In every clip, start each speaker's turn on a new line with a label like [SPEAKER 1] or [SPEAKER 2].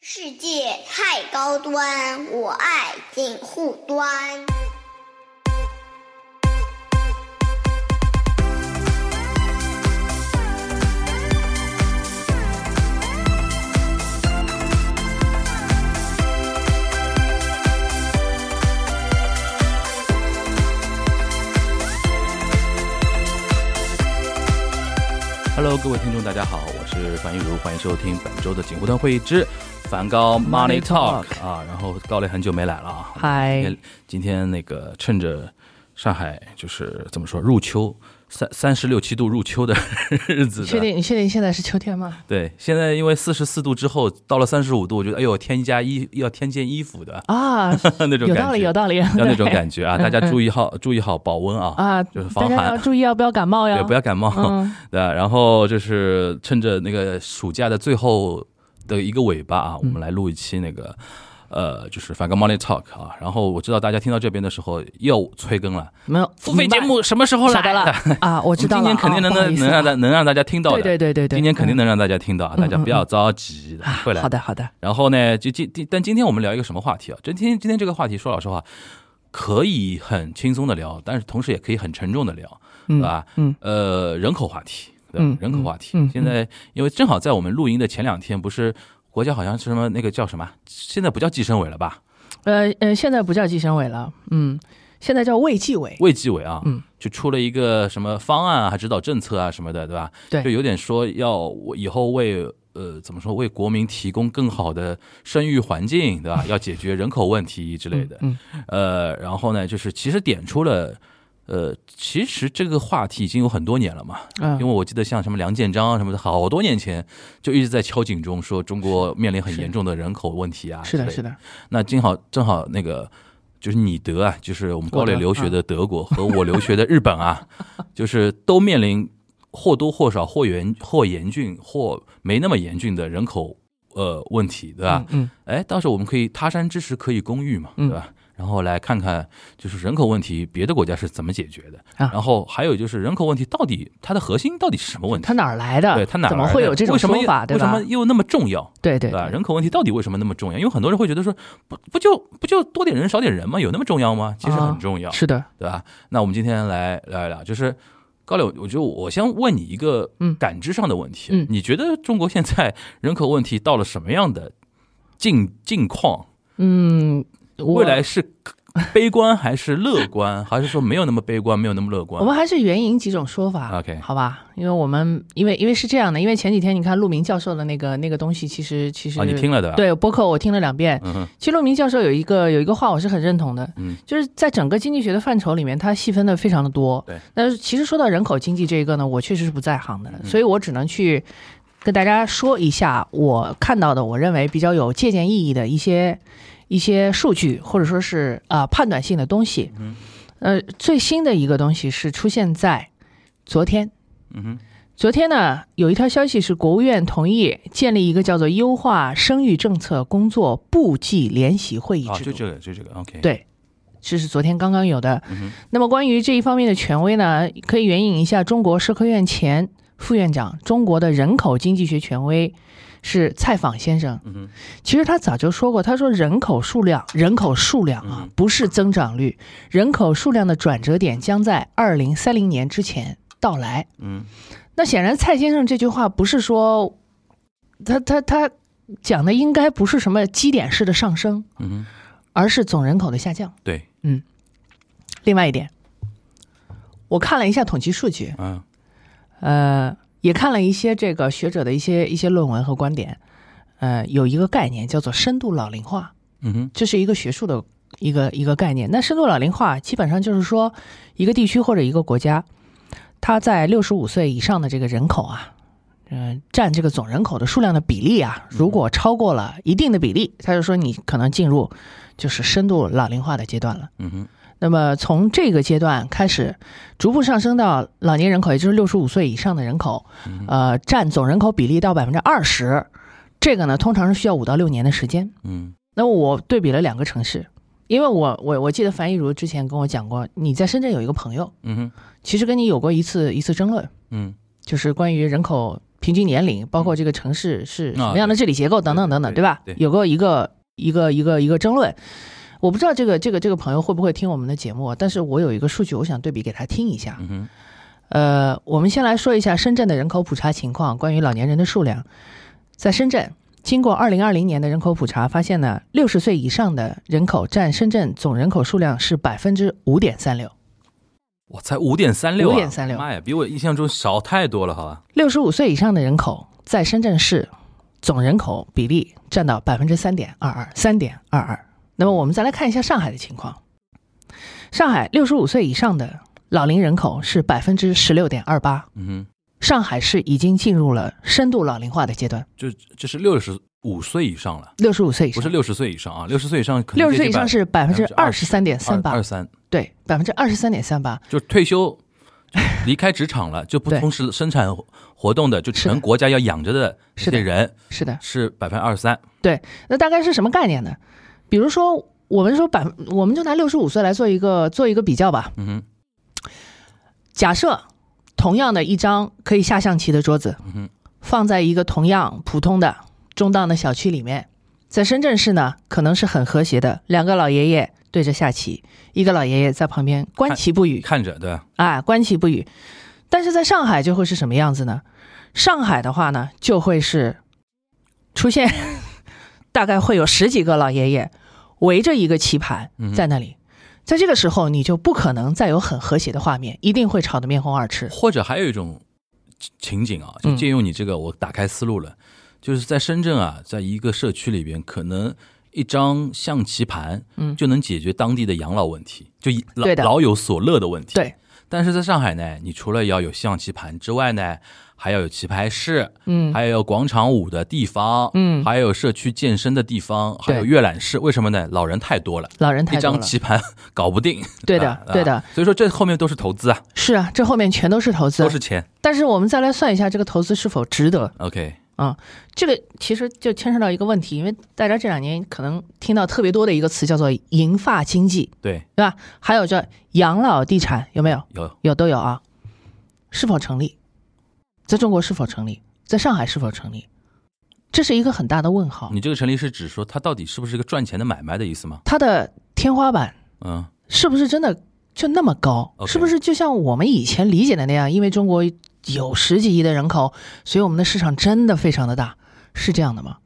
[SPEAKER 1] 世界太高端，我爱锦护端。
[SPEAKER 2] Hello，各位听众，大家好，我是樊玉茹，欢迎收听本周的锦湖端会议之梵高 Money
[SPEAKER 3] Money
[SPEAKER 2] Talk
[SPEAKER 3] Talk
[SPEAKER 2] 啊。然后高磊很久没来了啊，今
[SPEAKER 3] 嗨
[SPEAKER 2] 天，今天那个趁着上海就是怎么说入秋三三十六七度入秋的 日子
[SPEAKER 3] 你
[SPEAKER 2] 的，
[SPEAKER 3] 确定你确定现在是秋天吗？
[SPEAKER 2] 对，现在因为四十四度之后到了三十五度，我觉得哎呦添加衣要添件衣服的
[SPEAKER 3] 啊，
[SPEAKER 2] 那种感
[SPEAKER 3] 有
[SPEAKER 2] 觉，
[SPEAKER 3] 道理，有道理，
[SPEAKER 2] 要那种
[SPEAKER 3] 对
[SPEAKER 2] 感觉 啊，大家注意好注意好保温啊，
[SPEAKER 3] 啊，
[SPEAKER 2] 就是防
[SPEAKER 3] 大家
[SPEAKER 2] 寒
[SPEAKER 3] 要注意要啊不要感冒呀？
[SPEAKER 2] 对，不要感冒。
[SPEAKER 3] 嗯
[SPEAKER 2] 对，啊然后就是趁着那个暑假的最后的一个尾巴啊，我
[SPEAKER 3] 嗯
[SPEAKER 2] 们来录一期那个。呃，就是梵高 Money Talk 啊，然后我知道大家听到这边的时候又催更了，
[SPEAKER 3] 没有
[SPEAKER 2] 付费节目什么时候
[SPEAKER 3] 晓
[SPEAKER 2] 来
[SPEAKER 3] 得
[SPEAKER 2] 的？
[SPEAKER 3] 了啊， 我知道
[SPEAKER 2] 今
[SPEAKER 3] 了，
[SPEAKER 2] 年肯定能
[SPEAKER 3] 啊不好
[SPEAKER 2] 能
[SPEAKER 3] 意思
[SPEAKER 2] 能
[SPEAKER 3] 啊
[SPEAKER 2] 让大能让大家听到的，
[SPEAKER 3] 对对对对对，
[SPEAKER 2] 今年肯定
[SPEAKER 3] 嗯
[SPEAKER 2] 能让大家听到，啊，大家不要着急，
[SPEAKER 3] 啊
[SPEAKER 2] 会来
[SPEAKER 3] 好的好的，
[SPEAKER 2] 然后呢，就今但今天我们聊一个什么话题啊？今天今天这个话题，说老实话，可以很轻松的聊，但是同时也可以很沉重的聊，对吧？
[SPEAKER 3] 嗯，
[SPEAKER 2] 呃，人口话题，对吧
[SPEAKER 3] 嗯
[SPEAKER 2] 人口话题。
[SPEAKER 3] 嗯嗯
[SPEAKER 2] 现在因为正好在我们录音的前两天，不是国家好像是什么那个叫什么，现在不叫计生委了吧？
[SPEAKER 3] 呃呃，现在不叫计生委了，嗯，现在叫卫计委，
[SPEAKER 2] 卫计委啊，
[SPEAKER 3] 嗯，
[SPEAKER 2] 就出了一个什么方案啊，还指导政策啊什么的，对吧？
[SPEAKER 3] 对
[SPEAKER 2] 就有点说要以后为呃怎么说为国民提供更好的生育环境， 对吧？要解决人口问题之类的，
[SPEAKER 3] 嗯，
[SPEAKER 2] 呃，然后呢，就是其实点出了。呃，其实这个话题已经有很多年了嘛，
[SPEAKER 3] 嗯
[SPEAKER 2] 因为我记得像什么梁建章啊什么的，好多年前就一直在敲警钟，说中国面临很
[SPEAKER 3] 是
[SPEAKER 2] 严重的人口问题啊。
[SPEAKER 3] 是的，是
[SPEAKER 2] 的。
[SPEAKER 3] 的，
[SPEAKER 2] 那正好正好那个就是你德啊，就是我们高
[SPEAKER 3] 我
[SPEAKER 2] 磊
[SPEAKER 3] 德
[SPEAKER 2] 留学的德国
[SPEAKER 3] 嗯
[SPEAKER 2] 和我留学的日本啊， 就是都面临或多或少或严或严峻或没那么严峻的人口呃问题，对吧？
[SPEAKER 3] 嗯，
[SPEAKER 2] 哎，到时候我们可以他山之石可以攻玉嘛，对
[SPEAKER 3] 嗯
[SPEAKER 2] 吧？然后来看看就是人口问题，别的国家是怎么解决的。
[SPEAKER 3] 啊
[SPEAKER 2] 然后还有就是人口问题到底它的核心到底是什么问
[SPEAKER 3] 他
[SPEAKER 2] 题？
[SPEAKER 3] 哪儿来的？
[SPEAKER 2] 对它哪
[SPEAKER 3] 怎么
[SPEAKER 2] 来
[SPEAKER 3] 会
[SPEAKER 2] 的
[SPEAKER 3] 有这种
[SPEAKER 2] 为什么
[SPEAKER 3] 说法？
[SPEAKER 2] 又
[SPEAKER 3] 对
[SPEAKER 2] 为什
[SPEAKER 3] 吧？
[SPEAKER 2] 么又那么重要？
[SPEAKER 3] 对对
[SPEAKER 2] 对吧？人口问题到底为什么那么重要？因为很多人会觉得说，不不就不就多点人少点人吗？有那么重要吗？其实很重要，
[SPEAKER 3] 是的，
[SPEAKER 2] 对吧？那我们今天来聊一聊，就是高磊，我觉得我先问你一个
[SPEAKER 3] 嗯
[SPEAKER 2] 感知上的问题，
[SPEAKER 3] 嗯
[SPEAKER 2] 你觉得中国现在人口问题到了什么样的境境况？
[SPEAKER 3] 嗯，我
[SPEAKER 2] 未来是悲观还是乐观，还是说没有那么悲观，没有那么乐观啊
[SPEAKER 3] 我？们还是援引几种说法
[SPEAKER 2] OK
[SPEAKER 3] 好吧？因为我们因为因为是这样的，因为前几天你看陆明教授的那个那个东西，其实其实、
[SPEAKER 2] 啊，你听了的，，
[SPEAKER 3] 对播客我听了两遍。
[SPEAKER 2] 嗯哼，
[SPEAKER 3] 其实陆明教授有一个有一个话我是很认同的，
[SPEAKER 2] 嗯，
[SPEAKER 3] 就是在整个经济学的范畴里面，它细分的非常的多。
[SPEAKER 2] 对，
[SPEAKER 3] 但是其实说到人口经济这一个呢，我确实是不在行的，
[SPEAKER 2] 嗯
[SPEAKER 3] 所以我只能去跟大家说一下我看到的，我认为比较有借鉴意义的一些一些数据，或者说是啊、呃判断性的东西。
[SPEAKER 2] 嗯
[SPEAKER 3] 呃，最新的一个东西是出现在昨天。
[SPEAKER 2] 嗯哼，
[SPEAKER 3] 昨天呢，有一条消息是国务院同意建立一个叫做优化生育政策工作部际联席会议
[SPEAKER 2] 啊，
[SPEAKER 3] 制
[SPEAKER 2] 就
[SPEAKER 3] 度。
[SPEAKER 2] 这个，就这个，OK，
[SPEAKER 3] 对这是昨天刚刚有的。
[SPEAKER 2] 嗯
[SPEAKER 3] 那么关于这一方面的权威呢，可以援引一下中国社科院前副院长、中国的人口经济学权威是蔡访先生。
[SPEAKER 2] 嗯哼，
[SPEAKER 3] 其实他早就说过，他说人口数量，人口数量啊
[SPEAKER 2] 嗯，
[SPEAKER 3] 不是增长率，人口数量的转折点将在二零三零年之前到来。
[SPEAKER 2] 嗯
[SPEAKER 3] 那显然蔡先生这句话不是说，他他他讲的应该不是什么基点式的上升，
[SPEAKER 2] 嗯哼，
[SPEAKER 3] 而是总人口的下降。
[SPEAKER 2] 对，
[SPEAKER 3] 另外一点，我看了一下统计数据，
[SPEAKER 2] 嗯
[SPEAKER 3] 呃，也看了一些这个学者的一些一些论文和观点，呃，有一个概念叫做深度老龄化，
[SPEAKER 2] 嗯哼，
[SPEAKER 3] 这是一个学术的一个一个概念。那深度老龄化基本上就是说，一个地区或者一个国家，它在六十五岁以上的这个人口啊，嗯、占这个总人口的数量的比例啊，如果超过了一定的比例，它就说你可能进入就是深度老龄化的阶段了。
[SPEAKER 2] 嗯哼，
[SPEAKER 3] 那么从这个阶段开始，逐步上升到老年人口，也就是六十五岁以上的人口，呃，占总人口比例到百分之二十，这个呢通常是需要五到六年的时间。
[SPEAKER 2] 嗯
[SPEAKER 3] 那我对比了两个城市，因为我我我记得樊一茹之前跟我讲过，你在深圳有一个朋友，
[SPEAKER 2] 嗯哼，
[SPEAKER 3] 其实跟你有过一次一次争论，
[SPEAKER 2] 嗯
[SPEAKER 3] 就是关于人口平均年龄，包括这个城市是什么样的
[SPEAKER 2] 啊对
[SPEAKER 3] 治理结构等等等等，
[SPEAKER 2] 对对
[SPEAKER 3] 对吧
[SPEAKER 2] 对？
[SPEAKER 3] 有过一个一个一个一个争论。我不知道这个这个这个朋友会不会听我们的节目，啊但是我有一个数据，我想对比给他听一下。
[SPEAKER 2] 嗯哼，嗯
[SPEAKER 3] 呃，我们先来说一下深圳的人口普查情况，关于老年人的数量，在深圳。经过二零二零年的人口普查，发现呢，六十岁以上的人口占深圳总人口数量是百分之五点三六，
[SPEAKER 2] 我才五点三六，啊
[SPEAKER 3] 5.36
[SPEAKER 2] 妈呀，比我印象中少太多了，好吧？
[SPEAKER 3] 六十五岁以上的人口在深圳市总人口比例占到百分之三点二二，三点二二。那么我们再来看一下上海的情况，上海六十五岁以上的老龄人口是百分之十六点二八，
[SPEAKER 2] 嗯
[SPEAKER 3] 上海市已经进入了深度老龄化的阶段
[SPEAKER 2] 哼，。就就是六十五岁以上了，
[SPEAKER 3] 六十五岁以
[SPEAKER 2] 不
[SPEAKER 3] 上
[SPEAKER 2] 是，六十岁以上啊，六十岁以上可能
[SPEAKER 3] 六十岁以上是百分之二十三点三
[SPEAKER 2] 二
[SPEAKER 3] 八，
[SPEAKER 2] 三，
[SPEAKER 3] 对，百分之二十三点三八，
[SPEAKER 2] 就退休。就离开职场了，就不
[SPEAKER 3] 对
[SPEAKER 2] 从事生产活动的，就是全
[SPEAKER 3] 的
[SPEAKER 2] 国家要养着的这
[SPEAKER 3] 是的
[SPEAKER 2] 些人
[SPEAKER 3] 是的，
[SPEAKER 2] 是百分之二十三，
[SPEAKER 3] 对，那大概是什么概念呢？比如说，我们说百分，我们就拿六十五岁来做一个做一个比较吧。
[SPEAKER 2] 嗯哼，
[SPEAKER 3] 假设同样的一张可以下象棋的桌子，
[SPEAKER 2] 嗯哼，
[SPEAKER 3] 放在一个同样普通的中档的小区里面，在深圳市呢，可能是很和谐的，两个老爷爷对着下棋，一个老爷爷在旁边观棋不语，
[SPEAKER 2] 看着对吧？
[SPEAKER 3] 啊，观棋不语。但是在上海就会是什么样子呢？上海的话呢，就会是出现 大概会有十几个老爷爷围着一个棋盘
[SPEAKER 2] 嗯哼
[SPEAKER 3] 在那里。在这个时候，你就不可能再有很和谐的画面，一定会吵得面红耳赤。
[SPEAKER 2] 或者还有一种情情景啊，就
[SPEAKER 3] 嗯
[SPEAKER 2] 借用你这个，我打开思路了。就是在深圳啊，在一个社区里边，可能一张象棋盘，
[SPEAKER 3] 嗯
[SPEAKER 2] 就能解决当地的养老问题，就一老
[SPEAKER 3] 对的
[SPEAKER 2] 老有所乐的问题。
[SPEAKER 3] 对。
[SPEAKER 2] 但是在上海呢，你除了要有象棋盘之外呢，还要有棋牌室，
[SPEAKER 3] 嗯
[SPEAKER 2] 还有广场舞的地方，
[SPEAKER 3] 嗯
[SPEAKER 2] 还有社区健身的地方，还有
[SPEAKER 3] 对
[SPEAKER 2] 阅览室。为什么呢？老人太多了，
[SPEAKER 3] 老人太
[SPEAKER 2] 一
[SPEAKER 3] 多
[SPEAKER 2] 张
[SPEAKER 3] 了。
[SPEAKER 2] 棋盘 搞不定。
[SPEAKER 3] 对的
[SPEAKER 2] 啊
[SPEAKER 3] 对的
[SPEAKER 2] 啊所以说这后面都是投资啊，
[SPEAKER 3] 是啊，这后面全都是投资
[SPEAKER 2] 都。是钱。
[SPEAKER 3] 但是我们再来算一下这个投资是否值得。
[SPEAKER 2] OK，
[SPEAKER 3] 啊、这个其实就牵涉到一个问题，因为大家这两年可能听到特别多的一个词叫做“银发经济”。
[SPEAKER 2] 对，
[SPEAKER 3] 对吧？还有这养老地产有没有？
[SPEAKER 2] 有
[SPEAKER 3] 有都有啊。是否成立？在中国是否成立？在上海是否成立？这是一个很大的问号。
[SPEAKER 2] 你这个成立是指说它到底是不是一个赚钱的买卖的意思吗？
[SPEAKER 3] 它的天花板
[SPEAKER 2] 嗯，
[SPEAKER 3] 是不是真的就那么高
[SPEAKER 2] OK
[SPEAKER 3] 是不是就像我们以前理解的那样？因为中国有十几亿的人口，所以我们的市场真的非常的大，是这样的吗？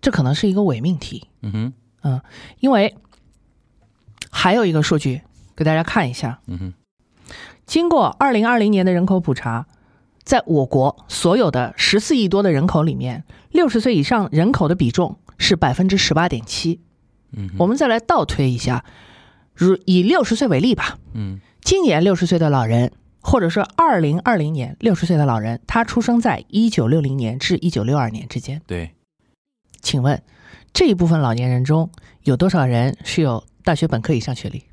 [SPEAKER 3] 这可能是一个伪命题。
[SPEAKER 2] 嗯哼，
[SPEAKER 3] 因为还有一个数据给大家看一下。
[SPEAKER 2] 嗯哼，
[SPEAKER 3] 经过二零二零年的人口普查，在我国所有的十四亿多的人口里面，六十岁以上人口的比重是百分之十八点七。
[SPEAKER 2] 嗯哼，
[SPEAKER 3] 我们再来倒推一下，如以六十岁为例吧，
[SPEAKER 2] 嗯
[SPEAKER 3] 今年六十岁的老人，或者是二零二零年六十岁的老人，他出生在一九六零年至一九六二年之间。
[SPEAKER 2] 对，
[SPEAKER 3] 请问，这一部分老年人中有多少人是有大学本科以上学历？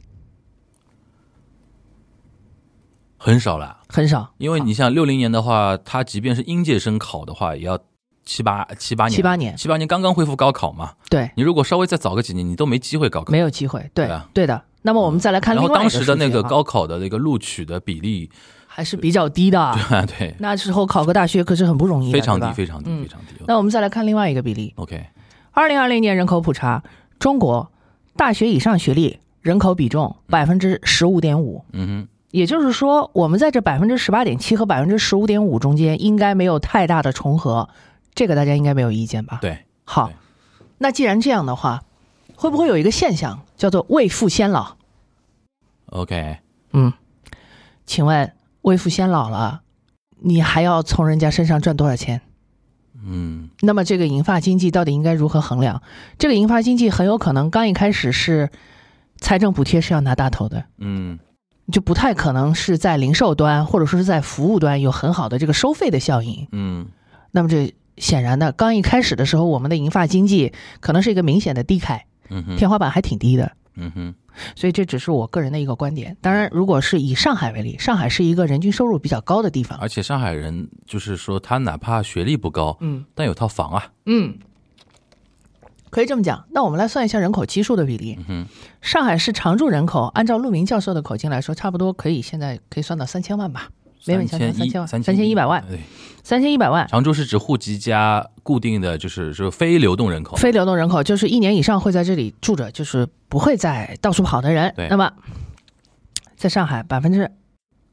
[SPEAKER 2] 很少啦，
[SPEAKER 3] 很少，
[SPEAKER 2] 因为你想六零年的话，他即便是应届生考的话，也要七八七八年，
[SPEAKER 3] 七八年
[SPEAKER 2] 七八年刚刚恢复高考嘛。
[SPEAKER 3] 对，
[SPEAKER 2] 你如果稍微再早个几年，你都没机会高考
[SPEAKER 3] 没。有机会。对，
[SPEAKER 2] 对啊
[SPEAKER 3] 对的。那么我们再来看
[SPEAKER 2] 然
[SPEAKER 3] 另
[SPEAKER 2] 后
[SPEAKER 3] 外一
[SPEAKER 2] 当
[SPEAKER 3] 个
[SPEAKER 2] 时的
[SPEAKER 3] 数据
[SPEAKER 2] 那个
[SPEAKER 3] 啊
[SPEAKER 2] 高考的那个录取的比例，
[SPEAKER 3] 还是比较低的啊。
[SPEAKER 2] 啊，对，
[SPEAKER 3] 那时候考个大学可是很不容易的，
[SPEAKER 2] 非常
[SPEAKER 3] 对
[SPEAKER 2] 低，
[SPEAKER 3] 吧
[SPEAKER 2] 非常低，
[SPEAKER 3] 嗯
[SPEAKER 2] 非常低。
[SPEAKER 3] 那我们再来看另外一个比例，
[SPEAKER 2] OK，
[SPEAKER 3] 二零二零年人口普查，中国大学以上学历人口比重百分之十五点五，
[SPEAKER 2] 嗯
[SPEAKER 3] 也就是说，我们在这百分之十八点七和百分之十五点五中间应该没有太大的重合，这个大家应该没有意见吧
[SPEAKER 2] 哼，？对，
[SPEAKER 3] 好
[SPEAKER 2] 对，
[SPEAKER 3] 那既然这样的话，会不会有一个现象叫做未富先老？
[SPEAKER 2] ，OK，
[SPEAKER 3] 嗯，请问未富先老了，你还要从人家身上赚多少钱？
[SPEAKER 2] 嗯，
[SPEAKER 3] 那么这个银发经济到底应该如何衡量？这个银发经济很有可能刚一开始是财政补贴是要拿大头的，
[SPEAKER 2] 嗯，
[SPEAKER 3] 就不太可能是在零售端或者说是在服务端有很好的这个收费的效应。
[SPEAKER 2] 嗯，
[SPEAKER 3] 那么这显然呢，刚一开始的时候，我们的银发经济可能是一个明显的低开，
[SPEAKER 2] 嗯哼，
[SPEAKER 3] 天花板还挺低的。
[SPEAKER 2] 嗯哼，
[SPEAKER 3] 所以这只是我个人的一个观点。当然，如果是以上海为例，上海是一个人均收入比较高的地方。
[SPEAKER 2] 而且上海人就是说，他哪怕学历不高，
[SPEAKER 3] 嗯
[SPEAKER 2] 但有套房啊，
[SPEAKER 3] 嗯，可以这么讲。那我们来算一下人口基数的比例。
[SPEAKER 2] 嗯
[SPEAKER 3] 上海市常住人口，按照陆明教授的口径来说，差不多可以现在可以算到三千万吧。
[SPEAKER 2] 哼，
[SPEAKER 3] 勉
[SPEAKER 2] 三千
[SPEAKER 3] 勉强强三千万
[SPEAKER 2] 三
[SPEAKER 3] 三千一百万
[SPEAKER 2] 对，
[SPEAKER 3] 三千一百万
[SPEAKER 2] 常州是指户籍加固定的就是就是非流动人口，
[SPEAKER 3] 非流动人口，就是一年以上会在这里住着，就是不会再到处跑的人
[SPEAKER 2] 对。
[SPEAKER 3] 那么，在上海百分之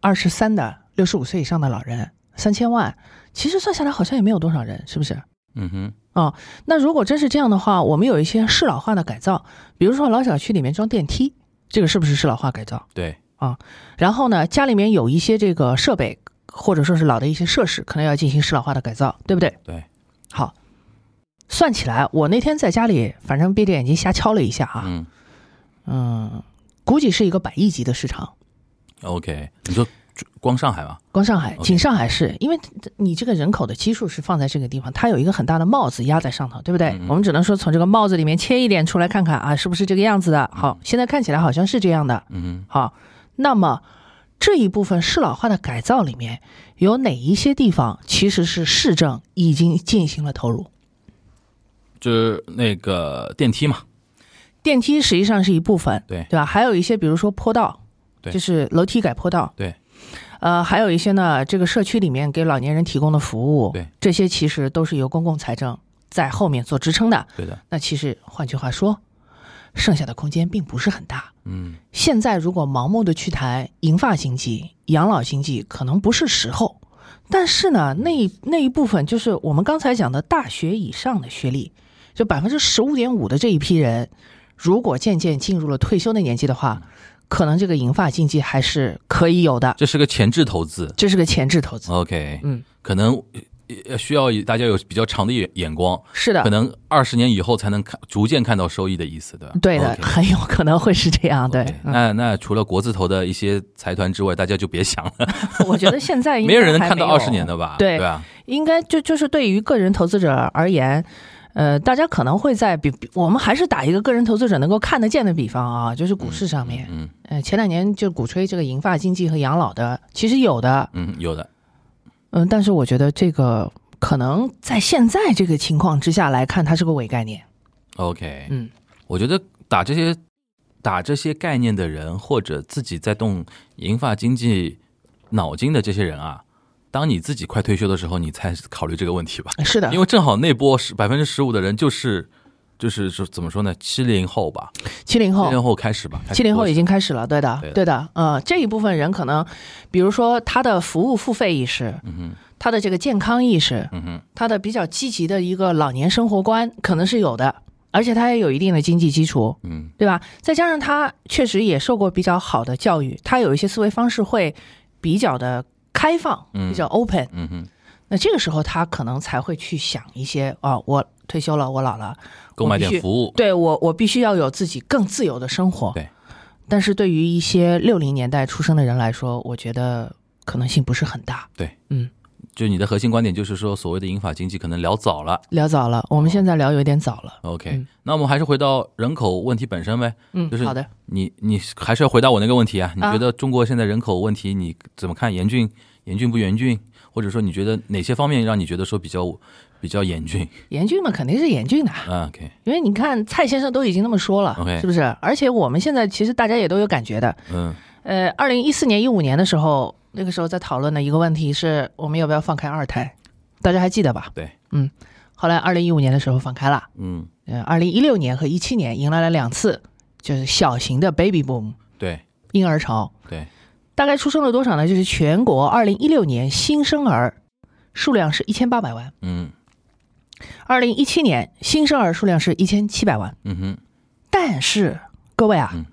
[SPEAKER 3] 二十三的六十五岁以上的老人，三千万，其实算下来好像也没有多少人，是不是？
[SPEAKER 2] 嗯哼，
[SPEAKER 3] 那如果真是这样的话，我们有一些适老化的改造，比如说老小区里面装电梯，这个是不是适老化改造？
[SPEAKER 2] 对，
[SPEAKER 3] 然后呢，家里面有一些这个设备，或者说是老的一些设施，可能要进行适老化的改造，对不对？
[SPEAKER 2] 对。
[SPEAKER 3] 好，算起来，我那天在家里，反正闭着眼睛瞎敲了一下啊，
[SPEAKER 2] 嗯
[SPEAKER 3] 嗯，估计是一个百亿级的市场。
[SPEAKER 2] ，OK，你说光上海吗？
[SPEAKER 3] 光上海，
[SPEAKER 2] OK
[SPEAKER 3] 仅上海市，因为你这个人口的基数是放在这个地方，它有一个很大的帽子压在上头，对不对？
[SPEAKER 2] 嗯
[SPEAKER 3] 我们只能说从这个帽子里面切一点出来看看啊，是不是这个样子的？好，现在看起来好像是这样的。
[SPEAKER 2] 嗯
[SPEAKER 3] 好，那么这一部分适老化的改造里面，有哪一些地方其实是市政已经进行了投入？
[SPEAKER 2] 哼，就是那个电梯嘛，
[SPEAKER 3] 电梯实际上是一部分，
[SPEAKER 2] 对
[SPEAKER 3] 对吧？还有一些，比如说坡道，
[SPEAKER 2] 对
[SPEAKER 3] 就是楼梯改坡道，
[SPEAKER 2] 对，
[SPEAKER 3] 呃，还有一些呢，这个社区里面给老年人提供的服务，
[SPEAKER 2] 对，
[SPEAKER 3] 这些其实都是由公共财政在后面做支撑的。
[SPEAKER 2] 对的，
[SPEAKER 3] 那其实换句话说，剩下的空间并不是很大。
[SPEAKER 2] 嗯，
[SPEAKER 3] 现在如果盲目的去谈银发经济、养老经济，可能不是时候。但是呢，那一那一部分就是我们刚才讲的大学以上的学历，就百分之十五点五的这一批人，如果渐渐进入了退休的年纪的话，
[SPEAKER 2] 嗯
[SPEAKER 3] 可能这个银发经济还是可以有的，
[SPEAKER 2] 这是个前置投资
[SPEAKER 3] 这是个前置投资。
[SPEAKER 2] ，OK，
[SPEAKER 3] 嗯，
[SPEAKER 2] 可能呃需要大家有比较长的眼眼光，
[SPEAKER 3] 是
[SPEAKER 2] 嗯可
[SPEAKER 3] 的，
[SPEAKER 2] 能二十年以后才能看逐渐看到收益的意思，对吧？
[SPEAKER 3] 对的
[SPEAKER 2] OK，
[SPEAKER 3] 很有可能会是这样。对
[SPEAKER 2] OK，
[SPEAKER 3] 嗯
[SPEAKER 2] 那那除了国字头的一些财团之外，大家就别想了，
[SPEAKER 3] 我觉得现在应 该
[SPEAKER 2] 没有人能
[SPEAKER 3] 还
[SPEAKER 2] 看到
[SPEAKER 3] 没有
[SPEAKER 2] 二十年的吧？
[SPEAKER 3] 对
[SPEAKER 2] 吧？
[SPEAKER 3] 应该就就是对于个人投资者而言，呃，大家可能会在比比我们还是打一个个人投资者能够看得见的比方啊，就是股市上面，
[SPEAKER 2] 嗯
[SPEAKER 3] 呃，前两年就鼓吹这个银发经济和养老的，其实有的，
[SPEAKER 2] 嗯，有的，
[SPEAKER 3] 嗯，但是我觉得这个可能在现在这个情况之下来看，它是个伪概念。
[SPEAKER 2] OK，
[SPEAKER 3] 嗯，
[SPEAKER 2] 我觉得打这些打这些概念的人，或者自己在动银发经济脑筋的这些人啊，当你自己快退休的时候，你才考虑这个问题吧。
[SPEAKER 3] 呃是的，
[SPEAKER 2] 因
[SPEAKER 3] 为
[SPEAKER 2] 为正好那波十百分之十五的人就是就是是怎么说呢？七零后吧，
[SPEAKER 3] 七零
[SPEAKER 2] 七
[SPEAKER 3] 后，
[SPEAKER 2] 零后开始吧，开始
[SPEAKER 3] 哦七零后已
[SPEAKER 2] 多
[SPEAKER 3] 经开始了，对的，
[SPEAKER 2] 对的
[SPEAKER 3] 对的，呃，这一部分人可能，比如说他的服务付费意识，
[SPEAKER 2] 嗯
[SPEAKER 3] 他的这个健康意识，他的比较积极的一个老年生活观，可能是有的，而且他也有一定的经济基础，
[SPEAKER 2] 嗯，
[SPEAKER 3] 对吧？再加上他确实也受过比较好的教育，他有一些思维方式会比较的开放，比较 open，
[SPEAKER 2] 嗯哼，
[SPEAKER 3] 那这个时候他可能才会去想一些啊，我退休了，我老了，
[SPEAKER 2] 购买
[SPEAKER 3] 我必须
[SPEAKER 2] 点服务，
[SPEAKER 3] 对我，我必须要有自己更自由的生活。
[SPEAKER 2] 对，
[SPEAKER 3] 但是对于一些六零年代出生的人来说，我觉得可能性不是很大。
[SPEAKER 2] 对，
[SPEAKER 3] 嗯，
[SPEAKER 2] 就你的核心观点就是说，所谓的银发经济可能聊早了。
[SPEAKER 3] 聊早了，我们现在聊有点早了。
[SPEAKER 2] OK，、
[SPEAKER 3] 嗯
[SPEAKER 2] 那我们还是回到人口问题本身呗。
[SPEAKER 3] 嗯，
[SPEAKER 2] 就是
[SPEAKER 3] 好的。
[SPEAKER 2] 你你还是要回答我那个问题啊？你
[SPEAKER 3] 啊
[SPEAKER 2] 觉得中国现在人口问题你怎么看？严峻，严峻不严峻？或者说你觉得哪些方面让你觉得说比较比较严峻？
[SPEAKER 3] 严峻嘛，肯定是严峻的，
[SPEAKER 2] 啊，OK
[SPEAKER 3] 因为你看蔡先生都已经那么说了
[SPEAKER 2] OK
[SPEAKER 3] 是不是？而且我们现在其实大家也都有感觉的。
[SPEAKER 2] 嗯
[SPEAKER 3] 呃，二零一四年、一五年的时候，那个时候在讨论的一个问题是我们要不要放开二胎，大家还记得吧？
[SPEAKER 2] 对，
[SPEAKER 3] 嗯。后来二零一五年的时候放开了，
[SPEAKER 2] 嗯，
[SPEAKER 3] 呃，二零一六年和一七年迎来了两次就是小型的 baby boom
[SPEAKER 2] 对
[SPEAKER 3] 婴儿潮，
[SPEAKER 2] 对，
[SPEAKER 3] 大概出生了多少呢？就是全国二零一六年新生儿数量是一千八百万，
[SPEAKER 2] 嗯
[SPEAKER 3] 二零一七年新生儿数量是一千七百万，
[SPEAKER 2] 嗯哼，
[SPEAKER 3] 但是各位啊，
[SPEAKER 2] 嗯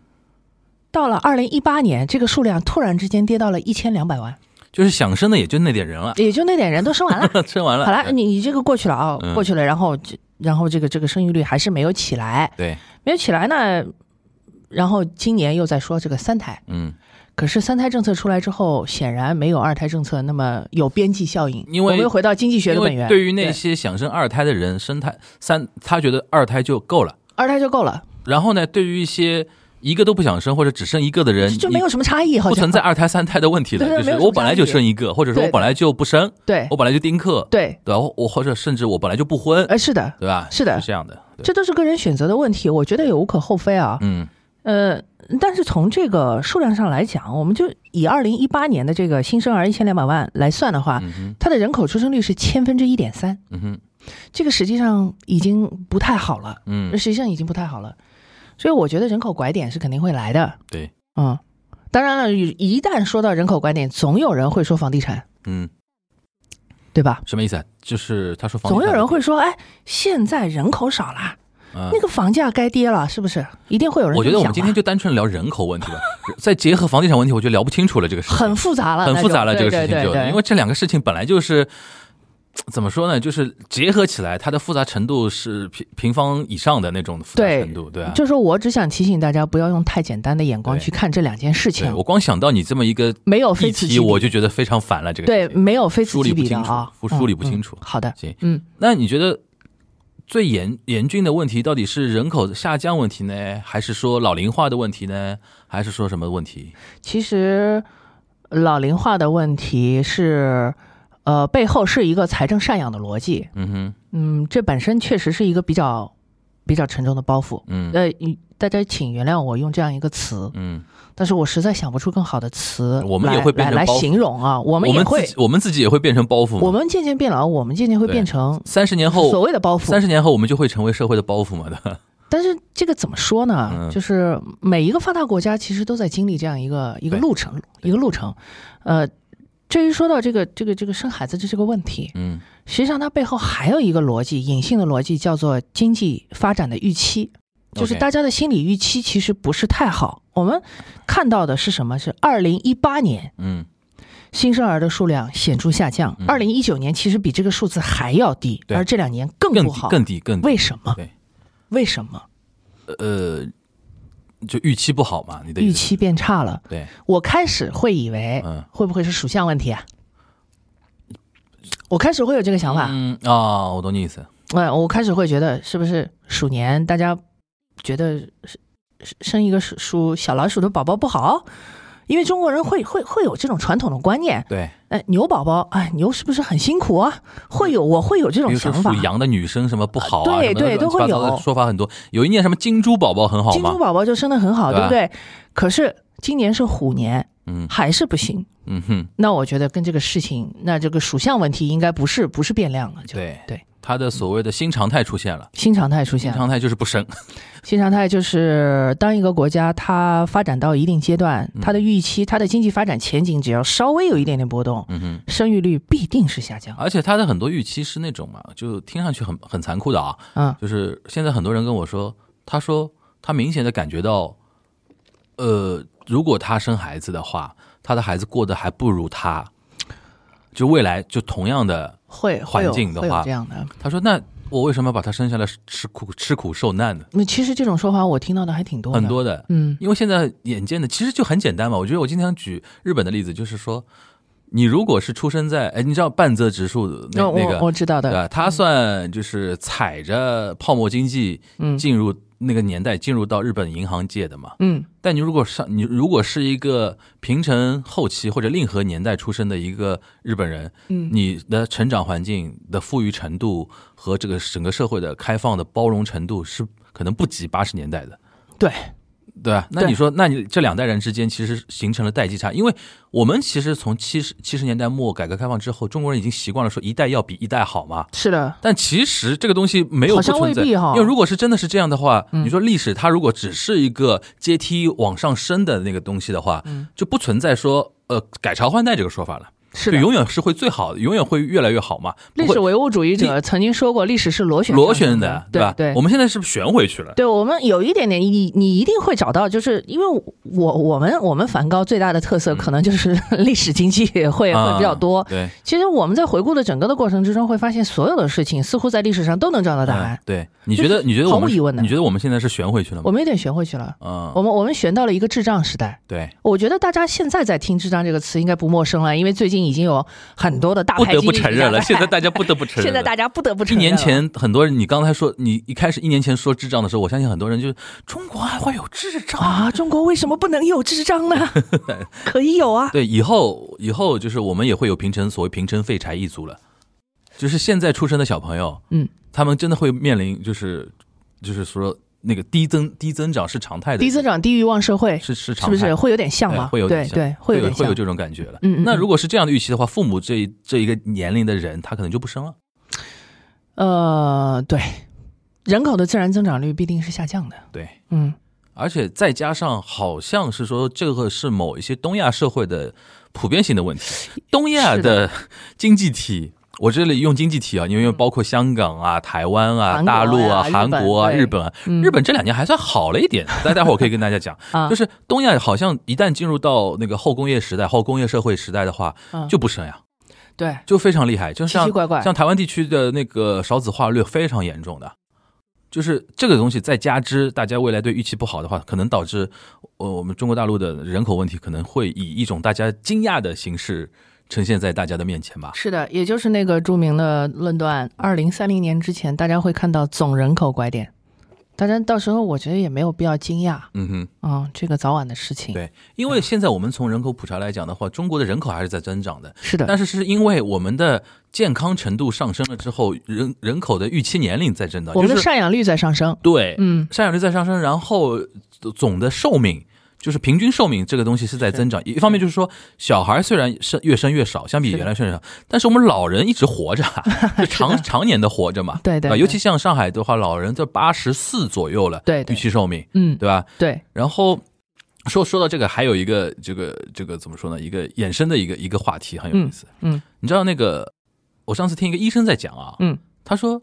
[SPEAKER 3] 到了二零一八年，这个数量突然之间跌到了一千两百万，
[SPEAKER 2] 就是想生的也就那点人了，
[SPEAKER 3] 也就那点人都 生完了。
[SPEAKER 2] 生完了，
[SPEAKER 3] 好了，你你这个过去了啊、
[SPEAKER 2] 嗯
[SPEAKER 3] 过去了，然后这然后这个这个生育率还是没有起来，
[SPEAKER 2] 对，
[SPEAKER 3] 没有起来呢，然后今年又在说这个三胎。
[SPEAKER 2] 嗯，
[SPEAKER 3] 可是三胎政策出来之后，显然没有二胎政策那么有边际效应。
[SPEAKER 2] 因为
[SPEAKER 3] 我们又回到经济学的
[SPEAKER 2] 因
[SPEAKER 3] 本
[SPEAKER 2] 为
[SPEAKER 3] 源，
[SPEAKER 2] 对于那些想生二胎的人，生胎三，他觉得二胎就够了。
[SPEAKER 3] 二胎就够了，
[SPEAKER 2] 然后呢，对于一些一个都不想生或者只生一个的人，
[SPEAKER 3] 就没有
[SPEAKER 2] 嗯你
[SPEAKER 3] 什么差异，好
[SPEAKER 2] 不
[SPEAKER 3] 像
[SPEAKER 2] 存在。二胎三胎的问题了。
[SPEAKER 3] 对
[SPEAKER 2] 就是
[SPEAKER 3] 没有什么
[SPEAKER 2] 我本来就
[SPEAKER 3] 差异
[SPEAKER 2] 生一个，或者说
[SPEAKER 3] 对哎
[SPEAKER 2] 我本来就不生，
[SPEAKER 3] 对
[SPEAKER 2] 我本来就丁克，
[SPEAKER 3] 对，
[SPEAKER 2] 然后我或者甚至我本来就不婚，
[SPEAKER 3] 呃，是的，
[SPEAKER 2] 对吧？
[SPEAKER 3] 是的
[SPEAKER 2] 这样的。对
[SPEAKER 3] 这都是个人选择的问题，我觉得也无可厚非啊。
[SPEAKER 2] 嗯
[SPEAKER 3] 呃，但是从这个数量上来讲，我们就以二零一八年的这个新生儿一千两百万来算的话，
[SPEAKER 2] 嗯哼，
[SPEAKER 3] 它的人口出生率是千分之一点三，
[SPEAKER 2] 嗯哼，
[SPEAKER 3] 这个实际上已经不太好了，
[SPEAKER 2] 嗯，
[SPEAKER 3] 实际上已经不太好了。所以我觉得人口拐点是肯定会来的。
[SPEAKER 2] 对，
[SPEAKER 3] 嗯，当然了，一旦说到人口拐点，总有人会说房地产，
[SPEAKER 2] 嗯，
[SPEAKER 3] 对吧？
[SPEAKER 2] 什么意思啊？就是他说房地
[SPEAKER 3] 总
[SPEAKER 2] 产
[SPEAKER 3] 有人会说，哎，现在人口少了，
[SPEAKER 2] 嗯
[SPEAKER 3] 那个房价该跌了，是不是？一定会有人
[SPEAKER 2] 我觉
[SPEAKER 3] 这
[SPEAKER 2] 得
[SPEAKER 3] 么
[SPEAKER 2] 我
[SPEAKER 3] 想
[SPEAKER 2] 们今天
[SPEAKER 3] 吧
[SPEAKER 2] 就单纯聊人口问题吧，再结合房地产问题，我就聊不清楚了这个事情，
[SPEAKER 3] 很复杂了，
[SPEAKER 2] 很复杂
[SPEAKER 3] 那
[SPEAKER 2] 了这
[SPEAKER 3] 种
[SPEAKER 2] 个事情
[SPEAKER 3] 对对
[SPEAKER 2] 就，
[SPEAKER 3] 对对
[SPEAKER 2] 因为这两个事情本来就是。怎么说呢？就是结合起来，它的复杂程度是平平方以上的那种复杂
[SPEAKER 3] 对
[SPEAKER 2] 程度，对啊。
[SPEAKER 3] 就是我只想提醒大家，不要用太简单的眼光
[SPEAKER 2] 对
[SPEAKER 3] 去看这两件事
[SPEAKER 2] 对
[SPEAKER 3] 情
[SPEAKER 2] 我，光想到你这么一个
[SPEAKER 3] 没有哦非
[SPEAKER 2] 议
[SPEAKER 3] 此
[SPEAKER 2] 题，
[SPEAKER 3] 即
[SPEAKER 2] 我
[SPEAKER 3] 彼。
[SPEAKER 2] 就觉得非常烦了。这个
[SPEAKER 3] 对，嗯
[SPEAKER 2] 事情
[SPEAKER 3] 没有非此
[SPEAKER 2] 梳理
[SPEAKER 3] 即
[SPEAKER 2] 不
[SPEAKER 3] 彼的
[SPEAKER 2] 清楚
[SPEAKER 3] 啊，，
[SPEAKER 2] 梳理
[SPEAKER 3] 嗯
[SPEAKER 2] 不
[SPEAKER 3] 嗯
[SPEAKER 2] 清楚。
[SPEAKER 3] 好的，
[SPEAKER 2] 行，
[SPEAKER 3] 嗯，
[SPEAKER 2] 那你觉得最严严峻的问题到底是人口下降问题呢，还是说老龄化的问题呢，还是说什么问题？
[SPEAKER 3] 其实老龄化的问题是，呃，背后是一个财政赡养的逻辑。
[SPEAKER 2] 嗯哼，
[SPEAKER 3] 嗯，这本身确实是一个比较比较沉重的包袱。
[SPEAKER 2] 嗯
[SPEAKER 3] 呃，大家请原谅我用这样一个词，
[SPEAKER 2] 嗯，
[SPEAKER 3] 但是我实在想不出更好的词
[SPEAKER 2] 我们也
[SPEAKER 3] 来
[SPEAKER 2] 会变
[SPEAKER 3] 来
[SPEAKER 2] 成
[SPEAKER 3] 来
[SPEAKER 2] 包袱
[SPEAKER 3] 形容啊。我们
[SPEAKER 2] 我
[SPEAKER 3] 也
[SPEAKER 2] 们
[SPEAKER 3] 会
[SPEAKER 2] 自，己我们自己也会变成包袱嘛。
[SPEAKER 3] 我们渐渐变老，我们渐渐会
[SPEAKER 2] 对
[SPEAKER 3] 变成
[SPEAKER 2] 三十年
[SPEAKER 3] 所
[SPEAKER 2] 后，
[SPEAKER 3] 谓的包
[SPEAKER 2] 三
[SPEAKER 3] 袱。
[SPEAKER 2] 十年后我们就会成为社会的包袱嘛 的。
[SPEAKER 3] 但是这个怎么说呢？
[SPEAKER 2] 嗯
[SPEAKER 3] 就是每一个发达国家其实都在经历这样一个一个
[SPEAKER 2] 对
[SPEAKER 3] 路程，一个路程。呃，至于说到这个这个这个生孩子的这个问题，
[SPEAKER 2] 嗯
[SPEAKER 3] 实际上它背后还有一个逻辑，隐性的逻辑叫做经济发展的预期，就是
[SPEAKER 2] OK
[SPEAKER 3] 大家的心理预期其实不是太好。我们看到的是什么？是二零一八年
[SPEAKER 2] 嗯
[SPEAKER 3] 新生儿的数量显著下降。
[SPEAKER 2] 嗯
[SPEAKER 3] 二零一九年其实比这个数字还要低，
[SPEAKER 2] 对
[SPEAKER 3] 而这两年更
[SPEAKER 2] 更
[SPEAKER 3] 不
[SPEAKER 2] 低
[SPEAKER 3] 好。
[SPEAKER 2] 更低更低
[SPEAKER 3] 为什么？
[SPEAKER 2] 对
[SPEAKER 3] 为什么
[SPEAKER 2] 呃，就预期不好嘛？你的意
[SPEAKER 3] 预
[SPEAKER 2] 思
[SPEAKER 3] 期变差了？
[SPEAKER 2] 对，
[SPEAKER 3] 我开始会以为
[SPEAKER 2] 嗯
[SPEAKER 3] 会不会是属相问题啊？我开始会有这个想法，
[SPEAKER 2] 嗯啊，我懂你意思。
[SPEAKER 3] 哎，我开始会觉得是不是鼠年大家觉得是是生一个属属小老鼠的宝宝不好？因为中国人会会会有这种传统的观念，
[SPEAKER 2] 对，
[SPEAKER 3] 哎，牛宝宝，哎，牛是不是很辛苦啊？会有，我会有这
[SPEAKER 2] 比
[SPEAKER 3] 种
[SPEAKER 2] 如说
[SPEAKER 3] 想法
[SPEAKER 2] 属。羊的女生什么不好啊，
[SPEAKER 3] 对
[SPEAKER 2] 什么
[SPEAKER 3] 对都会
[SPEAKER 2] 乱七八糟的
[SPEAKER 3] 有
[SPEAKER 2] 说法很多。有一年什么金猪宝宝很好
[SPEAKER 3] 金
[SPEAKER 2] 嘛
[SPEAKER 3] 猪？宝宝就生的很好，
[SPEAKER 2] 对
[SPEAKER 3] 对
[SPEAKER 2] 吧
[SPEAKER 3] 不对？可是今年是虎年，
[SPEAKER 2] 嗯
[SPEAKER 3] 还是不行。
[SPEAKER 2] 嗯哼，
[SPEAKER 3] 那我觉得跟这个事情，那这个属相问题应该不是不是变量了，就
[SPEAKER 2] 对
[SPEAKER 3] 对，
[SPEAKER 2] 他的所谓的新常态出现了，
[SPEAKER 3] 新常态出
[SPEAKER 2] 新
[SPEAKER 3] 现了。
[SPEAKER 2] 常态就是不生。
[SPEAKER 3] 新常态就是当一个国家它发展到一定阶段，
[SPEAKER 2] 嗯
[SPEAKER 3] 它的预期、它的经济发展前景只要稍微有一点点波动，
[SPEAKER 2] 嗯哼，啊
[SPEAKER 3] 生育率必定是下降。
[SPEAKER 2] 而且他的很多预期是那种嘛，就听上去很很残酷的啊，
[SPEAKER 3] 嗯，
[SPEAKER 2] 就是现在很多人跟我说，他说他明显的感觉到，呃，如果他生孩子的话，他的孩子过得还不如他，就未来就同样的，
[SPEAKER 3] 会会
[SPEAKER 2] 环
[SPEAKER 3] 有
[SPEAKER 2] 境的
[SPEAKER 3] 会有
[SPEAKER 2] 话
[SPEAKER 3] 这样的。
[SPEAKER 2] 他说那我为什么把他生下来吃苦吃苦受难呢？
[SPEAKER 3] 那其实这种说法我听到的还挺多的，
[SPEAKER 2] 很。多的，
[SPEAKER 3] 嗯，
[SPEAKER 2] 因为现在眼见的其实就很简单嘛。我觉得我经常举日本的例子，就是说，你如果是出生在，哎，你知道半泽直树的那、
[SPEAKER 3] 那哦我
[SPEAKER 2] 那个
[SPEAKER 3] 我知道
[SPEAKER 2] 对啊
[SPEAKER 3] 的，
[SPEAKER 2] 吧？他算就是踩着泡沫经济
[SPEAKER 3] 嗯
[SPEAKER 2] 进入那个年代，进入到日本银行界的嘛。
[SPEAKER 3] 嗯
[SPEAKER 2] 但你如果上，你如果是一个平成后期或者令和年代出生的一个日本人，
[SPEAKER 3] 嗯
[SPEAKER 2] 你的成长环境的富裕程度和这个整个社会的开放的包容程度是可能不及八十年代的。
[SPEAKER 3] 对，
[SPEAKER 2] 对吧？那
[SPEAKER 3] 对
[SPEAKER 2] 你说，那你这两代人之间其实形成了代际差，因为我们其实从七十七十年代末改革开放之后，中国人已经习惯了说一代要比一代好嘛。
[SPEAKER 3] 是的，
[SPEAKER 2] 但其实这个东西没有
[SPEAKER 3] 好
[SPEAKER 2] 不
[SPEAKER 3] 像
[SPEAKER 2] 存在，
[SPEAKER 3] 未必哈嗯
[SPEAKER 2] 因为如果是真的是这样的话，你说历史它如果只是一个阶梯往上升的那个东西的话，
[SPEAKER 3] 嗯
[SPEAKER 2] 就不存在说呃改朝换代这个说法了，
[SPEAKER 3] 是
[SPEAKER 2] 就
[SPEAKER 3] 的。
[SPEAKER 2] 永远是会最好的，永远会越来越好嘛。不
[SPEAKER 3] 历
[SPEAKER 2] 会
[SPEAKER 3] 史唯物主义者曾经说过，历史是螺旋
[SPEAKER 2] 螺
[SPEAKER 3] 上
[SPEAKER 2] 旋
[SPEAKER 3] 升
[SPEAKER 2] 的，
[SPEAKER 3] 对
[SPEAKER 2] 吧？
[SPEAKER 3] 对
[SPEAKER 2] 我，们现在是不是旋回去了？
[SPEAKER 3] 对我们有一点点，你你一定会找到，就是因为我我们我们梵高最大的特色可能就是 历史经济会会比较多
[SPEAKER 2] 嗯啊。对，
[SPEAKER 3] 其实我们在回顾的整个的过程之中，会发现所有的事情似乎在历史上都能找到答
[SPEAKER 2] 嗯
[SPEAKER 3] 案。
[SPEAKER 2] 对，你
[SPEAKER 3] 这
[SPEAKER 2] 觉得
[SPEAKER 3] 是
[SPEAKER 2] 你觉得
[SPEAKER 3] 毫
[SPEAKER 2] 我们
[SPEAKER 3] 无疑问的
[SPEAKER 2] 你觉得我们现在是旋回去了吗
[SPEAKER 3] 我？们有点玄回去了，
[SPEAKER 2] 嗯，
[SPEAKER 3] 我们我们玄到了一个智障时代。
[SPEAKER 2] 对，
[SPEAKER 3] 我觉得大家现在在听“智障”这个词应该不陌生了，因为最近已经有很多的大
[SPEAKER 2] 不
[SPEAKER 3] 牌
[SPEAKER 2] 得不
[SPEAKER 3] 经济
[SPEAKER 2] 承
[SPEAKER 3] 学
[SPEAKER 2] 认
[SPEAKER 3] 家
[SPEAKER 2] 了，现在大家不得不承认了。
[SPEAKER 3] 现在大家不得不
[SPEAKER 2] 一
[SPEAKER 3] 承认
[SPEAKER 2] 年
[SPEAKER 3] 了
[SPEAKER 2] 前很多人，你刚才说你一开始一年前说智障的时候，我相信很多人就是中国还会有智障
[SPEAKER 3] 啊，中国为什么不能有智障呢？ 可以有啊，
[SPEAKER 2] 对，以后以后就是我们也会有平成所谓平成废柴一族了，就是现在出生的小朋友，
[SPEAKER 3] 嗯，
[SPEAKER 2] 他们真的会面临就是就是说那个低增低增长是常态的，
[SPEAKER 3] 低增长、低欲望社会
[SPEAKER 2] 是是
[SPEAKER 3] 是
[SPEAKER 2] 常
[SPEAKER 3] 不
[SPEAKER 2] 态，
[SPEAKER 3] 是会有点像
[SPEAKER 2] 哎
[SPEAKER 3] 嘛？
[SPEAKER 2] 会有点
[SPEAKER 3] 对
[SPEAKER 2] 像
[SPEAKER 3] 对，
[SPEAKER 2] 会
[SPEAKER 3] 有点
[SPEAKER 2] 会有
[SPEAKER 3] 像。
[SPEAKER 2] 这种感觉了。
[SPEAKER 3] 嗯嗯
[SPEAKER 2] 那
[SPEAKER 3] 嗯
[SPEAKER 2] 如果是这样的预期的话，父母这一这一个年龄的人，他可能就不生了。
[SPEAKER 3] 呃，对，人口的自然增长率必定是下降的。
[SPEAKER 2] 对，
[SPEAKER 3] 嗯，
[SPEAKER 2] 而且再加上好像是说这个是某一些东亚社会的普遍性的问题，东亚
[SPEAKER 3] 是
[SPEAKER 2] 的 经济体。我这里用经济体啊，因为包括香港啊、台湾啊、
[SPEAKER 3] 嗯韩国呀
[SPEAKER 2] 大陆啊、韩国啊、日
[SPEAKER 3] 日本对
[SPEAKER 2] 本啊，
[SPEAKER 3] 嗯
[SPEAKER 2] 日本这两年还算好了一点。待待会儿我可以跟大家讲，
[SPEAKER 3] 啊
[SPEAKER 2] 就是东亚好像一旦进入到那个后工业时代、后工业社会时代的话，
[SPEAKER 3] 嗯
[SPEAKER 2] 就不生呀。
[SPEAKER 3] 对，
[SPEAKER 2] 就非常厉害，就像
[SPEAKER 3] 奇奇怪怪
[SPEAKER 2] 像台湾地区的那个少子化率非常严重的，就是这个东西再加之大家未来对预期不好的话，可能导致呃我们中国大陆的人口问题可能会以一种大家惊讶的形式呈现在大家的面前吧。
[SPEAKER 3] 是的，也就是那个著名的论断，二零三零年之前，大家会看到总人口拐点。当然，到时候我觉得也没有必要惊讶啊、
[SPEAKER 2] 嗯哼，
[SPEAKER 3] 嗯这个早晚的事情。，
[SPEAKER 2] 对，因为现在我们从人口普查来讲的话，中国的人口还是在增长的，
[SPEAKER 3] 是的，
[SPEAKER 2] 但是是因为我们的健康程度上升了之后，人人口的预期年龄在增长，
[SPEAKER 3] 我们
[SPEAKER 2] 就
[SPEAKER 3] 的
[SPEAKER 2] 是
[SPEAKER 3] 赡养率在上升。
[SPEAKER 2] 对，
[SPEAKER 3] 嗯，
[SPEAKER 2] 赡养率在上升，然后总的寿命就是平均寿命这个东西是在增长。一方面就是说，小孩虽然生越生越少，相比
[SPEAKER 3] 是的
[SPEAKER 2] 原来生越少，但是我们老人一直活 着啊，就常常年的活着嘛。
[SPEAKER 3] 对对
[SPEAKER 2] 吧
[SPEAKER 3] 对
[SPEAKER 2] 尤其像上海的话，老人在八十四左右了，
[SPEAKER 3] 对对
[SPEAKER 2] 预期寿命，
[SPEAKER 3] 嗯，
[SPEAKER 2] 对吧？
[SPEAKER 3] 对，
[SPEAKER 2] 然后说说到这个，还有一个这个这个怎么说呢？一个衍生的一个一个话题很有意思。
[SPEAKER 3] 嗯，
[SPEAKER 2] 你知道那个，我上次听一个医生在讲啊，
[SPEAKER 3] 嗯，
[SPEAKER 2] 他说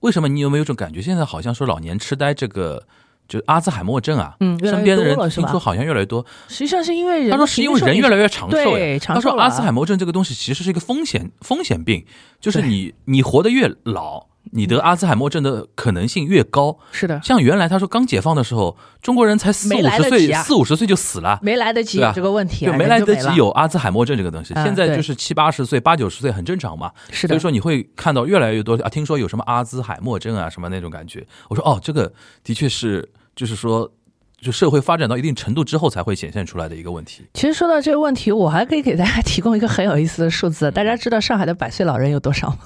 [SPEAKER 2] 为什么你有没有一种感觉，现在好像说老年痴呆这个就阿兹海默症啊，
[SPEAKER 3] 嗯越来
[SPEAKER 2] 身边
[SPEAKER 3] 越
[SPEAKER 2] 的人
[SPEAKER 3] 多了是
[SPEAKER 2] 听
[SPEAKER 3] 吧
[SPEAKER 2] 说好像越来越多。
[SPEAKER 3] 实际上是因为人
[SPEAKER 2] 他说是因为人越来越长寿
[SPEAKER 3] 对
[SPEAKER 2] 呀。
[SPEAKER 3] 长
[SPEAKER 2] 他
[SPEAKER 3] 寿
[SPEAKER 2] 说
[SPEAKER 3] 了
[SPEAKER 2] 阿兹海默症这个东西其实是一个风险风险病，就是你你活得越老，你得阿兹海默症的可能性越高。
[SPEAKER 3] 是的，
[SPEAKER 2] 像原来他说刚解放的时候，中国人才四
[SPEAKER 3] 嗯没
[SPEAKER 2] 五
[SPEAKER 3] 来
[SPEAKER 2] 十
[SPEAKER 3] 得
[SPEAKER 2] 岁
[SPEAKER 3] 及，啊
[SPEAKER 2] 四五十岁就死了。
[SPEAKER 3] 没来得及
[SPEAKER 2] 对啊
[SPEAKER 3] 有这个问题、啊，
[SPEAKER 2] 就没
[SPEAKER 3] 人
[SPEAKER 2] 来得
[SPEAKER 3] 了
[SPEAKER 2] 及有阿兹海默症这个东西，
[SPEAKER 3] 嗯
[SPEAKER 2] 现在
[SPEAKER 3] 对
[SPEAKER 2] 就是七八十岁、八九十岁很正常嘛。
[SPEAKER 3] 是的
[SPEAKER 2] 所以说你会看到越来越多啊，听说有什么阿兹海默症啊什么那种感觉。我说哦，这个的确是，就是说，就社会发展到一定程度之后才会显现出来的一个问题。
[SPEAKER 3] 其实说到这个问题，我还可以给大家提供一个很有意思的数字。大家知道上海的百岁老人有多少吗？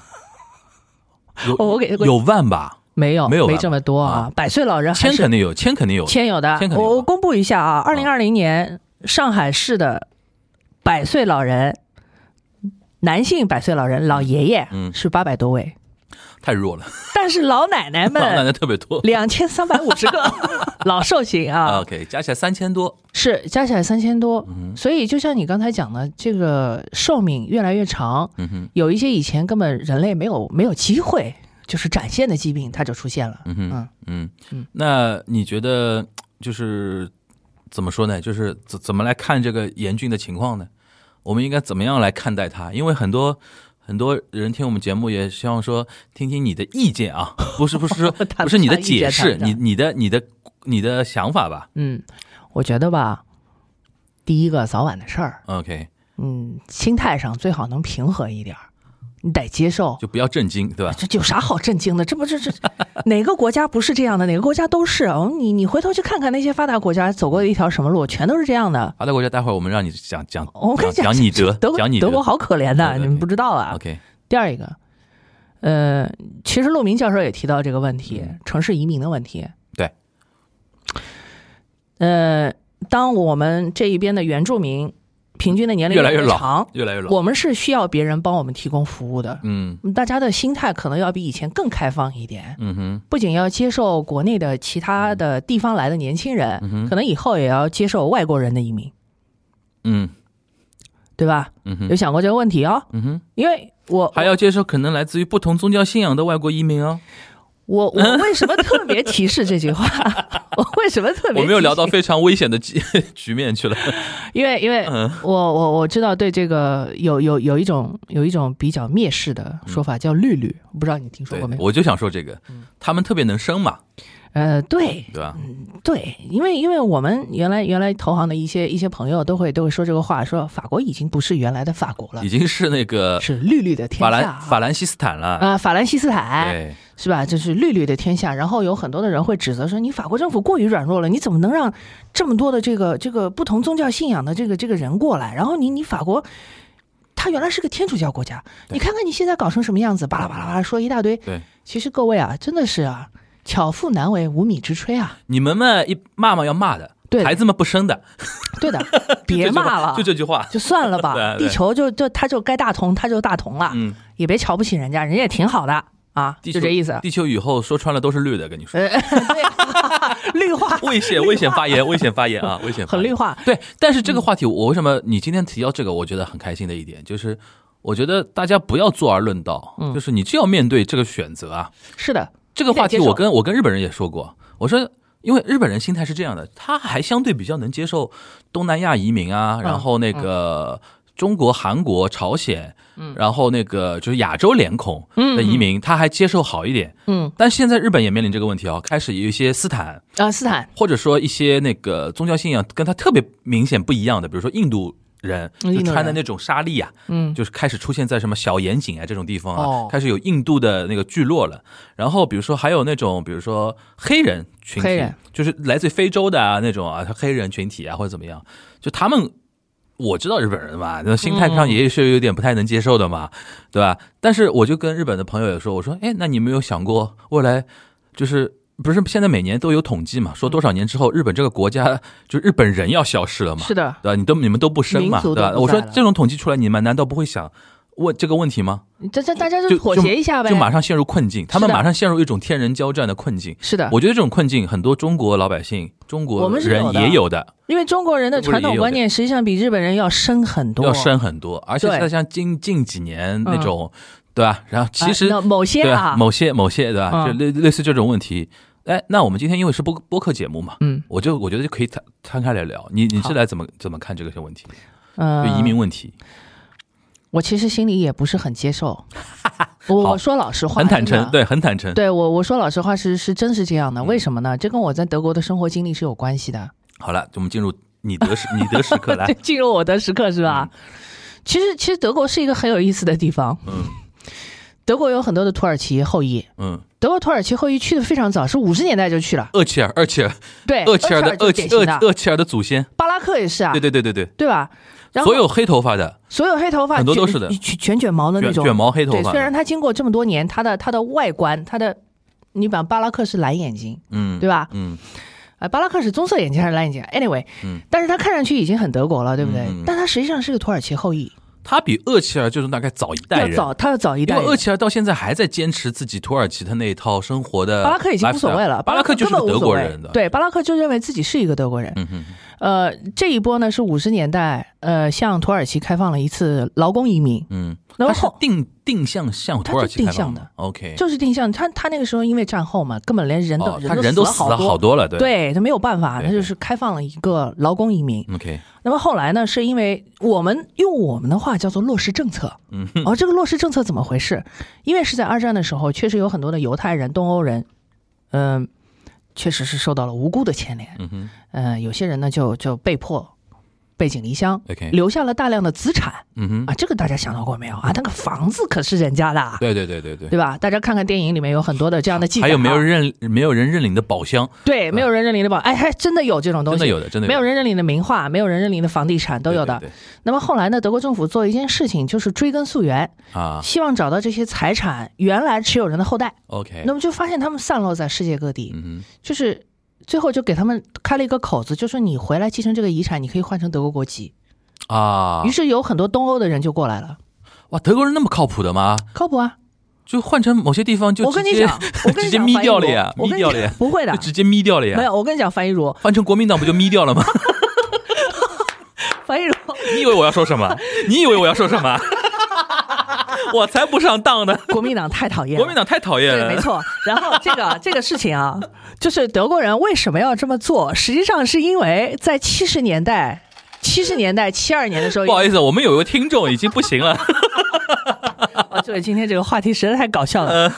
[SPEAKER 2] 有
[SPEAKER 3] 哦 我我给
[SPEAKER 2] 有万吧，
[SPEAKER 3] 没有，
[SPEAKER 2] 没有吧
[SPEAKER 3] 没这么多啊
[SPEAKER 2] 啊。
[SPEAKER 3] 百岁老人还
[SPEAKER 2] 千
[SPEAKER 3] 是
[SPEAKER 2] 肯定有，千肯定有，
[SPEAKER 3] 千有的
[SPEAKER 2] 千。肯定有
[SPEAKER 3] 我我公布一下啊，二零二零年上海市的百岁老人，男性百岁老人老爷爷
[SPEAKER 2] 嗯
[SPEAKER 3] 是八百多位，
[SPEAKER 2] 太弱了，
[SPEAKER 3] 但是老奶奶
[SPEAKER 2] 老奶
[SPEAKER 3] 们
[SPEAKER 2] 奶特别 多。
[SPEAKER 3] 两千三百五 十个，老寿星啊，
[SPEAKER 2] OK，加起来三千多，
[SPEAKER 3] 是加起来三千多。
[SPEAKER 2] 嗯
[SPEAKER 3] 所以就像你刚才讲的，这个寿命越来越长，
[SPEAKER 2] 嗯哼，
[SPEAKER 3] 有一些以前根本人类没有没有机会就是展现的疾病，它就出现了。
[SPEAKER 2] 嗯哼，
[SPEAKER 3] 嗯
[SPEAKER 2] 嗯
[SPEAKER 3] 嗯，
[SPEAKER 2] 那你觉得就是怎么说呢？就是怎怎么来看这个严峻的情况呢？我们应该怎么样来看待它？因为很多很多人听我们节目也希望说听听你的意见啊，不是不是说
[SPEAKER 3] 他
[SPEAKER 2] 不是你的
[SPEAKER 3] 他意见
[SPEAKER 2] 解释，
[SPEAKER 3] 他
[SPEAKER 2] 你你的你的你的想法吧
[SPEAKER 3] 嗯，我觉得吧，第一个早晚的事儿，
[SPEAKER 2] ？OK，
[SPEAKER 3] 嗯，心态上最好能平和一点儿，你得接受。
[SPEAKER 2] 就不要震惊，对吧？
[SPEAKER 3] 这这有啥好震惊的？这不这这 哪个国家不是这样的？哪个国家都是。哦，你你回头去看看那些发达国家走过的一条什么路，全都是这样的。
[SPEAKER 2] 好的，国家，待会儿我们让你讲讲
[SPEAKER 3] 哦我跟你
[SPEAKER 2] 讲你德
[SPEAKER 3] 德，国
[SPEAKER 2] 讲你
[SPEAKER 3] 德国好可怜
[SPEAKER 2] 对对
[SPEAKER 3] 的，你
[SPEAKER 2] 对
[SPEAKER 3] 们不知道啊。
[SPEAKER 2] OK，
[SPEAKER 3] 第二一个，呃，其实陆明教授也提到这个问题，城市移民的问题。
[SPEAKER 2] 嗯对，
[SPEAKER 3] 呃，当我们这一边的原住民平均的年龄
[SPEAKER 2] 越来越
[SPEAKER 3] 越
[SPEAKER 2] 老
[SPEAKER 3] 长，，
[SPEAKER 2] 越来越老，
[SPEAKER 3] 我们是需要别人帮我们提供服务的。
[SPEAKER 2] 嗯
[SPEAKER 3] 大家的心态可能要比以前更开放一点，
[SPEAKER 2] 嗯哼，
[SPEAKER 3] 不仅要接受国内的其他的地方来的年轻人，
[SPEAKER 2] 嗯哼
[SPEAKER 3] 可能以后也要接受外国人的移民，
[SPEAKER 2] 嗯
[SPEAKER 3] 对吧？
[SPEAKER 2] 嗯哼
[SPEAKER 3] 有想过这个问题哦？
[SPEAKER 2] 嗯哼。
[SPEAKER 3] 因为我
[SPEAKER 2] 还要接受可能来自于不同宗教信仰的外国移民哦。
[SPEAKER 3] 我我为什么特别提示这 句话？我为什么特别？
[SPEAKER 2] 我没有聊到，非常危险的 局局面去了。
[SPEAKER 3] 因为因为
[SPEAKER 2] 嗯
[SPEAKER 3] 我我我知道对这个有有有一种有一种比较蔑视的说法叫“绿绿”，不知道你听
[SPEAKER 2] 嗯
[SPEAKER 3] 说
[SPEAKER 2] 对
[SPEAKER 3] 过没，有？
[SPEAKER 2] 我就想说这个，他们特别能生嘛，
[SPEAKER 3] 呃，对
[SPEAKER 2] 对吧？
[SPEAKER 3] 对，因为因为我们原来原来投行的一些一些朋友都会都会说这个话，说法国已经不是原来的法国了
[SPEAKER 2] 已，经是那个
[SPEAKER 3] 是绿绿
[SPEAKER 2] 法
[SPEAKER 3] 的天下
[SPEAKER 2] 兰
[SPEAKER 3] 啊。
[SPEAKER 2] 法兰西斯坦了。
[SPEAKER 3] 啊，法兰西斯坦
[SPEAKER 2] 对，
[SPEAKER 3] 是吧？就是绿绿的天下。然后有很多的人会指责说，你法国政府过于软弱了，你怎么能让这么多的这个这个不同宗教信仰的这个这个人过来？然后你你法国，他原来是个天主教国家，你看看你现在搞成什么样子，巴拉巴拉巴拉说一大堆。
[SPEAKER 2] 对，
[SPEAKER 3] 其实各位啊，真的是啊，巧妇难为无米之炊啊！
[SPEAKER 2] 你们们一骂骂要骂的，
[SPEAKER 3] 对的
[SPEAKER 2] 孩子们不生的，
[SPEAKER 3] 对 的，别骂了，
[SPEAKER 2] 就这句话。
[SPEAKER 3] 就算了吧。
[SPEAKER 2] 对对
[SPEAKER 3] 地球就就他就该大同，他就大同了，
[SPEAKER 2] 嗯，
[SPEAKER 3] 也别瞧不起人家，人家也挺好的啊，
[SPEAKER 2] 地
[SPEAKER 3] 就
[SPEAKER 2] 球
[SPEAKER 3] 这 意思。
[SPEAKER 2] 地球以后说穿了都是绿的，跟你说，
[SPEAKER 3] 呃，对，绿化
[SPEAKER 2] 危险危险发 言，危险发言啊，危险发
[SPEAKER 3] 很
[SPEAKER 2] 言
[SPEAKER 3] 绿化，嗯
[SPEAKER 2] 对，但是这个话题，我为什么你今天提到这个，我觉得很开心的一点就是，我觉得大家不要坐而论道，就是你就要面对这个选择啊。
[SPEAKER 3] 是的，
[SPEAKER 2] 这个话题，
[SPEAKER 3] 你得接受
[SPEAKER 2] 我跟我跟日本人也说过，我说。因为日本人心态是这样的，他还相对比较能接受东南亚移民啊，
[SPEAKER 3] 嗯
[SPEAKER 2] 然后那个中国、韩国、朝鲜，
[SPEAKER 3] 嗯
[SPEAKER 2] 然后那个就是亚洲脸孔的移民，他还接受好一点。
[SPEAKER 3] 嗯
[SPEAKER 2] 但现在日本也面临这个问题哦，开始有一些斯坦，
[SPEAKER 3] 啊，斯坦，
[SPEAKER 2] 或者说一些那个宗教信仰跟他特别明显不一样的，比如说印度人就
[SPEAKER 3] 嗯印度
[SPEAKER 2] 穿的
[SPEAKER 3] 人
[SPEAKER 2] 那种纱丽啊，
[SPEAKER 3] 嗯
[SPEAKER 2] 就是开始出现在什么小岩井啊这种地方啊，
[SPEAKER 3] 哦
[SPEAKER 2] 开始有印度的那个聚落了。然后比如说还有那种，比如说黑人群体，
[SPEAKER 3] 黑人
[SPEAKER 2] 就是来自于非洲的啊那种啊黑人群体啊或者怎么样，就他们。我知道日本人嘛，那心态上也是有点不太能接受的嘛，对吧？但是我就跟日本的朋友也说，我说，哎，那你没有想过未来就是不是现在每年都有统计嘛？说多少年之后，日本这个国家就日本人要消失了嘛？
[SPEAKER 3] 是的，
[SPEAKER 2] 对吧？你都你们都不生嘛，
[SPEAKER 3] 民族
[SPEAKER 2] 对
[SPEAKER 3] 都
[SPEAKER 2] 吧？
[SPEAKER 3] 不
[SPEAKER 2] 我说
[SPEAKER 3] 在了
[SPEAKER 2] 这种统计出来，你们难道不会想问这个问题吗？
[SPEAKER 3] 这这大家
[SPEAKER 2] 就
[SPEAKER 3] 就妥协一下呗，
[SPEAKER 2] 就马上陷入困境，他们
[SPEAKER 3] 是的
[SPEAKER 2] 马上陷入一种天人交战的困境。
[SPEAKER 3] 是的，
[SPEAKER 2] 我觉得这种困境，很多中国老百姓、中国
[SPEAKER 3] 我们是有
[SPEAKER 2] 人
[SPEAKER 3] 的
[SPEAKER 2] 也有的，
[SPEAKER 3] 因为中国人的传统观念实际上比日本人要深很多，啊
[SPEAKER 2] 要深很多。而且
[SPEAKER 3] 对
[SPEAKER 2] 再像近近几年那
[SPEAKER 3] 嗯
[SPEAKER 2] 种，对吧？然后其实
[SPEAKER 3] 啊那某些
[SPEAKER 2] 对
[SPEAKER 3] 啊
[SPEAKER 2] 吧？，某些某些对吧？
[SPEAKER 3] 嗯
[SPEAKER 2] 就类类似这种问题。哎，那我们今天因为是播播客节目嘛，
[SPEAKER 3] 嗯，
[SPEAKER 2] 我就我觉得就可以摊摊开来聊。你你
[SPEAKER 3] 好
[SPEAKER 2] 是来怎么怎么看这个些问题？
[SPEAKER 3] 呃
[SPEAKER 2] 就，移民问题，
[SPEAKER 3] 我其实心里也不是很 接受。我我说老实话，
[SPEAKER 2] 很坦诚，
[SPEAKER 3] 真的。
[SPEAKER 2] 对，很嗯坦诚。
[SPEAKER 3] 对我我说老实话是是真是这样的，为什么呢？这跟我在德国的生活经历是有关系的。
[SPEAKER 2] 好了，我们进入你得 时你得时刻来
[SPEAKER 3] 这，进入我的时刻是吧？其实其实德国是一个很有意思的地方，
[SPEAKER 2] 嗯
[SPEAKER 3] 德国有很多的土耳其后裔，
[SPEAKER 2] 嗯，
[SPEAKER 3] 德国土耳其后裔去的非常早，是五十年代就去了。
[SPEAKER 2] 厄齐尔，厄齐尔，
[SPEAKER 3] 对，
[SPEAKER 2] 厄齐尔的
[SPEAKER 3] 厄
[SPEAKER 2] 厄
[SPEAKER 3] 齐
[SPEAKER 2] 齐
[SPEAKER 3] 哎尔就是典型
[SPEAKER 2] 厄
[SPEAKER 3] 的
[SPEAKER 2] 厄齐尔的祖先，
[SPEAKER 3] 巴拉克也是啊，
[SPEAKER 2] 对对对对对，
[SPEAKER 3] 对吧？然后
[SPEAKER 2] 所有黑头发的
[SPEAKER 3] 所有黑头发
[SPEAKER 2] 很多都
[SPEAKER 3] 卷
[SPEAKER 2] 是的
[SPEAKER 3] 卷卷卷毛的那
[SPEAKER 2] 卷
[SPEAKER 3] 种
[SPEAKER 2] 卷毛黑头
[SPEAKER 3] 对，
[SPEAKER 2] 发
[SPEAKER 3] 虽然
[SPEAKER 2] 的，
[SPEAKER 3] 它经过这么多年，它的它的外观，它的你把巴拉克是蓝眼睛，
[SPEAKER 2] 嗯，
[SPEAKER 3] 对吧？
[SPEAKER 2] 嗯
[SPEAKER 3] 呃，巴拉克是棕色眼睛还是蓝眼睛？Anyway，
[SPEAKER 2] 嗯
[SPEAKER 3] 但是它看上去已经很德国了，对不对？
[SPEAKER 2] 嗯嗯
[SPEAKER 3] 但它实际上是个土耳其后裔，
[SPEAKER 2] 他比厄齐尔就是大概早一代
[SPEAKER 3] 要
[SPEAKER 2] 人。
[SPEAKER 3] 早，它要早一
[SPEAKER 2] 因
[SPEAKER 3] 代
[SPEAKER 2] 为
[SPEAKER 3] 人。
[SPEAKER 2] 厄齐尔到现在还在坚持自己土耳其的那一套生活的 lifestyle，
[SPEAKER 3] 巴拉克已经无所谓了，
[SPEAKER 2] 巴
[SPEAKER 3] 拉
[SPEAKER 2] 拉克就是
[SPEAKER 3] 根
[SPEAKER 2] 个
[SPEAKER 3] 本无
[SPEAKER 2] 德
[SPEAKER 3] 所
[SPEAKER 2] 国
[SPEAKER 3] 谓
[SPEAKER 2] 人的，，
[SPEAKER 3] 对，巴拉克就认为自己是一个德国人。
[SPEAKER 2] 嗯哼，
[SPEAKER 3] 呃，这一波呢是五十年代，呃，向土耳其开放了一次劳工移民，
[SPEAKER 2] 嗯，
[SPEAKER 3] 然
[SPEAKER 2] 他
[SPEAKER 3] 后
[SPEAKER 2] 是定定向向土耳其开
[SPEAKER 3] 他是定向
[SPEAKER 2] 放
[SPEAKER 3] 的
[SPEAKER 2] ，OK，
[SPEAKER 3] 就是定向他他那个时候因为战后嘛，根本连人都、
[SPEAKER 2] 哦，他人都死
[SPEAKER 3] 死
[SPEAKER 2] 了好
[SPEAKER 3] 多，
[SPEAKER 2] 多了，对
[SPEAKER 3] 对他没有办法，
[SPEAKER 2] 对嗯
[SPEAKER 3] 他就是开放了一个劳工移民。
[SPEAKER 2] o k
[SPEAKER 3] 那么后来呢，是因为我们用我们的话叫做落实政策。
[SPEAKER 2] 嗯
[SPEAKER 3] 哦，这个落实政策怎么回事？因为是在二战的时候，确实有很多的犹太人、东欧人，嗯、确实是受到了无辜的牵连。
[SPEAKER 2] 嗯哼
[SPEAKER 3] 嗯，有些人呢就就被迫背井离乡，
[SPEAKER 2] ，OK，
[SPEAKER 3] 留下了大量的资产
[SPEAKER 2] 嗯哼，
[SPEAKER 3] 啊，这个大家想到过没有啊？那个房子可是人家的啊，
[SPEAKER 2] 对对对对对。
[SPEAKER 3] 对吧？大家看看电影里面有很多的这样的记载、啊，
[SPEAKER 2] 还有没有认没有人认领的宝箱？
[SPEAKER 3] 对，没有人认领的保，哎，还真的有这种东
[SPEAKER 2] 真
[SPEAKER 3] 西，
[SPEAKER 2] 的有的，真的
[SPEAKER 3] 没有
[SPEAKER 2] 人
[SPEAKER 3] 人认领的名画，没有人认领的房地产都有的。那么后来呢，德国政府做一件事情，就是追根溯源，
[SPEAKER 2] 啊。
[SPEAKER 3] 希望找到这些财产原来持有人的后代。
[SPEAKER 2] OK，
[SPEAKER 3] 那么就发现他们散落在世界各地，
[SPEAKER 2] 哎嗯
[SPEAKER 3] 就是最后就给他们开了一个口子，就说你回来继承这个遗产，你可以换成德国国籍。
[SPEAKER 2] 哼啊
[SPEAKER 3] 于，是有很多东欧的人就过来了，
[SPEAKER 2] 哇，德国人那么靠谱的吗？
[SPEAKER 3] 靠谱啊！
[SPEAKER 2] 就换成某些地方就
[SPEAKER 3] 我跟
[SPEAKER 2] 直
[SPEAKER 3] 你
[SPEAKER 2] 接
[SPEAKER 3] 讲，我跟
[SPEAKER 2] 直
[SPEAKER 3] 你
[SPEAKER 2] 接
[SPEAKER 3] 讲，
[SPEAKER 2] 眯
[SPEAKER 3] 樊一
[SPEAKER 2] 掉了
[SPEAKER 3] 茹
[SPEAKER 2] 呀，
[SPEAKER 3] 我
[SPEAKER 2] 眯
[SPEAKER 3] 跟你
[SPEAKER 2] 掉了呀
[SPEAKER 3] 讲，，不会 的
[SPEAKER 2] 就，直接眯掉了
[SPEAKER 3] 没
[SPEAKER 2] 呀。
[SPEAKER 3] 有。我跟你讲，樊一茹，
[SPEAKER 2] 换成国民党不就眯掉了吗？
[SPEAKER 3] 樊一茹，
[SPEAKER 2] 你以为我要说什么？你以为我要说什么？ 我才不上当呢！
[SPEAKER 3] 国民党太讨厌了，
[SPEAKER 2] 国民党太讨厌
[SPEAKER 3] 对，
[SPEAKER 2] 了。
[SPEAKER 3] 没错。然后这个这个事情啊，就是德国人为什么要这么做？实际上是因为在七十年代、七十年代、七二年的时候，
[SPEAKER 2] 不好意思，我们有一位听众已经不行了。
[SPEAKER 3] 哦，这个今天这个话题实在太搞笑了。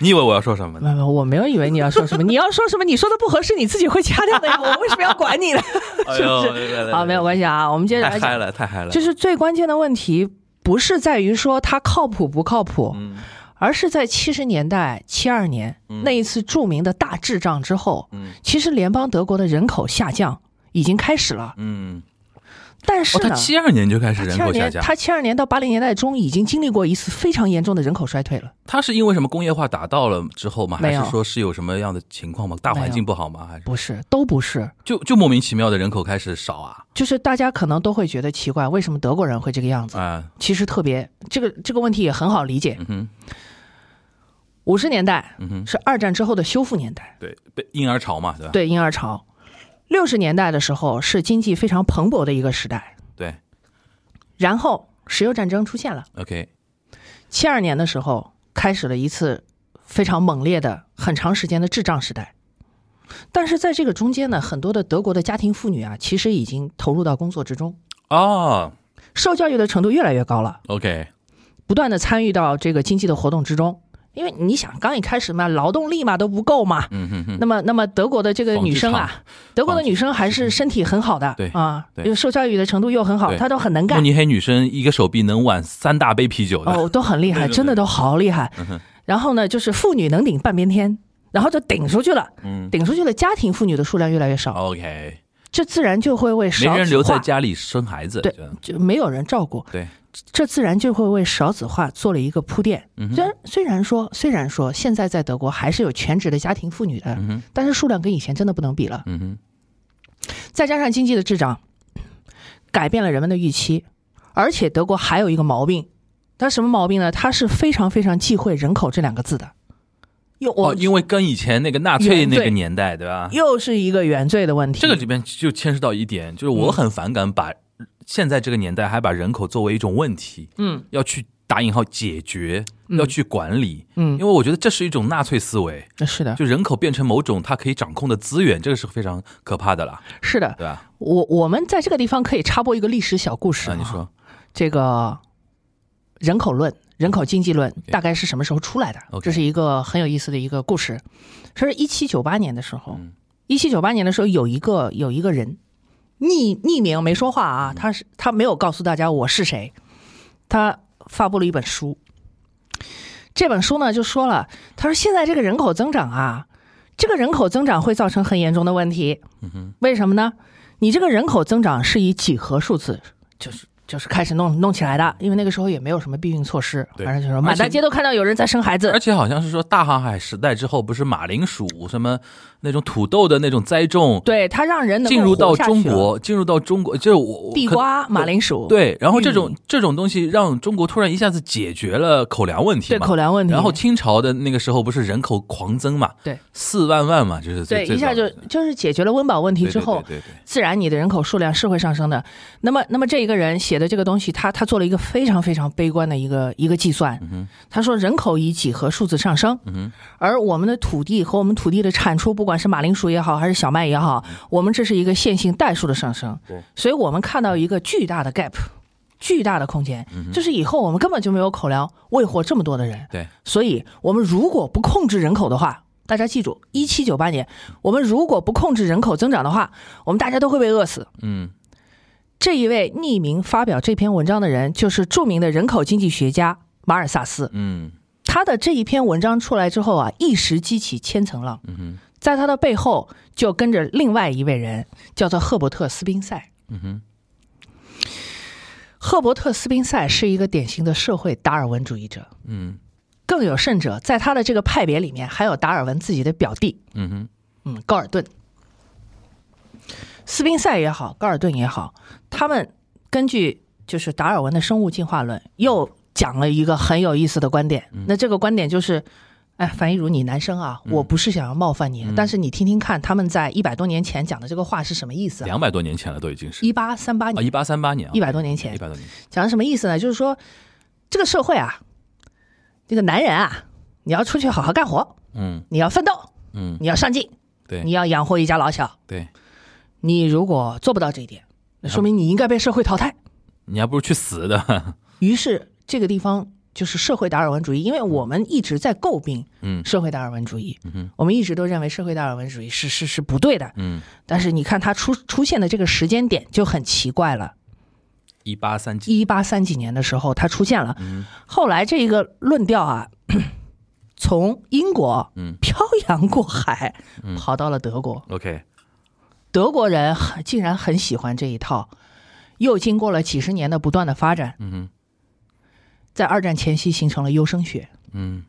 [SPEAKER 2] 你以为我要说什么呢？
[SPEAKER 3] 没有没有，我没有以为你要说什么，你要说什么，你说的不合适，你自己会掐掉的呀。我为什么要管你呢？
[SPEAKER 2] 哎
[SPEAKER 3] 是不是？
[SPEAKER 2] 是
[SPEAKER 3] 啊，没有关系啊，我们接着来
[SPEAKER 2] 太嗨
[SPEAKER 3] 讲，
[SPEAKER 2] 了，太嗨了。
[SPEAKER 3] 就是最关键的问题。不是在于说它靠谱不靠谱，
[SPEAKER 2] 嗯
[SPEAKER 3] 而是在七十年代七二年、那一次著名的大滞胀之后，
[SPEAKER 2] 嗯
[SPEAKER 3] 其实联邦德国的人口下降已经开始了。
[SPEAKER 2] 嗯
[SPEAKER 3] 但是
[SPEAKER 2] 哦，他
[SPEAKER 3] 呢，
[SPEAKER 2] 七二年就开始人
[SPEAKER 3] 七二
[SPEAKER 2] 口下
[SPEAKER 3] 年
[SPEAKER 2] 降，
[SPEAKER 3] 他七二年到八零年代中已经经历过一次非常严重的人口衰退了，
[SPEAKER 2] 他是因为什么工业化达到了之后吗？还
[SPEAKER 3] 没有
[SPEAKER 2] 是说是有什么样的情况吗？大环境不好吗？还是
[SPEAKER 3] 不是，都不是，
[SPEAKER 2] 就就莫名其妙的人口开始少啊？
[SPEAKER 3] 就是大家可能都会觉得奇怪，为什么德国人会这个样子？
[SPEAKER 2] 啊，
[SPEAKER 3] 其实特别这个这个问题也很好理解。
[SPEAKER 2] 嗯哼，
[SPEAKER 3] 五十年代
[SPEAKER 2] 嗯哼，
[SPEAKER 3] 是二战之后的修复年代，
[SPEAKER 2] 对，被婴儿潮嘛，对吧？
[SPEAKER 3] 对婴儿潮；六十年代的时候是经济非常蓬勃的一个时代，
[SPEAKER 2] 对
[SPEAKER 3] 然后石油战争出现了。
[SPEAKER 2] ，OK，
[SPEAKER 3] 七二年的时候开始了一次非常猛烈的、很长时间的滞胀时代。但是在这个中间呢，很多的德国的家庭妇女啊，其实已经投入到工作之中，
[SPEAKER 2] 哦
[SPEAKER 3] 受教育的程度越来越高了，
[SPEAKER 2] ，OK，
[SPEAKER 3] 不断的参与到这个经济的活动之中。因为你想，刚一开始嘛，劳动力嘛都不够嘛，
[SPEAKER 2] 嗯哼哼，
[SPEAKER 3] 那么，那么德国的这个女生
[SPEAKER 2] 纺
[SPEAKER 3] 啊，德国的女生还是身体很好的，
[SPEAKER 2] 对
[SPEAKER 3] 啊，
[SPEAKER 2] 对
[SPEAKER 3] 又受教育的程度又很好，
[SPEAKER 2] 对
[SPEAKER 3] 她都很能
[SPEAKER 2] 慕
[SPEAKER 3] 干，
[SPEAKER 2] 尼黑女生一个手臂能挽三大杯啤酒的，
[SPEAKER 3] 哦，都很厉害，
[SPEAKER 2] 对对对嗯
[SPEAKER 3] 真的都好厉害。然后呢，就是妇女能顶半边天，然后就顶出去了，
[SPEAKER 2] 嗯
[SPEAKER 3] 顶出去了，家庭妇女的数量越来越少，
[SPEAKER 2] ，OK，
[SPEAKER 3] 这自然就会为
[SPEAKER 2] 没
[SPEAKER 3] 少
[SPEAKER 2] 人
[SPEAKER 3] 子
[SPEAKER 2] 留在
[SPEAKER 3] 化，
[SPEAKER 2] 家里生孩子，
[SPEAKER 3] 对
[SPEAKER 2] 这样，
[SPEAKER 3] 就没有人照顾，
[SPEAKER 2] 对，
[SPEAKER 3] 这自然就会为少子化做了一个铺垫。
[SPEAKER 2] 嗯
[SPEAKER 3] 虽
[SPEAKER 2] 哼，
[SPEAKER 3] 然虽然说虽然说现在在德国还是有全职的家庭妇女的，
[SPEAKER 2] 嗯哼，
[SPEAKER 3] 但是数量跟以前真的不能比了。
[SPEAKER 2] 嗯哼，
[SPEAKER 3] 再加上经济的滞胀，改变了人们的预期，而且德国还有一个毛病，它什么毛病呢？它是非常非常忌讳“人口”这两个字的，又我、
[SPEAKER 2] 哦，因为跟以前那个纳粹那个年代，对吧？
[SPEAKER 3] 又是一个原罪的问题。
[SPEAKER 2] 这个里边就牵涉到一点，就是
[SPEAKER 3] 嗯
[SPEAKER 2] 我很反感把现在这个年代还把人口作为一种问题，
[SPEAKER 3] 嗯，
[SPEAKER 2] 要去打引号解决，要去管理，因
[SPEAKER 3] 嗯
[SPEAKER 2] 为我觉得这是一种纳粹思维，
[SPEAKER 3] 是的，
[SPEAKER 2] 就人口变成某种它可以掌控的资源，这个是非常可怕的啦，
[SPEAKER 3] 是的。
[SPEAKER 2] 对吧？
[SPEAKER 3] 我我们在这个地方可以插播一个历史小故事
[SPEAKER 2] 啊，你说，
[SPEAKER 3] 这个人口论、人口经济论大概是什么时候出来的
[SPEAKER 2] OK
[SPEAKER 3] 这是一个很有意思的一个故事。说是一七九八年的时候
[SPEAKER 2] 嗯，
[SPEAKER 3] 一七九八年的时候有一个有一个人匿匿名没说话
[SPEAKER 2] 嗯
[SPEAKER 3] 啊，他是他没有告诉大家我是谁，他发布了一本书。这本书呢就说了，他说现在这个人口增长啊，这个人口增长会造成很严重的问题。
[SPEAKER 2] 嗯
[SPEAKER 3] 为什么呢？你这个人口增长是以几何数字，就是就是开始弄弄起来的，因为那个时候也没有什么避孕措施，
[SPEAKER 2] 对
[SPEAKER 3] 反正就是满大街都看到有人在生孩
[SPEAKER 2] 而
[SPEAKER 3] 子。
[SPEAKER 2] 且好像是说大航海时代之后，不是马铃薯什么那种土豆的那种栽种，
[SPEAKER 3] 对，它让人能够
[SPEAKER 2] 进入到
[SPEAKER 3] 活下去
[SPEAKER 2] 中
[SPEAKER 3] 了，
[SPEAKER 2] 国，进入到中国，就是我我
[SPEAKER 3] 地
[SPEAKER 2] 可
[SPEAKER 3] 瓜、嗯马铃薯，
[SPEAKER 2] 对，然后这
[SPEAKER 3] 玉
[SPEAKER 2] 种这种东西让中国突然一下子解决了口粮问题
[SPEAKER 3] 对
[SPEAKER 2] 嘛，
[SPEAKER 3] 口粮问题，
[SPEAKER 2] 然后清朝的那个时候不是人口狂增嘛，
[SPEAKER 3] 对，
[SPEAKER 2] 四万万嘛，就是
[SPEAKER 3] 对
[SPEAKER 2] 最
[SPEAKER 3] 一下就就是解决了温饱问题
[SPEAKER 2] 最早的
[SPEAKER 3] 之后，
[SPEAKER 2] 对对对对对
[SPEAKER 3] 自然你的人口数量是会上升的。那么，那么这一个人写的这个东西，他他做了一个非常非常悲观的一个一个计算。他说人口以几何数字上升，而我们的土地和我们土地的产出，不管是马铃薯也好，还是小麦也好，我们这是一个线性代数的上升
[SPEAKER 2] 对。
[SPEAKER 3] 所以我们看到一个巨大的 gap。巨大的空间，就是以后我们根本就没有口粮喂活这么多的人，
[SPEAKER 2] 对
[SPEAKER 3] 所以我们如果不控制人口的话，大家记住，一七九八年，我们如果不控制人口增长的话，我们大家都会被饿死。
[SPEAKER 2] 嗯，
[SPEAKER 3] 这一位匿名发表这篇文章的人，就是著名的人口经济学家马尔萨斯。
[SPEAKER 2] 嗯
[SPEAKER 3] 他的这一篇文章出来之后啊，一时激起千层浪。在他的背后就跟着另外一位人，叫做赫伯特·斯宾塞。
[SPEAKER 2] 嗯
[SPEAKER 3] 赫伯特·斯宾塞是一个典型的社会达尔文主义者。
[SPEAKER 2] 嗯
[SPEAKER 3] 更有甚者，在他的这个派别里面，还有达尔文自己的表弟，
[SPEAKER 2] 嗯哼
[SPEAKER 3] 嗯，高尔顿、斯宾塞也好，高尔顿也好，他们根据就是达尔文的生物进化论，又讲了一个很有意思的观点。
[SPEAKER 2] 嗯
[SPEAKER 3] 那这个观点就是，哎，樊一茹，你男生啊，我不是想要冒犯你，
[SPEAKER 2] 嗯
[SPEAKER 3] 但是你听听看，他们在一百多年前讲的这个话是什么意思、啊？
[SPEAKER 2] 两百多年前了，都已经是
[SPEAKER 3] 一八三八
[SPEAKER 2] 啊，
[SPEAKER 3] 年
[SPEAKER 2] 一八三八年啊，
[SPEAKER 3] 100多年前
[SPEAKER 2] 一百多年前，
[SPEAKER 3] 讲的什么意思呢？就是说，这个社会啊，这个男人啊，你要出去好好干活，
[SPEAKER 2] 嗯
[SPEAKER 3] 你要奋斗，
[SPEAKER 2] 嗯，
[SPEAKER 3] 你要上进，
[SPEAKER 2] 对
[SPEAKER 3] 你要养活一家老小。
[SPEAKER 2] 对，
[SPEAKER 3] 你如果做不到这
[SPEAKER 2] 嗯
[SPEAKER 3] 一点，那说明你应该被社会淘汰。
[SPEAKER 2] 你还不如去死 的，
[SPEAKER 3] 于是这个地方就是社会达尔文主义，因为我们一直在诟病
[SPEAKER 2] 嗯
[SPEAKER 3] 社会达尔文主义，
[SPEAKER 2] 哼
[SPEAKER 3] 我们一直都认为社会达尔文主义是是是不对的。
[SPEAKER 2] 嗯，
[SPEAKER 3] 但是你看它出出现的这个时间点就很奇怪了，
[SPEAKER 2] 一八三几，
[SPEAKER 3] 一八三几年的时候它出现了，
[SPEAKER 2] 嗯
[SPEAKER 3] 后来这一个论 调啊。从英国
[SPEAKER 2] 嗯
[SPEAKER 3] 漂洋过海、跑到了德国，
[SPEAKER 2] ，OK，
[SPEAKER 3] 德国人很竟然很喜欢这一套，又经过了几十年的不断的发展，
[SPEAKER 2] 嗯哼
[SPEAKER 3] 在二战前夕形成了优生学。
[SPEAKER 2] 嗯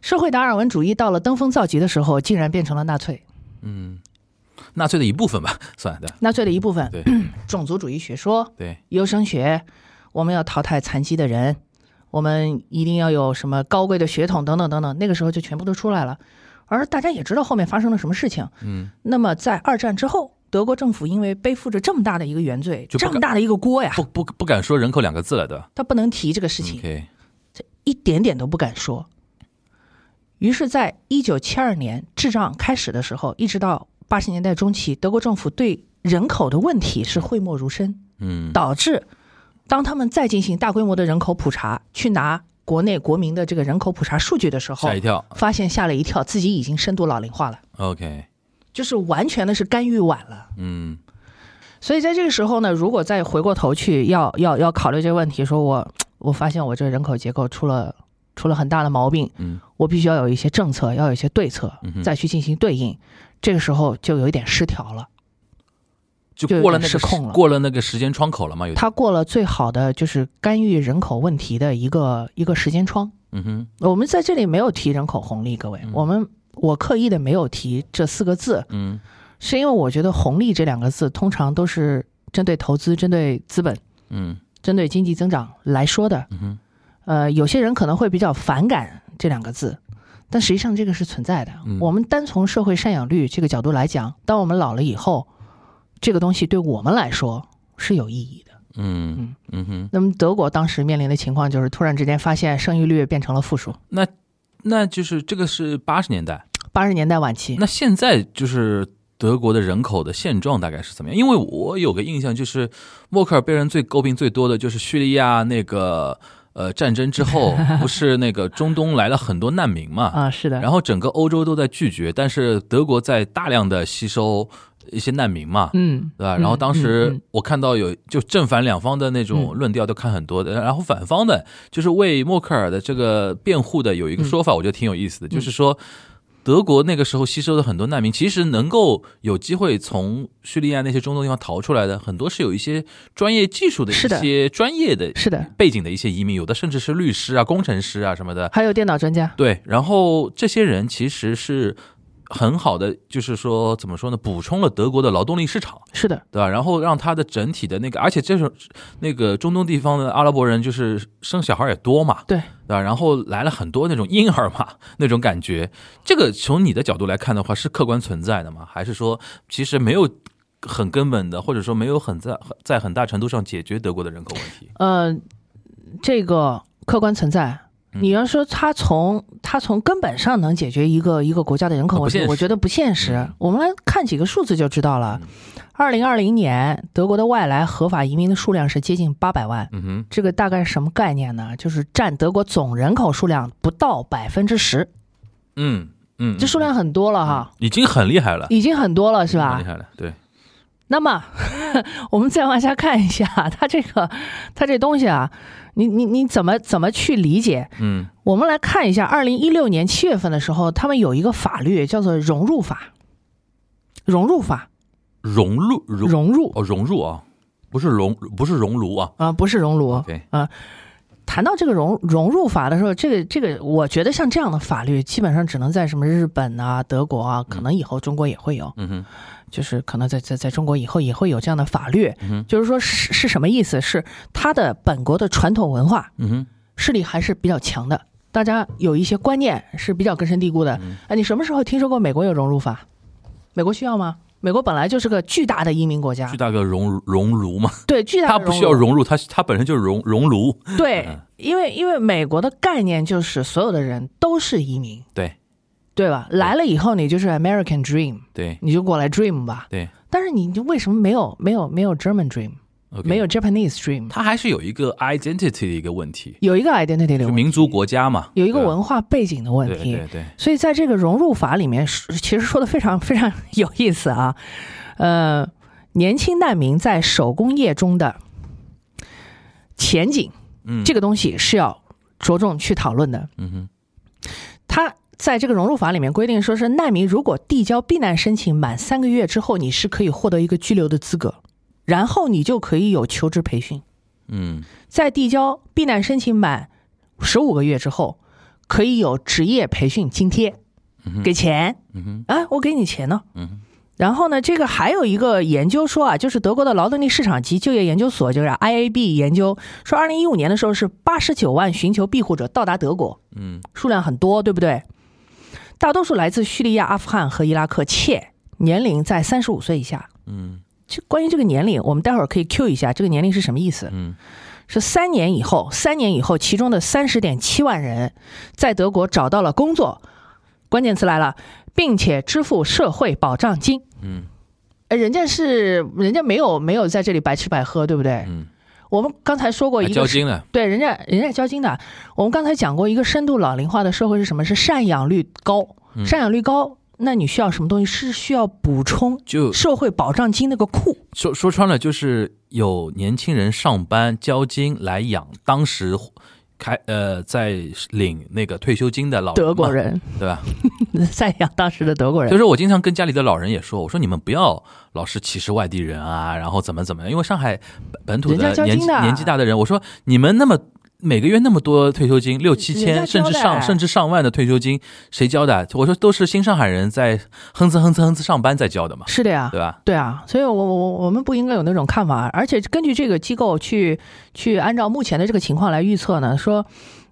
[SPEAKER 3] 社会达尔文主义到了登峰造极的时候，竟然变成了纳粹，
[SPEAKER 2] 嗯，纳粹的一部分吧，算的，
[SPEAKER 3] 纳粹的一部分。
[SPEAKER 2] 对
[SPEAKER 3] 种族主义学说、
[SPEAKER 2] 对，
[SPEAKER 3] 优生学，我们要淘汰残疾的人，我们一定要有什么高贵的血统等等等等。那个时候就全部都出来了，而大家也知道后面发生了什么事情。
[SPEAKER 2] 嗯，
[SPEAKER 3] 那么在二战之后，德国政府因为背负着这么大的一个原罪，
[SPEAKER 2] 就不
[SPEAKER 3] 这
[SPEAKER 2] 敢
[SPEAKER 3] 么大的一个锅呀，
[SPEAKER 2] 不不不敢说人口两个字了，对吧
[SPEAKER 3] 他不能提这个事情。
[SPEAKER 2] 嗯？OK，
[SPEAKER 3] 一点点都不敢说。于是，在一九七二年智障开始的时候，一直到八十年代中期，德国政府对人口的问题是讳莫如深，
[SPEAKER 2] 嗯
[SPEAKER 3] 导致当他们再进行大规模的人口普查，去拿国内国民的这个人口普查数据的时候
[SPEAKER 2] 吓一，跳
[SPEAKER 3] 发现吓了一跳，自己已经深度老龄化了，
[SPEAKER 2] ，OK，
[SPEAKER 3] 就是完全的是干预晚了。
[SPEAKER 2] 嗯
[SPEAKER 3] 所以在这个时候呢，如果再回过头去要要要考虑这个问题，说我我发现我这人口结构出了出了很大的毛病，
[SPEAKER 2] 嗯，
[SPEAKER 3] 我必须要有一些政策，要有一些对策，
[SPEAKER 2] 嗯哼
[SPEAKER 3] 再去进行对应。这个时候就有一点失调了，
[SPEAKER 2] 就
[SPEAKER 3] 就有
[SPEAKER 2] 过了
[SPEAKER 3] 点
[SPEAKER 2] 那个
[SPEAKER 3] 失控
[SPEAKER 2] 时
[SPEAKER 3] 了
[SPEAKER 2] 过了那个时间窗口了嘛，有点，
[SPEAKER 3] 它过了最好的就是干预人口问题的一个一个时间窗。
[SPEAKER 2] 嗯哼，
[SPEAKER 3] 我们在这里没有提人口红利，各位，我们我刻意的没有提这四个字，
[SPEAKER 2] 嗯
[SPEAKER 3] 是因为我觉得“红利”这两个字通常都是针对投资、针对资本、
[SPEAKER 2] 嗯
[SPEAKER 3] 针对经济增长来说的。
[SPEAKER 2] 嗯哼，
[SPEAKER 3] 呃，有些人可能会比较反感这两个字，但实际上这个是存在的。
[SPEAKER 2] 嗯
[SPEAKER 3] 我们单从社会赡养率这个角度来讲，当我们老了以后，这个东西对我们来说是有意义的。
[SPEAKER 2] 嗯嗯哼，
[SPEAKER 3] 那么德国当时面临的情况就是，突然之间发现生育率变成了负数，
[SPEAKER 2] 那那就是这个是八十年代。
[SPEAKER 3] 八十年代晚期。
[SPEAKER 2] 那现在就是德国的人口的现状大概是怎么样？因为我有个印象，就是默克尔被人最诟病最多的就是叙利亚那个呃战争之后，不是那个中东来了很多难民嘛，
[SPEAKER 3] 啊，是的，
[SPEAKER 2] 然后整个欧洲都在拒绝，但是德国在大量的吸收一些难民嘛。
[SPEAKER 3] 嗯，
[SPEAKER 2] 对吧？然后当时
[SPEAKER 3] 嗯
[SPEAKER 2] 我看到有就正反两方的那种论调都看很多的，呃然后反方的就是为默克尔的这个辩护的有一
[SPEAKER 3] 嗯
[SPEAKER 2] 个说法，我觉得挺有意思的，就是说德国那个时候吸收的很多难民，其实能够有机会从叙利亚那些中东地方逃出来的，很多是有一些专业技术的一
[SPEAKER 3] 是的
[SPEAKER 2] 些专业的
[SPEAKER 3] 是的，
[SPEAKER 2] 背景的一些移民，有的甚至是律师啊、工程师啊什么的，
[SPEAKER 3] 还有电脑专家，
[SPEAKER 2] 对，然后这些人其实是很好的，就是说怎么说呢，补充了德国的劳动力市场，
[SPEAKER 3] 是的，
[SPEAKER 2] 对吧？然后让它的整体的那个，而且这种那个中东地方的阿拉伯人就是生小孩也多嘛，
[SPEAKER 3] 对，
[SPEAKER 2] 对吧？然后来了很多那种婴儿嘛，那种感觉，这个从你的角度来看的话，是客观存在的吗？还是说其实没有？很根本的，或者说没有很在在很大程度上解决德国的人口问题。
[SPEAKER 3] 呃，这个客观存在。
[SPEAKER 2] 嗯
[SPEAKER 3] 你要说它从它从根本上能解决一个一个国家的人口
[SPEAKER 2] 啊不
[SPEAKER 3] 问题
[SPEAKER 2] 现，实
[SPEAKER 3] 我觉得不现实
[SPEAKER 2] 嗯。
[SPEAKER 3] 我们来看几个数字就知道了。二零二零年，德国的外来合法移民的数量是接近八百万，
[SPEAKER 2] 嗯哼，
[SPEAKER 3] 这个大概是什么概念呢？就是占德国总人口数量不到百分之十，
[SPEAKER 2] 嗯嗯，
[SPEAKER 3] 这数量很多了哈，
[SPEAKER 2] 已经很厉害了，
[SPEAKER 3] 已经很多了是吧？
[SPEAKER 2] 很厉害了，对，
[SPEAKER 3] 那么， 我们再往下看一下，它这个，它这东西啊，你你你怎么怎么去理解？
[SPEAKER 2] 嗯
[SPEAKER 3] 我们来看一下，二零一六年七月份的时候，他们有一个法律叫做融入法，融入法，，
[SPEAKER 2] 融入融
[SPEAKER 3] 融入
[SPEAKER 2] 哦融入啊，不是熔不是熔炉啊，
[SPEAKER 3] 啊、不是熔炉。啊
[SPEAKER 2] 对，
[SPEAKER 3] 谈到这个融融入法的时候，这个这个，我觉得像这样的法律，基本上只能在什么日本啊、德国啊，可能以后中国也会有。
[SPEAKER 2] 嗯哼，
[SPEAKER 3] 就是可能在在在中国以后也会有这样的法律，就是说是是什么意思？是它的本国的传统文化
[SPEAKER 2] 嗯哼，
[SPEAKER 3] 势力还是比较强的，大家有一些观念是比较根深蒂固的。
[SPEAKER 2] 嗯
[SPEAKER 3] 哎，你什么时候听说过美国有融入法？美国需要吗？美国本来就是个巨大的移民国家
[SPEAKER 2] 巨，大个熔熔炉嘛，
[SPEAKER 3] 对巨大
[SPEAKER 2] 它
[SPEAKER 3] 的
[SPEAKER 2] 不需要嗯
[SPEAKER 3] 融
[SPEAKER 2] 融入，它它本身就是熔熔炉，
[SPEAKER 3] 入，对，因为因为美国的概念就是所有的人都是移民，
[SPEAKER 2] 对
[SPEAKER 3] 对吧？来了以后你就是 American Dream，
[SPEAKER 2] 对
[SPEAKER 3] 你就过来 Dream 吧。
[SPEAKER 2] 对
[SPEAKER 3] 但是你就为什么没有没有没有 German Dream，
[SPEAKER 2] ，OK，
[SPEAKER 3] 没有，Japanese Dream？
[SPEAKER 2] 它还是有一个 identity 的一个问题，
[SPEAKER 3] 有一个 identity 的
[SPEAKER 2] 就
[SPEAKER 3] 问
[SPEAKER 2] 民族国家嘛，
[SPEAKER 3] 有一个
[SPEAKER 2] 对吧啊
[SPEAKER 3] 文化背景的问
[SPEAKER 2] 对
[SPEAKER 3] 题。
[SPEAKER 2] 对对，
[SPEAKER 3] 所以在这个融入法里面，是其实说的非常非常 有意思啊。呃，年轻难民在手工业中的前景，
[SPEAKER 2] 嗯
[SPEAKER 3] 这个东西是要着重去讨论的。
[SPEAKER 2] 嗯哼，
[SPEAKER 3] 它在这个融入法里面规定，说是难民如果递交避难申请满三个月之后，你是可以获得一个居留的资格。然后你就可以有求职培训，
[SPEAKER 2] 嗯
[SPEAKER 3] 在递交避难申请满十五个月之后，可以有职业培训津贴，给钱，
[SPEAKER 2] 嗯哼
[SPEAKER 3] 哎，我给你钱呢。
[SPEAKER 2] 嗯哼
[SPEAKER 3] 然后呢，这个还有一个研究说啊，就是德国的劳动力市场及就业研究所，就是 IAB 研究说，二零一五年的时候是八十九万寻求庇护者到达德国，
[SPEAKER 2] 嗯
[SPEAKER 3] 数量很多，对不对？大多数来自叙利亚、阿富汗和伊拉克，且年龄在三十五岁以下。
[SPEAKER 2] 嗯
[SPEAKER 3] 这关于这个年龄，我们待会儿可以 Q 一下，这个年龄是什么意思？
[SPEAKER 2] 嗯
[SPEAKER 3] 是三年以后，三年以后，其中的三十点七万人在德国找到了工作，关键词来了，并且支付社会保障金。
[SPEAKER 2] 嗯
[SPEAKER 3] 哎，人家是人家没有没有在这里白吃白喝，对不对？
[SPEAKER 2] 嗯，
[SPEAKER 3] 我们刚才说过
[SPEAKER 2] 还
[SPEAKER 3] 一
[SPEAKER 2] 交
[SPEAKER 3] 个是，
[SPEAKER 2] 金了，
[SPEAKER 3] 对，人家人家交金的。我们刚才讲过一个深度老龄化的社会是什么？是赡养率高，
[SPEAKER 2] 嗯
[SPEAKER 3] 赡养率高，那你需要什么东西？是需要补充
[SPEAKER 2] 就
[SPEAKER 3] 社会保障金那个库。
[SPEAKER 2] 说说穿了，就是有年轻人上班交金来养当时开呃在领那个退休金的老
[SPEAKER 3] 德国
[SPEAKER 2] 嘛，
[SPEAKER 3] 人
[SPEAKER 2] 对吧？
[SPEAKER 3] 赡养当时的德国
[SPEAKER 2] 所以
[SPEAKER 3] 人，
[SPEAKER 2] 说我经常跟家里的老人也说，我说你们不要老是歧视外地人啊，然后怎么怎么样，因为上海本本土
[SPEAKER 3] 人家
[SPEAKER 2] 的
[SPEAKER 3] 交
[SPEAKER 2] 年
[SPEAKER 3] 金
[SPEAKER 2] 纪
[SPEAKER 3] 的
[SPEAKER 2] 年纪大的人，我说你们那么。每个月那么多退休金，六七
[SPEAKER 3] 嗯人
[SPEAKER 2] 千，
[SPEAKER 3] 家
[SPEAKER 2] 甚
[SPEAKER 3] 交
[SPEAKER 2] 至
[SPEAKER 3] 的
[SPEAKER 2] 上甚至上万的退休金，谁交的？我说都是新上海人在哼哧哼哧哼哧上班在交 的嘛，
[SPEAKER 3] 是的呀。
[SPEAKER 2] 对吧？
[SPEAKER 3] 对啊，所以我我我们不应该有那种看法，而且根据这个机构去去按照目前的这个情况来预测呢，说，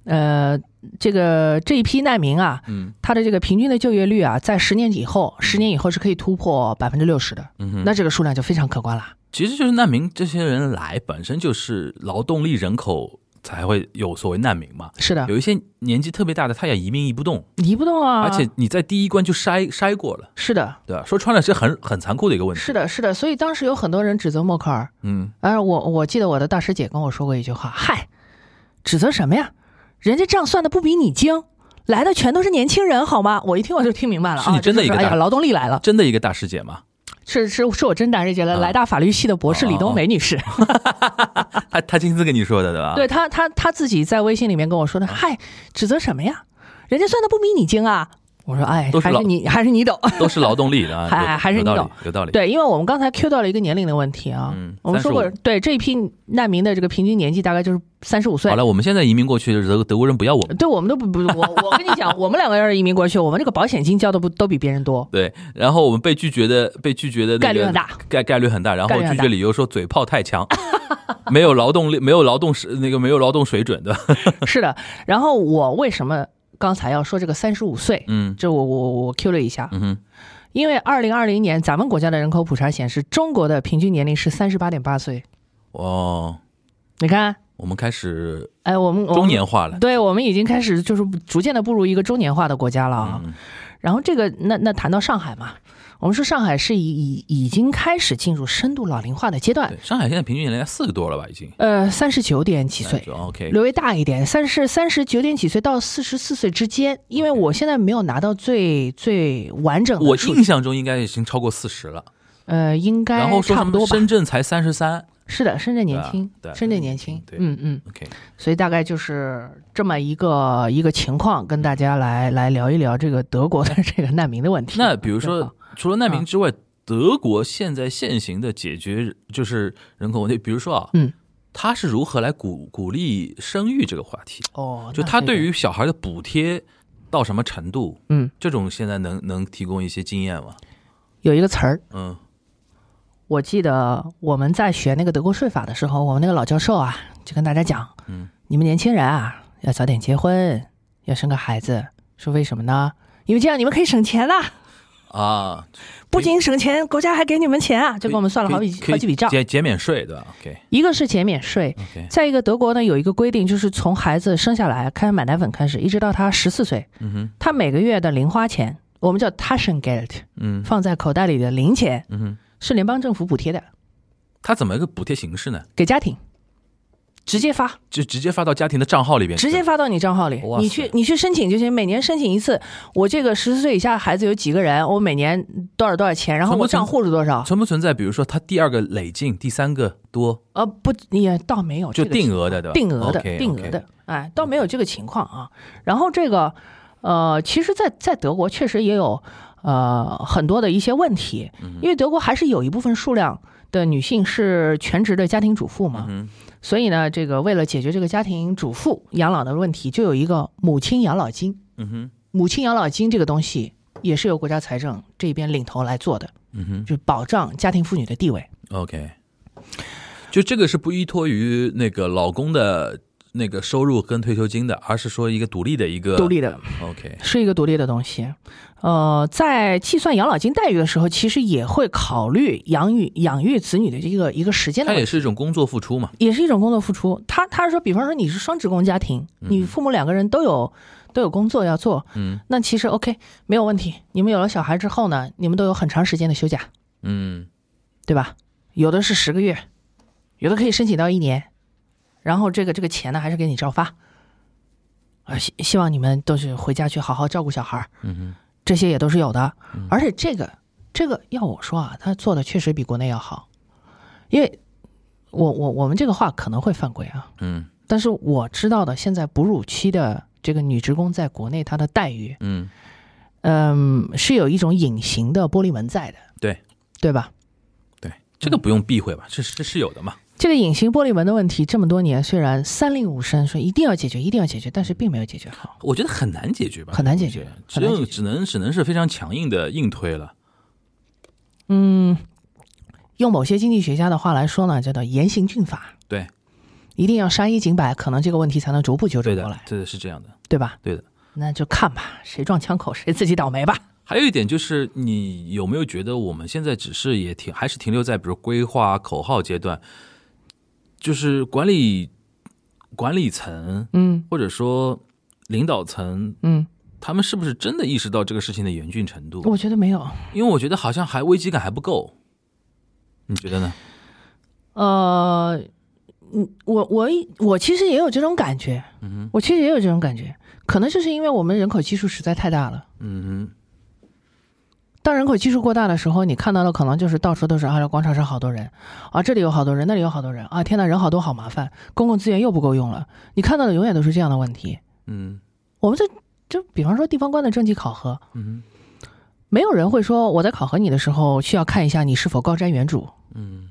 [SPEAKER 3] 呃，这个这一批难民啊，
[SPEAKER 2] 嗯
[SPEAKER 3] 他的这个平均的就业率啊，在十年以后，十年以后是可以突破百分之六十的，
[SPEAKER 2] 嗯哼，
[SPEAKER 3] 那这个数量就非常可观了。
[SPEAKER 2] 其实就是难民这些人来，本身就是劳动力人口才会有所谓难民嘛。
[SPEAKER 3] 是的，
[SPEAKER 2] 有一些年纪特别大的，他也移民移不动，
[SPEAKER 3] 移不动啊，
[SPEAKER 2] 嗯而且嗯你在第一关就筛筛过了，
[SPEAKER 3] 是的，
[SPEAKER 2] 对吧？说穿了是很很残酷的一个问题。
[SPEAKER 3] 是，的，是的，所以当时有很多人指责默克尔，
[SPEAKER 2] 嗯
[SPEAKER 3] 而哎我我记得我的大师姐跟我说过一句话，嗨，指责什么呀？人家账算的不比你精，来的全都是年轻人，好吗？我一听我就听明白了
[SPEAKER 2] 是
[SPEAKER 3] 啊，
[SPEAKER 2] 你真的
[SPEAKER 3] 这就
[SPEAKER 2] 一个
[SPEAKER 3] 哎呀，
[SPEAKER 2] 大
[SPEAKER 3] 劳动力来了，
[SPEAKER 2] 真的一个大师姐 嘛，
[SPEAKER 3] 是是是我真大师姐了，
[SPEAKER 2] 啊
[SPEAKER 3] 来大法律系的博士
[SPEAKER 2] 哦
[SPEAKER 3] 李
[SPEAKER 2] 哦
[SPEAKER 3] 冬梅女士，
[SPEAKER 2] 她她亲自跟你说的，对吧？
[SPEAKER 3] 对，她她她自己在微信里面跟我说的，嗨，指责什么呀？人家算的不比你精啊！我说，哎
[SPEAKER 2] 都，是
[SPEAKER 3] 还
[SPEAKER 2] 老
[SPEAKER 3] 是你还是你懂，
[SPEAKER 2] 都是劳动力的啊，
[SPEAKER 3] 还还
[SPEAKER 2] 有
[SPEAKER 3] 还是
[SPEAKER 2] 有
[SPEAKER 3] 你
[SPEAKER 2] 道理
[SPEAKER 3] 懂，
[SPEAKER 2] 有道理。
[SPEAKER 3] 对，因为我们刚才 Q 到了一个年龄的问题啊，
[SPEAKER 2] 嗯
[SPEAKER 3] 我们说过
[SPEAKER 2] 35，
[SPEAKER 3] 对这一批难民的这个平均年纪大概就是三十五岁
[SPEAKER 2] 好。了，我们现在移民过去，德德国人不要我们。
[SPEAKER 3] 对，我们都不不，我我跟你讲，我们两个要是移民过去，我们这个保险金交的不都比别人多，
[SPEAKER 2] 对，然后我们被拒绝的被拒绝的、那个、
[SPEAKER 3] 概率很大，
[SPEAKER 2] 概概率很大。然后
[SPEAKER 3] 概率很
[SPEAKER 2] 拒
[SPEAKER 3] 大
[SPEAKER 2] 绝理由说嘴炮太 强，没有劳动力，没有劳动时那个没有劳动水准 的。
[SPEAKER 3] 是的。然后我为什么刚才要说这个三十五岁？
[SPEAKER 2] 嗯
[SPEAKER 3] 这我我我 Q 了一下，
[SPEAKER 2] 嗯哼
[SPEAKER 3] 因为二零二零年咱们国家的人口普查显示，中国的平均年龄是三十八点八岁。
[SPEAKER 2] 哦，
[SPEAKER 3] 你看，
[SPEAKER 2] 我们开始
[SPEAKER 3] 哎，我们我们
[SPEAKER 2] 中年化了。
[SPEAKER 3] 对我们已经开始就是逐渐的步入一个中年化的国家了啊。
[SPEAKER 2] 嗯
[SPEAKER 3] 然后这个那那谈到上海嘛，我们说上海是已已已经开始进入深度老龄化的阶段
[SPEAKER 2] 对，，上海现在平均年龄四十多了吧，已经。
[SPEAKER 3] 呃，三十九点几岁。
[SPEAKER 2] 就 OK，
[SPEAKER 3] 略微大一点，三十三十九点几岁到四十四岁之间，因为我现在没有拿到最最完整
[SPEAKER 2] 我
[SPEAKER 3] 的数，
[SPEAKER 2] 印象中应该已经超过四十了。
[SPEAKER 3] 呃，应该
[SPEAKER 2] 然后说什
[SPEAKER 3] 差不
[SPEAKER 2] 么
[SPEAKER 3] 多吧。
[SPEAKER 2] 深圳才三十三
[SPEAKER 3] 是的，深圳年轻
[SPEAKER 2] 对啊对啊，
[SPEAKER 3] 深圳年轻，
[SPEAKER 2] 对
[SPEAKER 3] 嗯嗯，
[SPEAKER 2] ，OK，
[SPEAKER 3] 所以大概就是这么一个一个情况，跟大家来来聊一聊这个德国的这个难民的问题。
[SPEAKER 2] 那比如
[SPEAKER 3] 对吧
[SPEAKER 2] 说，除了难
[SPEAKER 3] 嗯
[SPEAKER 2] 民之外，德国现在现行的解决就是人口问题，比如说啊，
[SPEAKER 3] 嗯，
[SPEAKER 2] 他是如何来鼓鼓励生育这个话题？
[SPEAKER 3] 哦，
[SPEAKER 2] 就
[SPEAKER 3] 那
[SPEAKER 2] 他
[SPEAKER 3] 这
[SPEAKER 2] 对
[SPEAKER 3] 个
[SPEAKER 2] 于小孩的补贴到什么程度？
[SPEAKER 3] 嗯，
[SPEAKER 2] 这种现在能能提供一些经验吗？
[SPEAKER 3] 有一个词儿，
[SPEAKER 2] 嗯
[SPEAKER 3] 我记得我们在学那个德国税法的时候，我们那个老教授啊，就跟大家讲，
[SPEAKER 2] 嗯，
[SPEAKER 3] 你们年轻人啊，要早点结婚，要生个孩子，是为什么呢？因为这样你们可以省钱啦、
[SPEAKER 2] 啊，
[SPEAKER 3] 不仅省钱，国家还给你们钱啊！就
[SPEAKER 2] 就
[SPEAKER 3] 给我们算了好几好几笔账，
[SPEAKER 2] 减减免税对吧？OK
[SPEAKER 3] 一个是减免税，
[SPEAKER 2] OK，
[SPEAKER 3] 再一个德国呢有一个规定，就是从孩子生下来开始买奶粉开始，一直到他十四岁，
[SPEAKER 2] 嗯哼，
[SPEAKER 3] 他每个月的零花钱，我们叫 Taschengeld，
[SPEAKER 2] 嗯
[SPEAKER 3] 放在口袋里的零钱
[SPEAKER 2] 嗯哼，
[SPEAKER 3] 是联邦政府补贴的，
[SPEAKER 2] 他怎么一个补贴形式呢？
[SPEAKER 3] 给家庭。直接发，
[SPEAKER 2] 就直接发到家庭的账号里边去，
[SPEAKER 3] 直接发到你账号里
[SPEAKER 2] 哇，塞
[SPEAKER 3] 你去你去申请就行，每年申请一次。我这个十四岁以下的孩子有几个人，我每年多少多少钱，然后
[SPEAKER 2] 存不
[SPEAKER 3] 我
[SPEAKER 2] 存
[SPEAKER 3] 账户是多少？
[SPEAKER 2] 啊存不存在？比如说他第二个累进，第三个多，
[SPEAKER 3] 呃，不，也倒没有
[SPEAKER 2] 就
[SPEAKER 3] 哦这个情
[SPEAKER 2] 定额的对吧？
[SPEAKER 3] 定额的
[SPEAKER 2] OK，OK
[SPEAKER 3] 定额的，哎，倒没有这个情况啊。然后这个，呃，其实在，在德国
[SPEAKER 2] 嗯
[SPEAKER 3] 确实也有呃很多的一些问题，因为德国还是有一部分数量的女性是全职的家庭主妇嘛，
[SPEAKER 2] 嗯
[SPEAKER 3] 所以呢，这个为了解决这个家庭主妇养老的问题，就有一个母亲养老金。
[SPEAKER 2] 嗯哼
[SPEAKER 3] 母亲养老金这个东西也是由国家财政这边领头来做的，
[SPEAKER 2] 嗯哼
[SPEAKER 3] 就是保障家庭妇女的地位。
[SPEAKER 2] ，OK，就这个是不依托于那个老公的那个收入跟退休金的，而是说一个独立的一个
[SPEAKER 3] 独立的
[SPEAKER 2] OK，
[SPEAKER 3] 是一个独立的东西，呃，在计算养老金待遇的时候，其实也会考虑养育养育子女的这个一个时间的
[SPEAKER 2] 它
[SPEAKER 3] 问
[SPEAKER 2] 也
[SPEAKER 3] 题，
[SPEAKER 2] 是一种工作付出嘛。
[SPEAKER 3] 也是一种工作付出。他他是说，比方说你是双职工家庭，你父母两个人都有都有工作要做，
[SPEAKER 2] 嗯
[SPEAKER 3] 那其实 OK 没有问题。你们有了小孩之后呢，你们都有很长时间的休假，
[SPEAKER 2] 嗯
[SPEAKER 3] 对吧？有的是十个月，有的可以申请到一年，然后这个这个钱呢还是给你照发。啊，希希望你们都是回家去好好照顾小孩儿，
[SPEAKER 2] 嗯哼
[SPEAKER 3] 这些也都是有的。
[SPEAKER 2] 嗯
[SPEAKER 3] 而且这个这个要我说啊，他做的确实比国内要好，因为我我我们这个话可能会犯规啊，
[SPEAKER 2] 嗯
[SPEAKER 3] 但是我知道的现在哺乳期的这个女职工在国内她的待遇，
[SPEAKER 2] 嗯，
[SPEAKER 3] 嗯，是有一种隐形的玻璃门在的，
[SPEAKER 2] 对
[SPEAKER 3] 对吧？
[SPEAKER 2] 对，这个不用避讳吧，这是这是有的嘛。
[SPEAKER 3] 这个隐形玻璃门的问题，这么多年虽然三令五申说一定要解决，一定要解决，但是并没有解决好。
[SPEAKER 2] 我觉得很难解决吧，
[SPEAKER 3] 很难解决
[SPEAKER 2] 只
[SPEAKER 3] 很难解
[SPEAKER 2] 有
[SPEAKER 3] 决
[SPEAKER 2] 只能只能是非常强硬的硬推了。
[SPEAKER 3] 用某些经济学家的话来说呢，叫做严刑峻法，
[SPEAKER 2] 对，
[SPEAKER 3] 一定要杀一儆百，可能这个问题才能逐步纠
[SPEAKER 2] 对
[SPEAKER 3] 正过
[SPEAKER 2] 的
[SPEAKER 3] 来，，
[SPEAKER 2] 对的是这样的，
[SPEAKER 3] 对吧？
[SPEAKER 2] 对的。
[SPEAKER 3] 那就看吧，谁撞枪口谁自己倒霉吧。
[SPEAKER 2] 还有一点就是，你有没有觉得我们现在只是也停，还是停留在比如规划、口号阶段，就是管理管理层
[SPEAKER 3] 嗯
[SPEAKER 2] 或者说领导层，
[SPEAKER 3] 嗯，
[SPEAKER 2] 他们是不是真的意识到这个事情的严峻程度？
[SPEAKER 3] 我觉得没有。
[SPEAKER 2] 因为我觉得好像还危机感还不够，你觉得呢？
[SPEAKER 3] 呃，嗯，我我我其实也有这种感觉，嗯，我其实也有这种感觉，可能就是因为我们人口基数实在太大了。
[SPEAKER 2] 嗯
[SPEAKER 3] 当人口基数过大的时候，你看到的可能就是到处都是啊，广场上好多人，啊，这里有好多人，那里有好多人，啊，天呐，人好多，好麻烦，公共资源又不够用了。你看到的永远都是这样的问题。
[SPEAKER 2] 哼，嗯
[SPEAKER 3] 我们这就比方说地方官的政绩考核，
[SPEAKER 2] 嗯
[SPEAKER 3] 没有人会说我在考核你的时候需要看一下你是否高瞻远瞩。
[SPEAKER 2] 嗯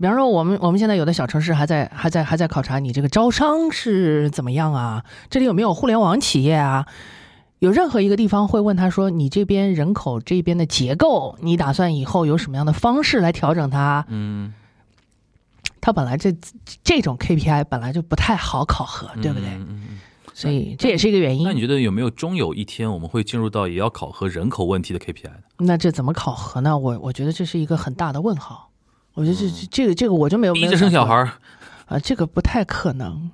[SPEAKER 3] 比方说，我们我们现在有的小城市还在还在还在考察你这个招商是怎么样啊？这里有没有互联网企业啊？有任何一个地方会问他说，你这边人口这边的结构，你打算以后有什么样的方式来调整它？
[SPEAKER 2] 嗯，
[SPEAKER 3] 他本来这这种 KPI 本来就不太好考核，对不对？
[SPEAKER 2] 嗯嗯嗯
[SPEAKER 3] 所以这也是一个原因
[SPEAKER 2] 那。你觉得有没有终有一天我们会进入到也要考核人口问题的 KPI 呢？
[SPEAKER 3] 那这怎么考核呢？我我觉得这是一个很大的问号。我觉得这这这个这个我就没有没
[SPEAKER 2] 逼
[SPEAKER 3] 有
[SPEAKER 2] 着生
[SPEAKER 3] 想
[SPEAKER 2] 小
[SPEAKER 3] 过
[SPEAKER 2] 孩儿，
[SPEAKER 3] 啊，这个不太可能，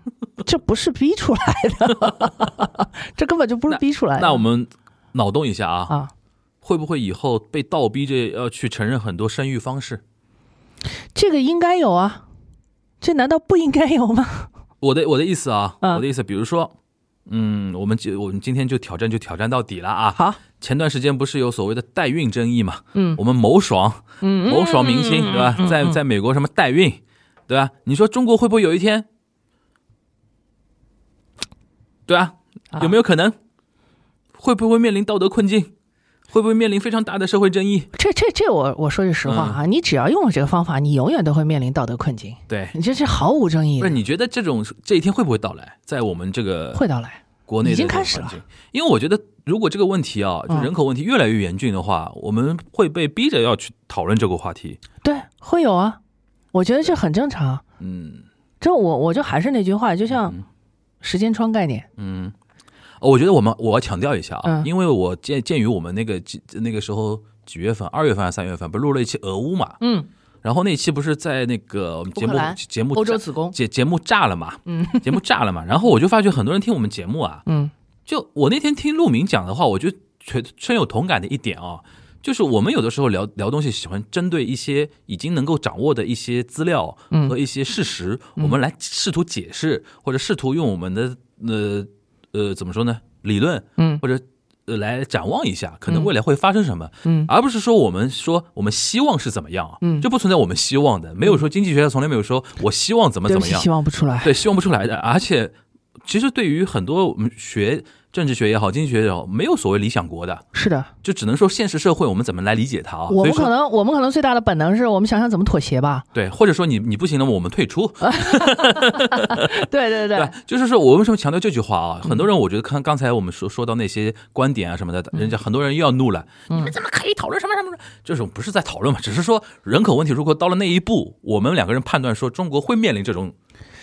[SPEAKER 3] 这不是逼出来的， 这根本就不是逼出来的。
[SPEAKER 2] 那我们脑洞一下啊，
[SPEAKER 3] 哎啊，
[SPEAKER 2] 会不会以后被倒逼着要去承认很多生育方式？
[SPEAKER 3] 这个应该有啊，这难道不应该有吗？
[SPEAKER 2] 我的我的意思啊，
[SPEAKER 3] 嗯
[SPEAKER 2] 我的意思，比如说，嗯，我们就我们今天就挑战就挑战到底了啊！
[SPEAKER 3] 好，
[SPEAKER 2] 前段时间不是有所谓的代孕争议嘛？
[SPEAKER 3] 嗯，
[SPEAKER 2] 我们某爽，
[SPEAKER 3] 嗯
[SPEAKER 2] 某爽明星对吧？在在美国什么代孕，对吧？你说中国会不会有一天？对啊，有没有可能？会不会面临道德困境？会不会面临非常大的社会争议？
[SPEAKER 3] 这这这我我说句实话啊，
[SPEAKER 2] 嗯
[SPEAKER 3] 你只要用了这个方法，你永远都会面临道德困境，
[SPEAKER 2] 对，
[SPEAKER 3] 你这是毫无争议
[SPEAKER 2] 不是？
[SPEAKER 3] 的，
[SPEAKER 2] 你觉得这种这一天会不会到来？在我们这个
[SPEAKER 3] 会到来。
[SPEAKER 2] 国内的
[SPEAKER 3] 已经
[SPEAKER 2] 这种
[SPEAKER 3] 开始
[SPEAKER 2] 环
[SPEAKER 3] 了
[SPEAKER 2] 境，因为我觉得如果这个问题啊，就
[SPEAKER 3] 嗯
[SPEAKER 2] 人口问题越来越严峻的话，我们会被逼着要去讨论这个话题。
[SPEAKER 3] 对，会有啊，我觉得这很正常。
[SPEAKER 2] 嗯
[SPEAKER 3] 这我我就还是那句话，就像时间窗概念，
[SPEAKER 2] 嗯，哦我觉得我们我要强调一下啊，
[SPEAKER 3] 嗯
[SPEAKER 2] 因为我鉴鉴于我们那个几那个时候几月份，二月份还是三月份，不是录了一期俄乌嘛？
[SPEAKER 3] 嗯，
[SPEAKER 2] 然后那期不是在那个我们节
[SPEAKER 3] 乌
[SPEAKER 2] 目
[SPEAKER 3] 克兰
[SPEAKER 2] 节目
[SPEAKER 3] 欧洲
[SPEAKER 2] 炸
[SPEAKER 3] 子宫，
[SPEAKER 2] 节节目炸了嘛？ 嗯，节目炸了嘛？然后我就发觉很多人听我们节目啊，
[SPEAKER 3] 嗯，
[SPEAKER 2] 就我那天听陆明讲的话，我就觉得深有同感的一点啊，就是我们有的时候聊聊东西，喜欢针对一些已经能够掌握的一些资料
[SPEAKER 3] 嗯
[SPEAKER 2] 和一些事实，我们来试图解释，或者试图用我们的呃呃怎么说呢理论，
[SPEAKER 3] 嗯
[SPEAKER 2] 或者。呃，来展望一下，可能未来会发生什么，
[SPEAKER 3] 嗯
[SPEAKER 2] 而不是说我们说我们希望是怎么样，啊
[SPEAKER 3] 嗯
[SPEAKER 2] 这不存在我们希望的，没有说经济学家从来没有说我希望怎么
[SPEAKER 3] 对
[SPEAKER 2] 怎
[SPEAKER 3] 不
[SPEAKER 2] 么
[SPEAKER 3] 起，
[SPEAKER 2] 样，
[SPEAKER 3] 希望不出来。
[SPEAKER 2] 对，希望不出来的。而且，其实对于很多我们学政治学也好，经济学也好，没有所谓理想国的，
[SPEAKER 3] 是的，
[SPEAKER 2] 就只能说现实社会我们怎么来理解它啊。
[SPEAKER 3] 我
[SPEAKER 2] 啊所以
[SPEAKER 3] 们
[SPEAKER 2] 说
[SPEAKER 3] 可能我们可能最大的本能是我们想想怎么妥协吧。
[SPEAKER 2] 对，或者说你你不行了，我们退出，
[SPEAKER 3] 对 对嗯
[SPEAKER 2] 对吧，就是说我为什么强调这句话啊？很多人我觉得看刚才我们说说到那些观点啊什么的，
[SPEAKER 3] 嗯
[SPEAKER 2] 人家很多人又要怒了，你们怎么可以讨论什么什么什么？这种不是在讨论嘛，只是说人口问题如果到了那一步，我们两个人判断说中国会面临这种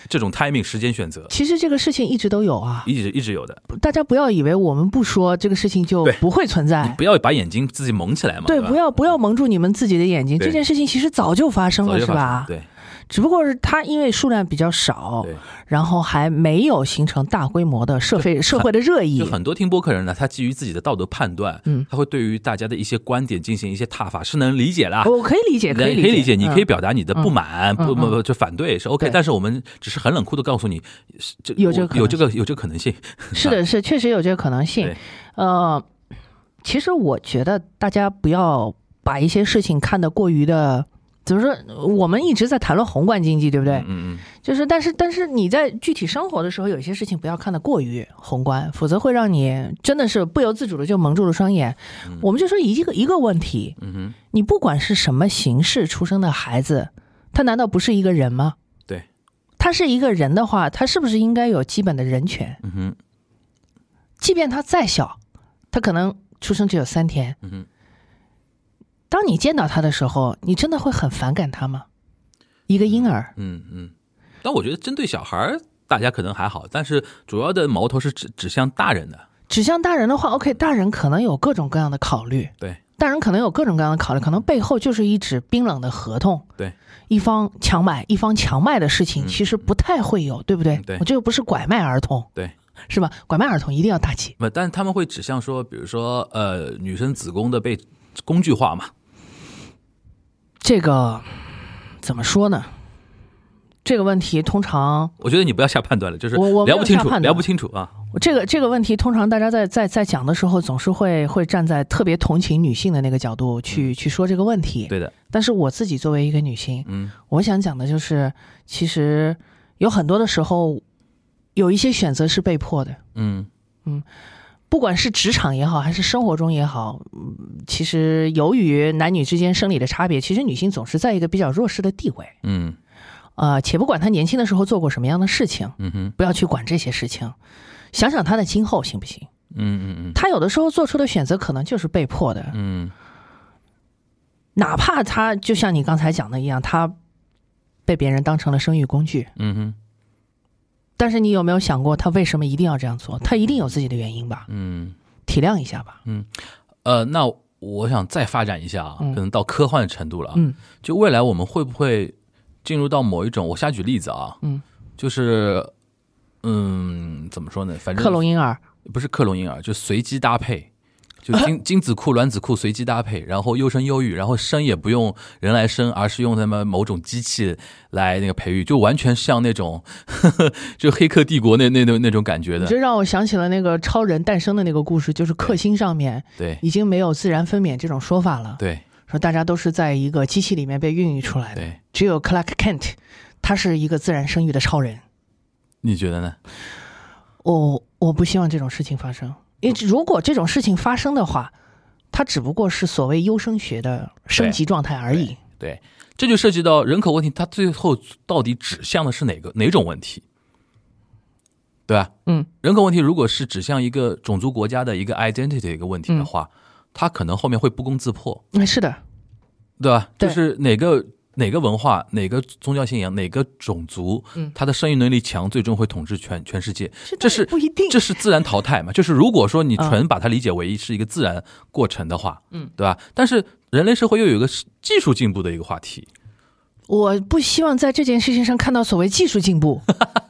[SPEAKER 2] 这种 timing 时间选择，
[SPEAKER 3] 其实这个事情一直都有啊，
[SPEAKER 2] 一直一直有的，
[SPEAKER 3] 大家不要以为我们不说这个事情就
[SPEAKER 2] 对嗯
[SPEAKER 3] 不会存在。
[SPEAKER 2] 不要把眼睛自己蒙起来嘛，
[SPEAKER 3] 哎对，
[SPEAKER 2] 吧
[SPEAKER 3] 不要不要蒙住你们自己的眼睛，
[SPEAKER 2] 对
[SPEAKER 3] 这件事情其实早就发生
[SPEAKER 2] 早
[SPEAKER 3] 了，
[SPEAKER 2] 就是发生了
[SPEAKER 3] 吧？哦
[SPEAKER 2] 对
[SPEAKER 3] 只不过是它因为数量比较少，
[SPEAKER 2] 对。
[SPEAKER 3] 然后还没有形成大规模的社会社会的热
[SPEAKER 2] 就
[SPEAKER 3] 议。
[SPEAKER 2] 很多听播客人呢，他基于自己的道德判断，
[SPEAKER 3] 嗯
[SPEAKER 2] 他会对于大家的一些观点进行一些挞伐，是能理解啦。
[SPEAKER 3] 我可以理解，
[SPEAKER 2] 可
[SPEAKER 3] 以
[SPEAKER 2] 以
[SPEAKER 3] 理
[SPEAKER 2] 理解，你可以
[SPEAKER 3] 嗯
[SPEAKER 2] 表达你的不满，
[SPEAKER 3] 嗯
[SPEAKER 2] 不不
[SPEAKER 3] 嗯
[SPEAKER 2] 不，就反对是 OK，
[SPEAKER 3] 对
[SPEAKER 2] 但是我们只是很冷酷的告诉你，是这
[SPEAKER 3] 有这个
[SPEAKER 2] 我有这个有这个可能性，
[SPEAKER 3] 是的，是确实有这个可能性
[SPEAKER 2] 对。
[SPEAKER 3] 呃，其实我觉得大家不要把一些事情看得过于的，怎么说？我们一直在谈论宏观经济，对不对？
[SPEAKER 2] 嗯嗯嗯，
[SPEAKER 3] 就是，但是但是你在具体生活的时候，有一些事情不要看得过于宏观，否则会让你真的是不由自主的就蒙住了双眼。我们就说一个一个问题，
[SPEAKER 2] 嗯哼，
[SPEAKER 3] 你不管是什么形式出生的孩子，他难道不是一个人吗？
[SPEAKER 2] 对，
[SPEAKER 3] 他是一个人的话，他是不是应该有基本的人权？
[SPEAKER 2] 嗯哼，
[SPEAKER 3] 即便他再小，他可能出生只有三天。
[SPEAKER 2] 嗯哼，
[SPEAKER 3] 当你见到他的时候，你真的会很反感他吗？一个婴儿，
[SPEAKER 2] 嗯嗯。但我觉得针对小孩儿，大家可能还好，但是主要的矛头是指指向大人的，
[SPEAKER 3] 指向大人的话，OK，大人可能有各种各样的考虑，
[SPEAKER 2] 对
[SPEAKER 3] 大人可能有各种各样的考虑，可能背后就是一纸冰冷的合同，
[SPEAKER 2] 对，
[SPEAKER 3] 一方强买一方强卖的事情，
[SPEAKER 2] 嗯
[SPEAKER 3] 其实不太会有，对不对？
[SPEAKER 2] 嗯对
[SPEAKER 3] 我这个不是拐卖儿童，
[SPEAKER 2] 对。
[SPEAKER 3] 是吧？拐卖儿童一定要打击，
[SPEAKER 2] 不，但他们会指向说，比如说呃，女生子宫的被工具化嘛，
[SPEAKER 3] 这个怎么说呢？这个问题通常
[SPEAKER 2] 我觉得你不要下判断了，就是
[SPEAKER 3] 我我没
[SPEAKER 2] 聊
[SPEAKER 3] 有
[SPEAKER 2] 不清
[SPEAKER 3] 下
[SPEAKER 2] 楚，
[SPEAKER 3] 判断
[SPEAKER 2] 聊不清楚啊。
[SPEAKER 3] 这个这个问题，通常大家在在在讲的时候，总是会会站在特别同情女性的那个角度去去说这个问题。
[SPEAKER 2] 对的，
[SPEAKER 3] 但是我自己作为一个女性，
[SPEAKER 2] 嗯
[SPEAKER 3] 我想讲的就是，其实有很多的时候，有一些选择是被迫的，
[SPEAKER 2] 嗯，
[SPEAKER 3] 不管是职场也好，还是生活中也好，嗯其实由于男女之间生理的差别，其实女性总是在一个比较弱势的地位。
[SPEAKER 2] 嗯
[SPEAKER 3] 呃，且不管她年轻的时候做过什么样的事情，
[SPEAKER 2] 嗯哼，
[SPEAKER 3] 不要去管这些事情，想想她的今后行不行。
[SPEAKER 2] 嗯嗯嗯
[SPEAKER 3] 他有的时候做出的选择可能就是被迫的，
[SPEAKER 2] 嗯，
[SPEAKER 3] 哪怕他就像你刚才讲的一样，他被别人当成了生育工具。
[SPEAKER 2] 嗯哼，
[SPEAKER 3] 但是你有没有想过，他为什么一定要这样做？他一定有自己的原因吧？
[SPEAKER 2] 嗯，
[SPEAKER 3] 体谅一下吧。
[SPEAKER 2] 呃，那我想再发展一下啊，
[SPEAKER 3] 嗯
[SPEAKER 2] 可能到科幻程度了啊。
[SPEAKER 3] 嗯，
[SPEAKER 2] 就未来我们会不会进入到某一种？我瞎举例子啊，
[SPEAKER 3] 嗯，
[SPEAKER 2] 就是，嗯，怎么说呢？反正
[SPEAKER 3] 克隆婴儿，
[SPEAKER 2] 不是克隆婴儿，就随机搭配，就 精精子库、卵子库随机搭配，然后优生优育，然后生也不用人来生，而是用他们某种机器来那个培育，就完全像那种 就黑客帝国那那那那种感觉
[SPEAKER 3] 这
[SPEAKER 2] 的。
[SPEAKER 3] 让我想起了那个超人诞生的那个故事，就是克星上面
[SPEAKER 2] 对
[SPEAKER 3] 已经没有自然分娩这种说法了，
[SPEAKER 2] 对
[SPEAKER 3] 说大家都是在一个机器里面被孕育出来的，
[SPEAKER 2] 对，
[SPEAKER 3] 只有 Clark Kent，他是一个自然生育的超人。
[SPEAKER 2] 你觉得呢？
[SPEAKER 3] 我我不希望这种事情发生，因为
[SPEAKER 2] 嗯
[SPEAKER 3] 如果这种事情发生的话，它只不过是所谓优生学的升级状态而已。
[SPEAKER 2] 对，这就涉及到人口问题，它最后到底指向的是哪个哪种问题，对吧？
[SPEAKER 3] 嗯，
[SPEAKER 2] 人口问题如果是指向一个种族国家的一个 identity 的一个问题的话，它可能后面会不攻自破，
[SPEAKER 3] 嗯，是的，
[SPEAKER 2] 对吧？
[SPEAKER 3] 对
[SPEAKER 2] 就是哪个哪个文化、哪个宗教信仰、哪个种族，
[SPEAKER 3] 嗯
[SPEAKER 2] 它的生育能力强，最终会统治全全世界。
[SPEAKER 3] 这
[SPEAKER 2] 这是
[SPEAKER 3] 不一定。
[SPEAKER 2] 这是自然淘汰嘛？就是如果说你
[SPEAKER 3] 嗯
[SPEAKER 2] 纯把它理解为是一个自然过程的话，
[SPEAKER 3] 嗯，
[SPEAKER 2] 对吧？但是人类社会又有一个技术进步的一个话题，
[SPEAKER 3] 我不希望在这件事情上看到所谓技术 进步。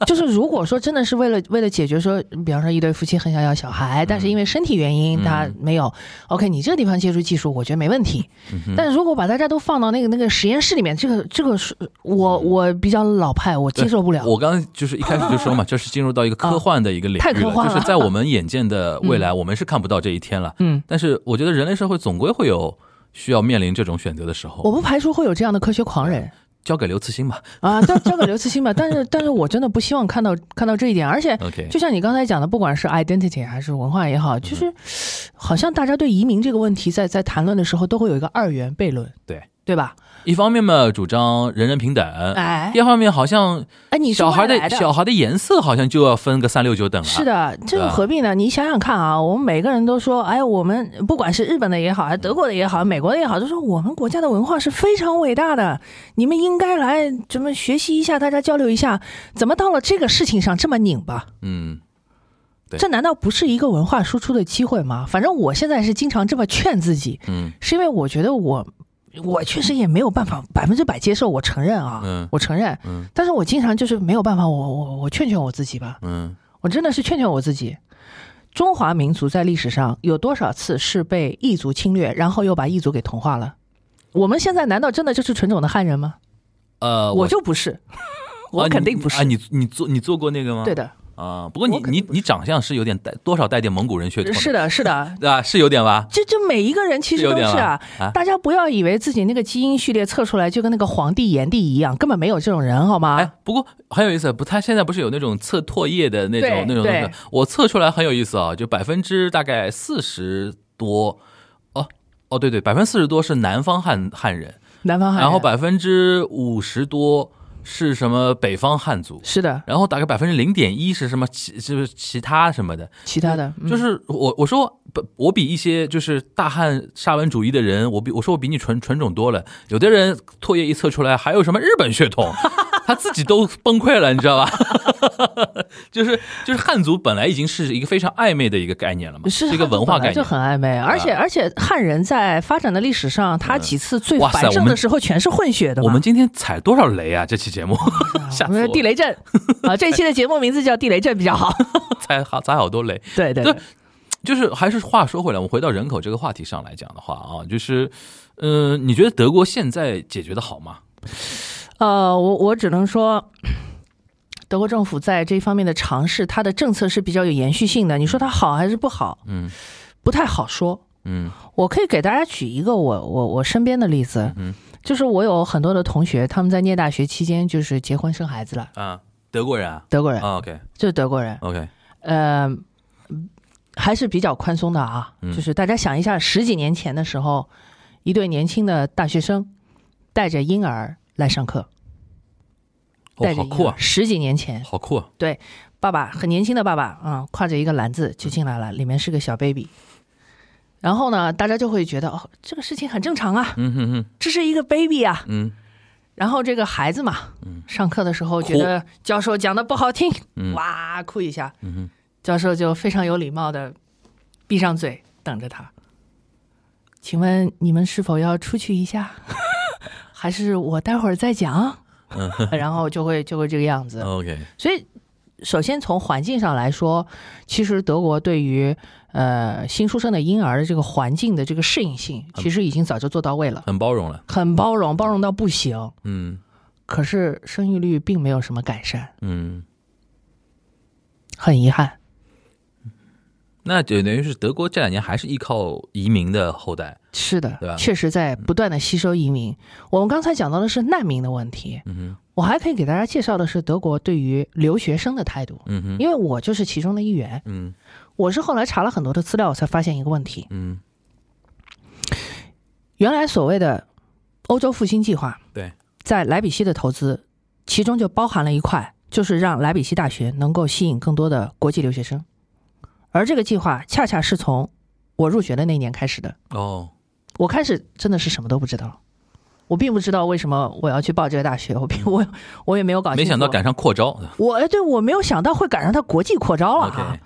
[SPEAKER 3] 就是如果说真的是为了为了解决说，比方说一对夫妻很想要小孩，但是
[SPEAKER 2] 嗯
[SPEAKER 3] 因为身体原因他没有、o k 你这个地方借助技术，我觉得没问题。
[SPEAKER 2] 嗯
[SPEAKER 3] 但如果把大家都放到那个那个实验室里面，这个这个是我我比较老派，我接受不了。
[SPEAKER 2] 嗯
[SPEAKER 3] 啊
[SPEAKER 2] 我刚刚就是一开始就说 嘛，这是进入到一个科幻的一个领域
[SPEAKER 3] 太科幻了
[SPEAKER 2] 就是在我们眼见的未来，我们是看不到这一天了。
[SPEAKER 3] 嗯，
[SPEAKER 2] 但是我觉得人类社会总归会有需要面临这种选择的时候。
[SPEAKER 3] 我不排除会有这样的科学狂人，
[SPEAKER 2] 交给刘慈欣吧。
[SPEAKER 3] 啊，但交给刘慈欣吧。但是，但是我真的不希望看到看到这一点。而且，
[SPEAKER 2] OK，
[SPEAKER 3] 就像你刚才讲的，不管是 identity 还是文化也好，
[SPEAKER 2] 嗯
[SPEAKER 3] 就是好像大家对移民这个问题在在谈论的时候，都会有一个二元悖论，
[SPEAKER 2] 对
[SPEAKER 3] 对吧？
[SPEAKER 2] 一方面嘛主张人人平等，
[SPEAKER 3] 哎
[SPEAKER 2] 第二方面好像
[SPEAKER 3] 哎，你是
[SPEAKER 2] 小孩
[SPEAKER 3] 外来
[SPEAKER 2] 的小孩的颜色好像就要分个三六九等了。
[SPEAKER 3] 是，的，这个
[SPEAKER 2] 对吧
[SPEAKER 3] 何必呢？你想想看啊，我们每个人都说，哎，我们不管是日本的也好，还是德国的也好，美国的也好，都说我们国家的文化是非常伟大的，你们应该来怎么学习一下，大家交流一下。怎么到了这个事情上这么拧巴？
[SPEAKER 2] 嗯，对
[SPEAKER 3] 这难道不是一个文化输出的机会吗？反正我现在是经常这么劝自己，
[SPEAKER 2] 嗯，
[SPEAKER 3] 是因为我觉得我。我确实也没有办法百分之百接受，我承认啊，
[SPEAKER 2] 嗯
[SPEAKER 3] 我承认，
[SPEAKER 2] 嗯
[SPEAKER 3] 但是我经常就是没有办法，我我我劝劝我自己吧，
[SPEAKER 2] 嗯
[SPEAKER 3] 我真的是劝劝我自己。中华民族在历史上有多少次是被异族侵略，然后又把异族给同化了？我们现在难道真的就是纯种的汉人吗？
[SPEAKER 2] 呃，
[SPEAKER 3] 我就不是，我
[SPEAKER 2] 啊
[SPEAKER 3] 肯
[SPEAKER 2] 你
[SPEAKER 3] 定不是。
[SPEAKER 2] 啊，你你做你做过那个吗？
[SPEAKER 3] 对的，
[SPEAKER 2] 啊，不过你
[SPEAKER 3] 我肯
[SPEAKER 2] 你
[SPEAKER 3] 定不
[SPEAKER 2] 你长相是有点带多少带点蒙古人血统，
[SPEAKER 3] 是的，是的，
[SPEAKER 2] 对吧？是有点吧？
[SPEAKER 3] 这这每一个人其实
[SPEAKER 2] 是有
[SPEAKER 3] 都
[SPEAKER 2] 点
[SPEAKER 3] 是啊
[SPEAKER 2] 吧，啊
[SPEAKER 3] 大家不要以为自己那个基因序列测出来就跟那个皇帝炎帝一样，根本没有这种人，好吗？
[SPEAKER 2] 哎，不过很有意思，不，他现在不是有那种测唾液的那
[SPEAKER 3] 对
[SPEAKER 2] 种那种
[SPEAKER 3] 对
[SPEAKER 2] 那个，我测出来很有意思啊，就百分之大概四十多，哦哦对对，百分之四十多是南方汉汉人，
[SPEAKER 3] 南方汉人，
[SPEAKER 2] 然后百分之五十多是什么北方汉族，
[SPEAKER 3] 是的，
[SPEAKER 2] 然后大概百分之零点一是什么其就是其他什么的，
[SPEAKER 3] 其他的嗯
[SPEAKER 2] 就是我我说不，我比一些就是大汉沙文主义的人，我比我说我比你纯纯种多了。有的人唾液一测出来，还有什么日本血统， 他自己都崩溃了，你知道吧？ 就是就是汉族本来已经是一个非常暧昧的一个概念了嘛，
[SPEAKER 3] 嗯是
[SPEAKER 2] 一个
[SPEAKER 3] 汉族
[SPEAKER 2] 文化
[SPEAKER 3] 本来
[SPEAKER 2] 概
[SPEAKER 3] 就
[SPEAKER 2] 念。嗯
[SPEAKER 3] 很暧昧，而且而且汉人在发展的历史上，他几次最
[SPEAKER 2] 哇塞
[SPEAKER 3] 繁盛
[SPEAKER 2] 我
[SPEAKER 3] 的
[SPEAKER 2] 们
[SPEAKER 3] 时候全是混血的嘛。
[SPEAKER 2] 我们今天踩多少雷啊！这期节目 吓
[SPEAKER 3] 嗯
[SPEAKER 2] 死
[SPEAKER 3] 我们地
[SPEAKER 2] 我，
[SPEAKER 3] 雷阵啊，这一期的节目名字叫地雷阵比较 好。
[SPEAKER 2] 踩好踩好多雷。
[SPEAKER 3] 对对，对
[SPEAKER 2] 对就是还是话说回来，我们回到人口这个话题上来讲的话啊，就是，呃，你觉得德国现在解决的好吗？
[SPEAKER 3] 呃，我我只能说。 德国政府在这方面的尝试，它的政策是比较有延续性的。你说它好还是不好，
[SPEAKER 2] 嗯
[SPEAKER 3] 不太好说。
[SPEAKER 2] 嗯
[SPEAKER 3] 我可以给大家举一个我我我身边的例子，
[SPEAKER 2] 嗯，
[SPEAKER 3] 就是我有很多的同学，他们在念大学期间就是结婚生孩子了，
[SPEAKER 2] 啊，德国人啊，
[SPEAKER 3] 德国人、
[SPEAKER 2] 啊，OK
[SPEAKER 3] 就是德国人，
[SPEAKER 2] OK，
[SPEAKER 3] 呃，嗯还是比较宽松的啊。
[SPEAKER 2] 嗯
[SPEAKER 3] 就是大家想一下，十几年前的时候，一对年轻的大学生带着婴儿来上课，带
[SPEAKER 2] 哦，
[SPEAKER 3] 着
[SPEAKER 2] 好
[SPEAKER 3] 婴
[SPEAKER 2] 酷
[SPEAKER 3] 儿
[SPEAKER 2] 啊，
[SPEAKER 3] 十几年前，
[SPEAKER 2] 好酷啊，
[SPEAKER 3] 爸爸很年轻的爸爸啊、嗯挎着一个篮子就进
[SPEAKER 2] 嗯
[SPEAKER 3] 来了，里面是个小 baby。然后呢，大家就会觉得哦，这个事情很正常啊，
[SPEAKER 2] 嗯哼哼，
[SPEAKER 3] 这是一个 baby 啊。
[SPEAKER 2] 嗯
[SPEAKER 3] 然后这个孩子嘛，
[SPEAKER 2] 嗯
[SPEAKER 3] 上课的时候
[SPEAKER 2] 哭
[SPEAKER 3] 觉得教授讲的不好听，
[SPEAKER 2] 嗯
[SPEAKER 3] 哇哭一下，
[SPEAKER 2] 嗯哼，
[SPEAKER 3] 教授就非常有礼貌的闭上嘴等着他。请问你们是否要出去 一下？还是我待会儿再讲？
[SPEAKER 2] 嗯
[SPEAKER 3] 然后就会就会这个样子。
[SPEAKER 2] ，OK，
[SPEAKER 3] 所以，首先从环境上来说，其实德国对于呃新出生的婴儿的这个环境的这个适应性，其实已经早就做到位了，
[SPEAKER 2] 很包容了，
[SPEAKER 3] 很包容，包容到不行。
[SPEAKER 2] 嗯
[SPEAKER 3] 可是生育率并没有什么改善，
[SPEAKER 2] 嗯，
[SPEAKER 3] 很遗憾。
[SPEAKER 2] 那就等于是德国这两年还是依靠移民的后代，
[SPEAKER 3] 是的嗯
[SPEAKER 2] 对吧，
[SPEAKER 3] 确实在不断的吸收移民。我们刚才讲到的是难民的问题，
[SPEAKER 2] 嗯哼
[SPEAKER 3] 我还可以给大家介绍的是德国对于留学生的态度，
[SPEAKER 2] 嗯哼，
[SPEAKER 3] 因为我就是其中的一员。
[SPEAKER 2] 嗯
[SPEAKER 3] 我是后来查了很多的资料，我才发现一个问题：
[SPEAKER 2] 嗯，
[SPEAKER 3] 原来所谓的欧洲复兴计划
[SPEAKER 2] 对，
[SPEAKER 3] 在莱比锡的投资，其中就包含了一块，就是让莱比锡大学能够吸引更多的国际留学生，而这个计划恰恰是从我入学的那年开始的。
[SPEAKER 2] 哦，
[SPEAKER 3] 我开始真的是什么都不知道，我并不知道为什么我要去报这个大学，我并 我我也没有搞清楚。
[SPEAKER 2] 没想到赶上扩招
[SPEAKER 3] 我哎，对我没有想到会赶上它国际扩招了啊
[SPEAKER 2] ，OK，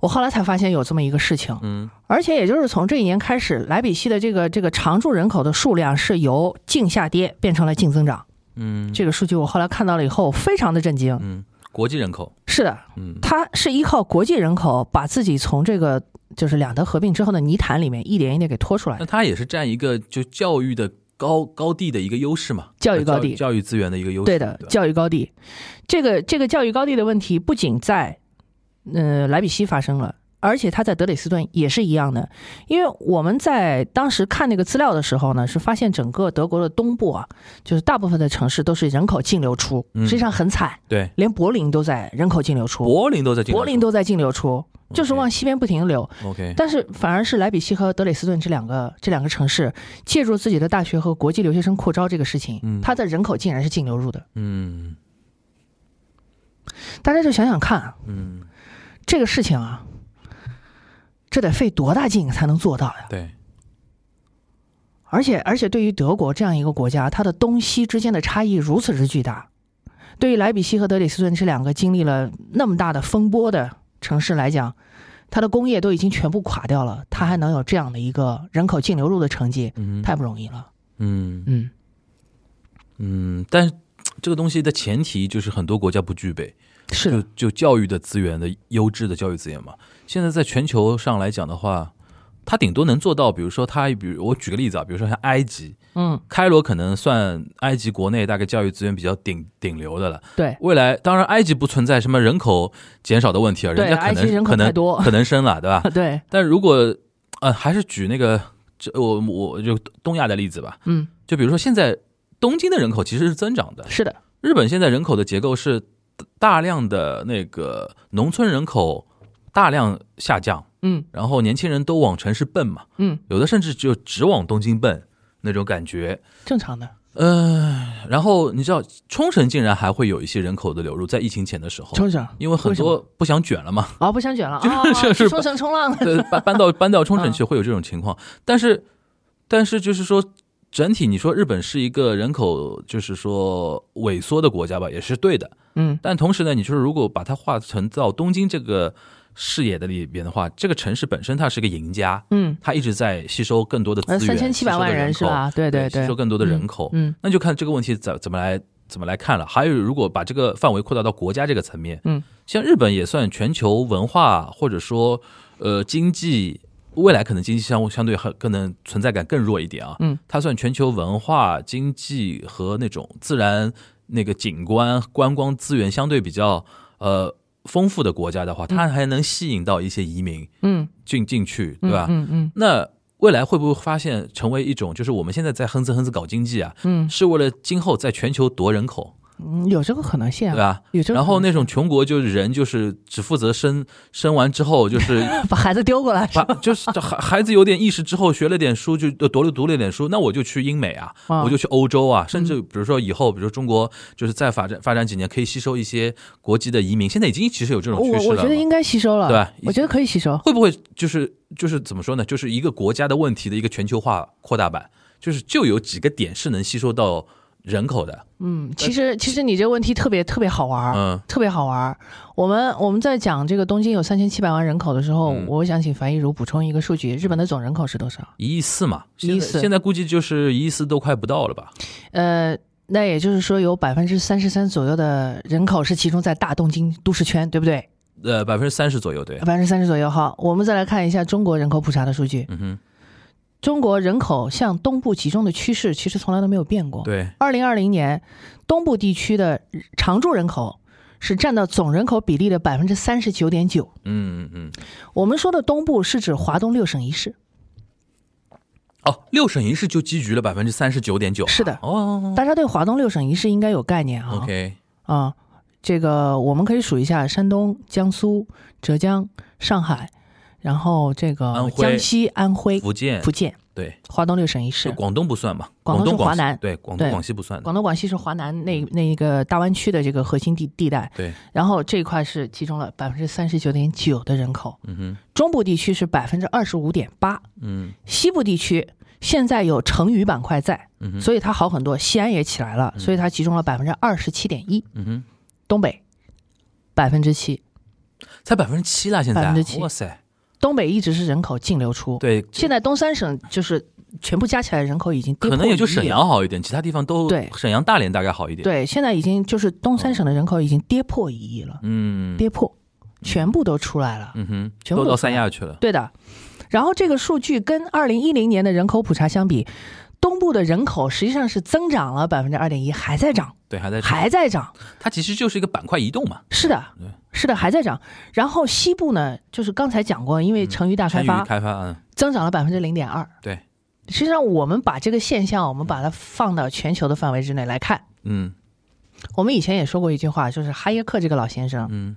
[SPEAKER 3] 我后来才发现有这么一个事情，
[SPEAKER 2] 嗯
[SPEAKER 3] 而且也就是从这一年开始，莱比锡的这个这个常住人口的数量是由净下跌变成了净增长。
[SPEAKER 2] 嗯
[SPEAKER 3] 这个数据我后来看到了以后，非常的震惊。
[SPEAKER 2] 嗯，国际人口，
[SPEAKER 3] 是的，
[SPEAKER 2] 嗯
[SPEAKER 3] 它是依靠国际人口把自己从这个就是两德合并之后的泥潭里面一点一点给拖出来
[SPEAKER 2] 那。它也是占一个就教育的高高地的一个优势嘛，
[SPEAKER 3] 教育高地
[SPEAKER 2] 教育资源的一个优势，
[SPEAKER 3] 对的，
[SPEAKER 2] 吧
[SPEAKER 3] 教育高地，这个这个教育高地的问题不仅在呃莱比锡发生了，而且它在德累斯顿也是一样的，因为我们在当时看那个资料的时候呢，是发现整个德国的东部啊，就是大部分的城市都是人口净流出，
[SPEAKER 2] 嗯
[SPEAKER 3] 实际上很惨，
[SPEAKER 2] 对，
[SPEAKER 3] 连柏林都在人口净流出，哎
[SPEAKER 2] 柏林都在进来
[SPEAKER 3] 柏林都在净流出，就是往西边不停地流。
[SPEAKER 2] OK，
[SPEAKER 3] 但是反而是莱比锡和德累斯顿这两个这两个城市，借助自己的大学和国际留学生扩招这个事情，
[SPEAKER 2] 嗯
[SPEAKER 3] 它的人口竟然是净流入的。
[SPEAKER 2] 嗯
[SPEAKER 3] 大家就想想看，啊
[SPEAKER 2] 嗯，
[SPEAKER 3] 这个事情啊，这得费多大劲才能做到呀？
[SPEAKER 2] 对，
[SPEAKER 3] 而且而且，对于德国这样一个国家，它的东西之间的差异如此之巨大，对于莱比锡和德累斯顿这两个经历了那么大的风波的城市来讲，它的工业都已经全部垮掉了，它还能有这样的一个人口净流入的成绩，
[SPEAKER 2] 嗯
[SPEAKER 3] 太不容易了。
[SPEAKER 2] 嗯
[SPEAKER 3] 嗯，
[SPEAKER 2] 嗯，但是这个东西的前提就是很多国家不具备，
[SPEAKER 3] 嗯是
[SPEAKER 2] 就
[SPEAKER 3] 的，
[SPEAKER 2] 就教育的资源的优质的教育资源嘛。现在在全球上来讲的话，它顶多能做到，比如说它，比如我举个例子啊，比如说像埃及，
[SPEAKER 3] 嗯，
[SPEAKER 2] 开罗可能算埃及国内大概教育资源比较顶顶流的了。
[SPEAKER 3] 对，
[SPEAKER 2] 未来当然埃及不存在什么人口减少的问题啊，
[SPEAKER 3] 对
[SPEAKER 2] 人家可
[SPEAKER 3] 埃及人
[SPEAKER 2] 能
[SPEAKER 3] 口
[SPEAKER 2] 可能
[SPEAKER 3] 太多
[SPEAKER 2] 可能生了，对 吧？
[SPEAKER 3] 啊对，
[SPEAKER 2] 但如果呃，还是举那个这我我就东亚的例子吧，
[SPEAKER 3] 嗯，
[SPEAKER 2] 就比如说现在东京的人口其实是增长的，
[SPEAKER 3] 是的，
[SPEAKER 2] 日本现在人口的结构是大量的那个农村人口大量下降，
[SPEAKER 3] 嗯
[SPEAKER 2] 然后年轻人都往城市奔嘛，
[SPEAKER 3] 嗯，
[SPEAKER 2] 有的甚至就只往东京奔那种感觉。
[SPEAKER 3] 正常的，
[SPEAKER 2] 嗯，然后你知道冲绳竟然还会有一些人口的流入，在疫情前的时候，
[SPEAKER 3] 冲绳
[SPEAKER 2] 因为很
[SPEAKER 3] 为什么
[SPEAKER 2] 多不想卷 了嘛，
[SPEAKER 3] 啊，不想卷了
[SPEAKER 2] 就
[SPEAKER 3] 啊，
[SPEAKER 2] 是是
[SPEAKER 3] 冲绳冲浪的，
[SPEAKER 2] 对，搬搬到搬到冲
[SPEAKER 3] 嗯
[SPEAKER 2] 绳去会有这种情况，但是但是就是说，整体你说日本是一个人口就是说萎缩的国家吧，也是对的。
[SPEAKER 3] 嗯，
[SPEAKER 2] 但同时呢，你就是如果把它划成到东京这个视野的里边的话，这个城市本身它是个赢家，
[SPEAKER 3] 嗯，
[SPEAKER 2] 它一直在吸收更多的资
[SPEAKER 3] 呃，
[SPEAKER 2] 源，
[SPEAKER 3] 三千七百万人
[SPEAKER 2] 吸
[SPEAKER 3] 是
[SPEAKER 2] 收的口
[SPEAKER 3] 吧？对
[SPEAKER 2] 对
[SPEAKER 3] 对，
[SPEAKER 2] 吸收更多的人口，
[SPEAKER 3] 嗯
[SPEAKER 2] 那就看这个问题怎怎么来怎么来看了。还有，如果把这个范围扩大到国家这个层面，
[SPEAKER 3] 嗯，
[SPEAKER 2] 像日本也算全球文化或者说呃经济，未来可能经济相相对很更能存在感更弱一点啊，
[SPEAKER 3] 嗯，
[SPEAKER 2] 它算全球文化、经济和那种自然那个景观观光资源相对比较呃丰富的国家的话，它还能吸引到一些移民
[SPEAKER 3] 嗯
[SPEAKER 2] 进进去，对吧？
[SPEAKER 3] 嗯嗯
[SPEAKER 2] 那未来会不会发现成为一种，就是我们现在在哼哧哼哧搞经济啊，
[SPEAKER 3] 嗯
[SPEAKER 2] 是为了今后在全球夺人口，
[SPEAKER 3] 嗯，有这个可能性
[SPEAKER 2] 对
[SPEAKER 3] 啊，
[SPEAKER 2] 吧？
[SPEAKER 3] 有这个可能性。
[SPEAKER 2] 然后那种穷国就是人就是只负责生，生完之后就是
[SPEAKER 3] 把孩子丢过来，
[SPEAKER 2] 把就是这孩孩子有点意识之后学了点书就读了读了点书，那我就去英美啊，
[SPEAKER 3] 啊
[SPEAKER 2] 我就去欧洲啊，甚至比如说以后，比如说中国就是再发展发展几年，可以吸收一些国际的移民，现在已经其实有这种
[SPEAKER 3] 我
[SPEAKER 2] 趋势
[SPEAKER 3] 哦我
[SPEAKER 2] 了
[SPEAKER 3] 觉得
[SPEAKER 2] 嘛。
[SPEAKER 3] 应该吸收了，
[SPEAKER 2] 对吧
[SPEAKER 3] 我觉得可以吸收。
[SPEAKER 2] 会不会就是就是怎么说呢？就是一个国家的问题的一个全球化扩大版，就是就有几个点是能吸收到人口的。
[SPEAKER 3] 嗯，其实其实你这个问题特别特别好玩儿，
[SPEAKER 2] 嗯
[SPEAKER 3] 特别好玩儿。我们我们在讲这个东京有三千七百万人口的时候，
[SPEAKER 2] 嗯
[SPEAKER 3] 我想请樊一茹补充一个数据：日本的总人口是多少？
[SPEAKER 2] 一亿四嘛，
[SPEAKER 3] 一亿
[SPEAKER 2] 现在
[SPEAKER 3] 四
[SPEAKER 2] 现在估计就是一亿四都快不到了吧？
[SPEAKER 3] 呃，那也就是说有百分之三十三左右的人口是集中在大东京都市圈，对不对？
[SPEAKER 2] 呃，百分之三十左右，对
[SPEAKER 3] 百，分之三十左右。好，我们再来看一下中国人口普查的数据。
[SPEAKER 2] 嗯哼，
[SPEAKER 3] 中国人口向东部集中的趋势其实从来都没有变过。
[SPEAKER 2] 对，
[SPEAKER 3] 二零二零年，东部地区的常住人口是占到总人口比例的百分之三十九点九。
[SPEAKER 2] 嗯嗯嗯，
[SPEAKER 3] 我们说的东部是指华东六省一市，
[SPEAKER 2] 哦，六省一市就积聚了百分之三十九点九，
[SPEAKER 3] 是的
[SPEAKER 2] 哦
[SPEAKER 3] 大家对华东六省一市应该有概念啊。
[SPEAKER 2] ，OK，
[SPEAKER 3] 啊，这个我们可以数一下：山东、江苏、浙江、上海，然后这
[SPEAKER 2] 安
[SPEAKER 3] 个
[SPEAKER 2] 徽
[SPEAKER 3] 江西、安徽、
[SPEAKER 2] 福建
[SPEAKER 3] 哎福，建、
[SPEAKER 2] 对，
[SPEAKER 3] 华东六省一
[SPEAKER 2] 就
[SPEAKER 3] 市。
[SPEAKER 2] 广东不算嘛，
[SPEAKER 3] 广
[SPEAKER 2] 广
[SPEAKER 3] 东是
[SPEAKER 2] 东广
[SPEAKER 3] 华
[SPEAKER 2] 西
[SPEAKER 3] 南
[SPEAKER 2] 对，广
[SPEAKER 3] 对
[SPEAKER 2] 东广西不算的，
[SPEAKER 3] 广东、广西是华南那那个大湾区的这个核心地地带，
[SPEAKER 2] 对，
[SPEAKER 3] 然后这一块是集中了百分之三十九点九的人口，
[SPEAKER 2] 嗯哼，
[SPEAKER 3] 中部地区是百分之二十五点八，
[SPEAKER 2] 嗯
[SPEAKER 3] 西部地区现在有成渝板块在，
[SPEAKER 2] 嗯哼，
[SPEAKER 3] 所以它好很多。西安也起来了，所以它集中了百分之二十七点一，
[SPEAKER 2] 嗯哼，
[SPEAKER 3] 东北百分之七，
[SPEAKER 2] 才百分之七啦，现在
[SPEAKER 3] 7%
[SPEAKER 2] 哇塞，
[SPEAKER 3] 东北一直是人口净流出。，
[SPEAKER 2] 对，
[SPEAKER 3] 现在东三省就是全部加起来人口已经跌
[SPEAKER 2] 可
[SPEAKER 3] 破
[SPEAKER 2] 能也就
[SPEAKER 3] 1亿
[SPEAKER 2] 沈
[SPEAKER 3] 了。
[SPEAKER 2] 阳好一点，其他地方都
[SPEAKER 3] 对
[SPEAKER 2] 沈阳、大连大概好一点，，
[SPEAKER 3] 对，现在已经就是东三省的人口已经跌破一亿了，
[SPEAKER 2] 嗯，
[SPEAKER 3] 跌破，全部都出来了。
[SPEAKER 2] 嗯哼，
[SPEAKER 3] 全部
[SPEAKER 2] 都
[SPEAKER 3] 都
[SPEAKER 2] 到
[SPEAKER 3] 出来
[SPEAKER 2] 三亚去了，
[SPEAKER 3] 对的。然后这个数据跟二零一零年的人口普查相比，东部的人口实际上是增长了百分之二点一，还在涨。
[SPEAKER 2] 对，还在
[SPEAKER 3] 还在涨。
[SPEAKER 2] 它其实就是一个板块移动嘛，
[SPEAKER 3] 是的
[SPEAKER 2] 对，
[SPEAKER 3] 是的，还在涨。然后西部呢，就是刚才讲过，因为嗯成渝大
[SPEAKER 2] 参
[SPEAKER 3] 开
[SPEAKER 2] 与
[SPEAKER 3] 发
[SPEAKER 2] 开发，嗯，
[SPEAKER 3] 增长了百分之零点二。
[SPEAKER 2] 对，
[SPEAKER 3] 实际上，我们把这个现象，我们把它放到全球的范围之内来看。
[SPEAKER 2] 嗯
[SPEAKER 3] 我们以前也说过一句话，就是哈耶克这个老先生，
[SPEAKER 2] 嗯，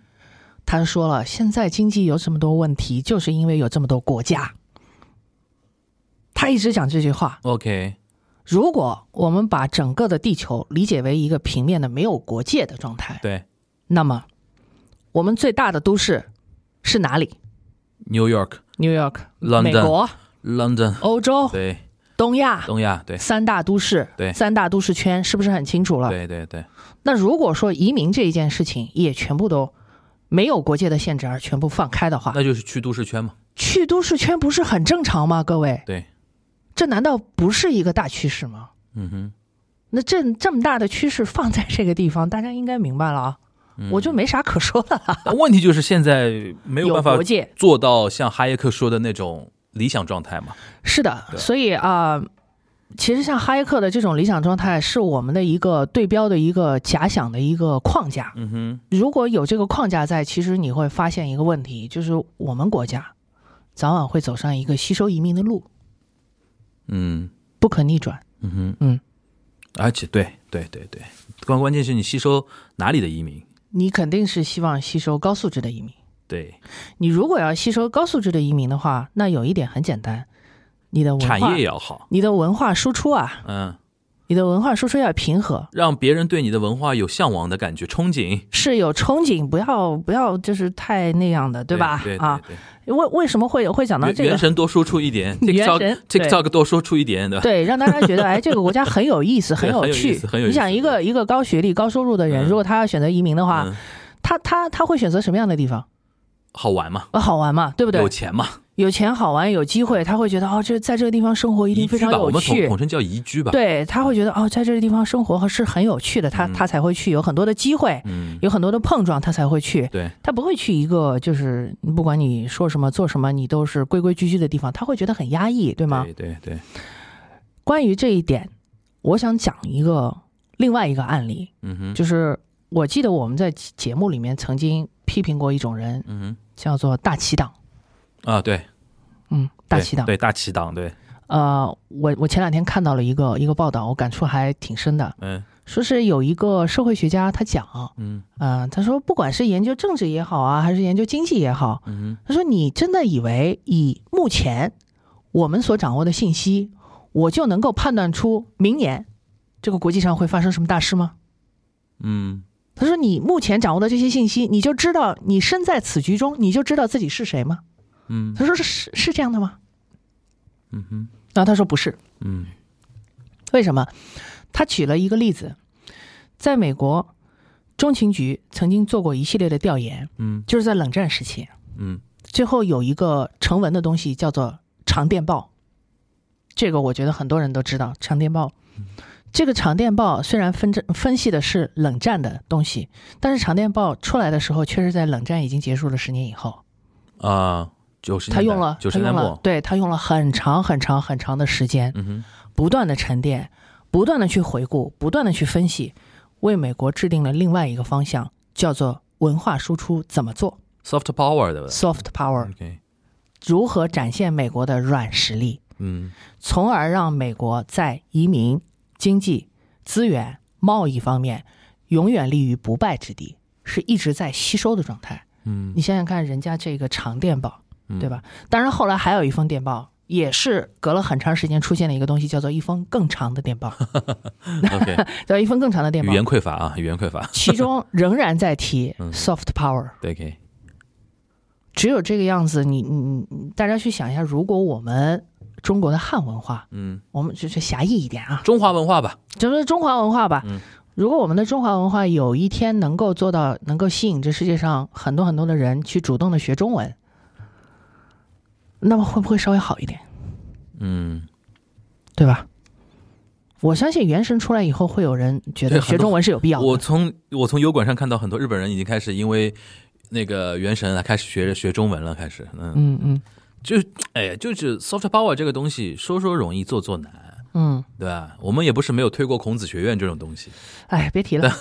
[SPEAKER 3] 他说了，现在经济有这么多问题，就是因为有这么多国家。他一直讲这句话。
[SPEAKER 2] OK，
[SPEAKER 3] 如果我们把整个的地球理解为一个平面的没有国界的状态，
[SPEAKER 2] 对
[SPEAKER 3] 那么我们最大的都市是哪里
[SPEAKER 2] ，New York，London，
[SPEAKER 3] ？New York、美国、欧洲、
[SPEAKER 2] 对，
[SPEAKER 3] 东亚
[SPEAKER 2] 东亚，对
[SPEAKER 3] 三大都市，
[SPEAKER 2] 对
[SPEAKER 3] 三大都市圈是不是很清楚了？啊
[SPEAKER 2] 对对对，
[SPEAKER 3] 那如果说移民这一件事情也全部都没有国界的限制而全部放开的话，
[SPEAKER 2] 那就是去都市圈嘛，
[SPEAKER 3] 去都市圈不是很正常吗？各位，
[SPEAKER 2] 对，
[SPEAKER 3] 这难道不是一个大趋势吗？
[SPEAKER 2] 嗯哼，
[SPEAKER 3] 那这这么大的趋势放在这个地方，大家应该明白了啊。我就没啥可说的了，
[SPEAKER 2] 但问题就是现在嗯没有办法
[SPEAKER 3] 啊国界
[SPEAKER 2] 做到像哈耶克说的那种理想状态嘛，
[SPEAKER 3] 是的，
[SPEAKER 2] 对
[SPEAKER 3] 所以啊、其实像哈耶克的这种理想状态，是我们的一个对标的一个假想的一个框架。
[SPEAKER 2] 嗯哼，
[SPEAKER 3] 如果有这个框架在，其实你会发现一个问题，就是我们国家早晚会走上一个吸收移民的路，
[SPEAKER 2] 嗯
[SPEAKER 3] 不可逆转。
[SPEAKER 2] 嗯哼
[SPEAKER 3] 嗯，
[SPEAKER 2] 而且对对对对，关关键是你吸收哪里的移民，
[SPEAKER 3] 你肯定是希望吸收高素质的移民。
[SPEAKER 2] 对，
[SPEAKER 3] 你如果要吸收高素质的移民的话，那有一点很简单，你的文化
[SPEAKER 2] 产业也要好，
[SPEAKER 3] 你的文化输出啊，
[SPEAKER 2] 嗯，
[SPEAKER 3] 你的文化输出要平和，
[SPEAKER 2] 让别人对你的文化有向往的感觉、憧憬，
[SPEAKER 3] 是有憧憬，不要不要就是太那样的，
[SPEAKER 2] 对
[SPEAKER 3] 吧？
[SPEAKER 2] 对
[SPEAKER 3] 啊，
[SPEAKER 2] 对对
[SPEAKER 3] 为为什么会会讲到
[SPEAKER 2] 原
[SPEAKER 3] 这个
[SPEAKER 2] 原？神多输出一点
[SPEAKER 3] 原神
[SPEAKER 2] ，TikTok
[SPEAKER 3] 对
[SPEAKER 2] TikTok 多输出一点的，
[SPEAKER 3] 对，让大家觉得哎，这个国家很有 意思，
[SPEAKER 2] 啊对
[SPEAKER 3] 有
[SPEAKER 2] 很有
[SPEAKER 3] 趣
[SPEAKER 2] 意思。很有意
[SPEAKER 3] 你
[SPEAKER 2] 思
[SPEAKER 3] 想一个一个高学历、高收入的人，
[SPEAKER 2] 嗯
[SPEAKER 3] 如果他要选择移民的话，
[SPEAKER 2] 嗯，
[SPEAKER 3] 他他他会选择什么样的地方？
[SPEAKER 2] 好玩嘛，
[SPEAKER 3] 呃好玩嘛，对不对
[SPEAKER 2] 有？钱嘛，
[SPEAKER 3] 有钱好玩，有机会，他会觉得哦，这在这个地方生活一定
[SPEAKER 2] 宜
[SPEAKER 3] 非
[SPEAKER 2] 居
[SPEAKER 3] 常
[SPEAKER 2] 吧，我
[SPEAKER 3] 有
[SPEAKER 2] 们统
[SPEAKER 3] 趣
[SPEAKER 2] 统。称叫宜居吧，，
[SPEAKER 3] 对，他会觉得哦，在这个地方生活是很有趣的，他他才会去，有很多的机会，
[SPEAKER 2] 嗯，
[SPEAKER 3] 有很多的碰撞，他才会去。
[SPEAKER 2] 对，
[SPEAKER 3] 他不会去一个就是不管你说什么做什么，你都是规规矩矩的地方，他会觉得很压抑，对吗？
[SPEAKER 2] 对对对，
[SPEAKER 3] 关于这一点，我想讲一个另外一个案例，
[SPEAKER 2] 嗯哼，
[SPEAKER 3] 就是我记得我们在节目里面曾经批评过一种人，
[SPEAKER 2] 嗯
[SPEAKER 3] 叫做大旗党。
[SPEAKER 2] 哼，啊，对，
[SPEAKER 3] 嗯，大
[SPEAKER 2] 对
[SPEAKER 3] 旗党。
[SPEAKER 2] 对大旗党，对，
[SPEAKER 3] 呃，我我前两天看到了一个一个报道，我感触还挺深的，
[SPEAKER 2] 嗯
[SPEAKER 3] 说是有一个社会学家他讲，
[SPEAKER 2] 嗯
[SPEAKER 3] 嗯，他说不管是研究政治也好啊，还是研究经济也好，
[SPEAKER 2] 嗯
[SPEAKER 3] 他说：“你真的以为以目前我们所掌握的信息，我就能够判断出明年这个国际上会发生什么大事吗
[SPEAKER 2] 嗯，？”
[SPEAKER 3] 他说：“你目前掌握的这些信息，你就知道你身在此局中，你就知道自己是谁吗？”
[SPEAKER 2] 嗯
[SPEAKER 3] 他说：“是是是这样的吗
[SPEAKER 2] 嗯哼，？”
[SPEAKER 3] 然后他说：“不是。
[SPEAKER 2] 嗯
[SPEAKER 3] 为什么？”他举了一个例子，在美国，中情局曾经做过一系列的调研，
[SPEAKER 2] 嗯
[SPEAKER 3] 就是在冷战时期，
[SPEAKER 2] 嗯
[SPEAKER 3] 最后有一个成文的东西叫做长电报，这个我觉得很多人都知道。长电报，这个长电报虽然分着分析的是冷战的东西，但是长电报出来的时候，却是在冷战已经结束了十年以后，
[SPEAKER 2] 啊，九十
[SPEAKER 3] 他用了，
[SPEAKER 2] 九
[SPEAKER 3] 他
[SPEAKER 2] 十年
[SPEAKER 3] 用
[SPEAKER 2] 代
[SPEAKER 3] 了
[SPEAKER 2] 末，，
[SPEAKER 3] 对他用了很长很长很长的时间，
[SPEAKER 2] 嗯哼，
[SPEAKER 3] 不断的沉淀，不断的去回顾，不断的去分析，为美国制定了另外一个方向，叫做文化输出怎么做
[SPEAKER 2] soft power 的
[SPEAKER 3] （soft power），
[SPEAKER 2] ，OK，
[SPEAKER 3] 如何展现美国的软实力。
[SPEAKER 2] 嗯
[SPEAKER 3] 从而让美国在移民、经济、资源、贸易方面永远立于不败之地，是一直在吸收的状态。
[SPEAKER 2] 嗯
[SPEAKER 3] 你想想看，人家这个长电报，对吧？当然，后来还有一封电报，也是隔了很长时间出现了一个东西，叫做一封更长的 电报，
[SPEAKER 2] ，OK，
[SPEAKER 3] 叫一封更长的 电
[SPEAKER 2] 语
[SPEAKER 3] 报，
[SPEAKER 2] 言匮嗯乏啊，语言匮乏，
[SPEAKER 3] 其中仍然 在提 soft power。
[SPEAKER 2] 对，OK，
[SPEAKER 3] 只有这个样子，你你你，大家去想一下，如果我们中国的汉文化，
[SPEAKER 2] 嗯，
[SPEAKER 3] 我们就是狭义一点啊，
[SPEAKER 2] 中华文化吧，
[SPEAKER 3] 就是中华文化吧。
[SPEAKER 2] 嗯
[SPEAKER 3] 如果我们的中华文化有一天能够做到，能够吸引这世界上很多很多的人去主动的学中文，那么会不会稍微好一点，
[SPEAKER 2] 嗯，
[SPEAKER 3] 对吧？我相信《原神》出来以后，会有人觉得
[SPEAKER 2] 对很多
[SPEAKER 3] 学中文是有必要
[SPEAKER 2] 我
[SPEAKER 3] 的。
[SPEAKER 2] 从我从油管上看到很多日本人已经开始因为那个《原神》啊，开始学学中文了，开始，嗯，
[SPEAKER 3] 嗯嗯，
[SPEAKER 2] 就哎呀，就是 soft power 这个东西，说说容易，做做难。
[SPEAKER 3] 嗯，
[SPEAKER 2] 对吧？我们也不是没有推过孔子学院这种东西。
[SPEAKER 3] 哎，别提了，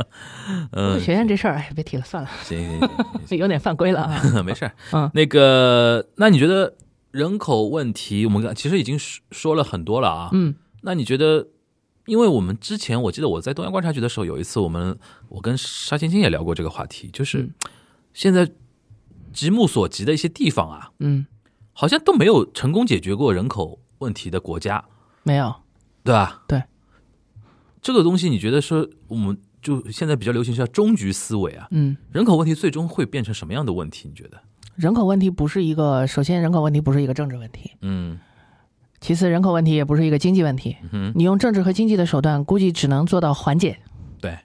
[SPEAKER 2] 嗯，
[SPEAKER 3] 学院这事儿，哎，别提了，算了，
[SPEAKER 2] 行行行行
[SPEAKER 3] 有点犯规了啊。
[SPEAKER 2] 行， 没事儿。
[SPEAKER 3] 嗯
[SPEAKER 2] 那个，那你觉得人口问题，我们刚其实已经说说了很多了啊。
[SPEAKER 3] 嗯
[SPEAKER 2] 那你觉得，因为我们之前我记得我在东阳观察局的时候，有一次我们我跟沙青青也聊过这个话题，就是
[SPEAKER 3] 嗯
[SPEAKER 2] 现在极目所及的一些地方啊，
[SPEAKER 3] 嗯，
[SPEAKER 2] 好像都没有成功解决过人口问题的国家，
[SPEAKER 3] 没有，
[SPEAKER 2] 对吧？
[SPEAKER 3] 对，
[SPEAKER 2] 这个东西你觉得说我们就现在比较流行是叫终局思维啊，
[SPEAKER 3] 嗯，
[SPEAKER 2] 人口问题最终会变成什么样的问题？你觉得？
[SPEAKER 3] 人口问题不是一个，首先人口问题不是一个政治问题，
[SPEAKER 2] 嗯
[SPEAKER 3] 其次人口问题也不是一个经济问题。
[SPEAKER 2] 哼
[SPEAKER 3] 你用政治和经济的手段，估计只能做到缓解，
[SPEAKER 2] 对，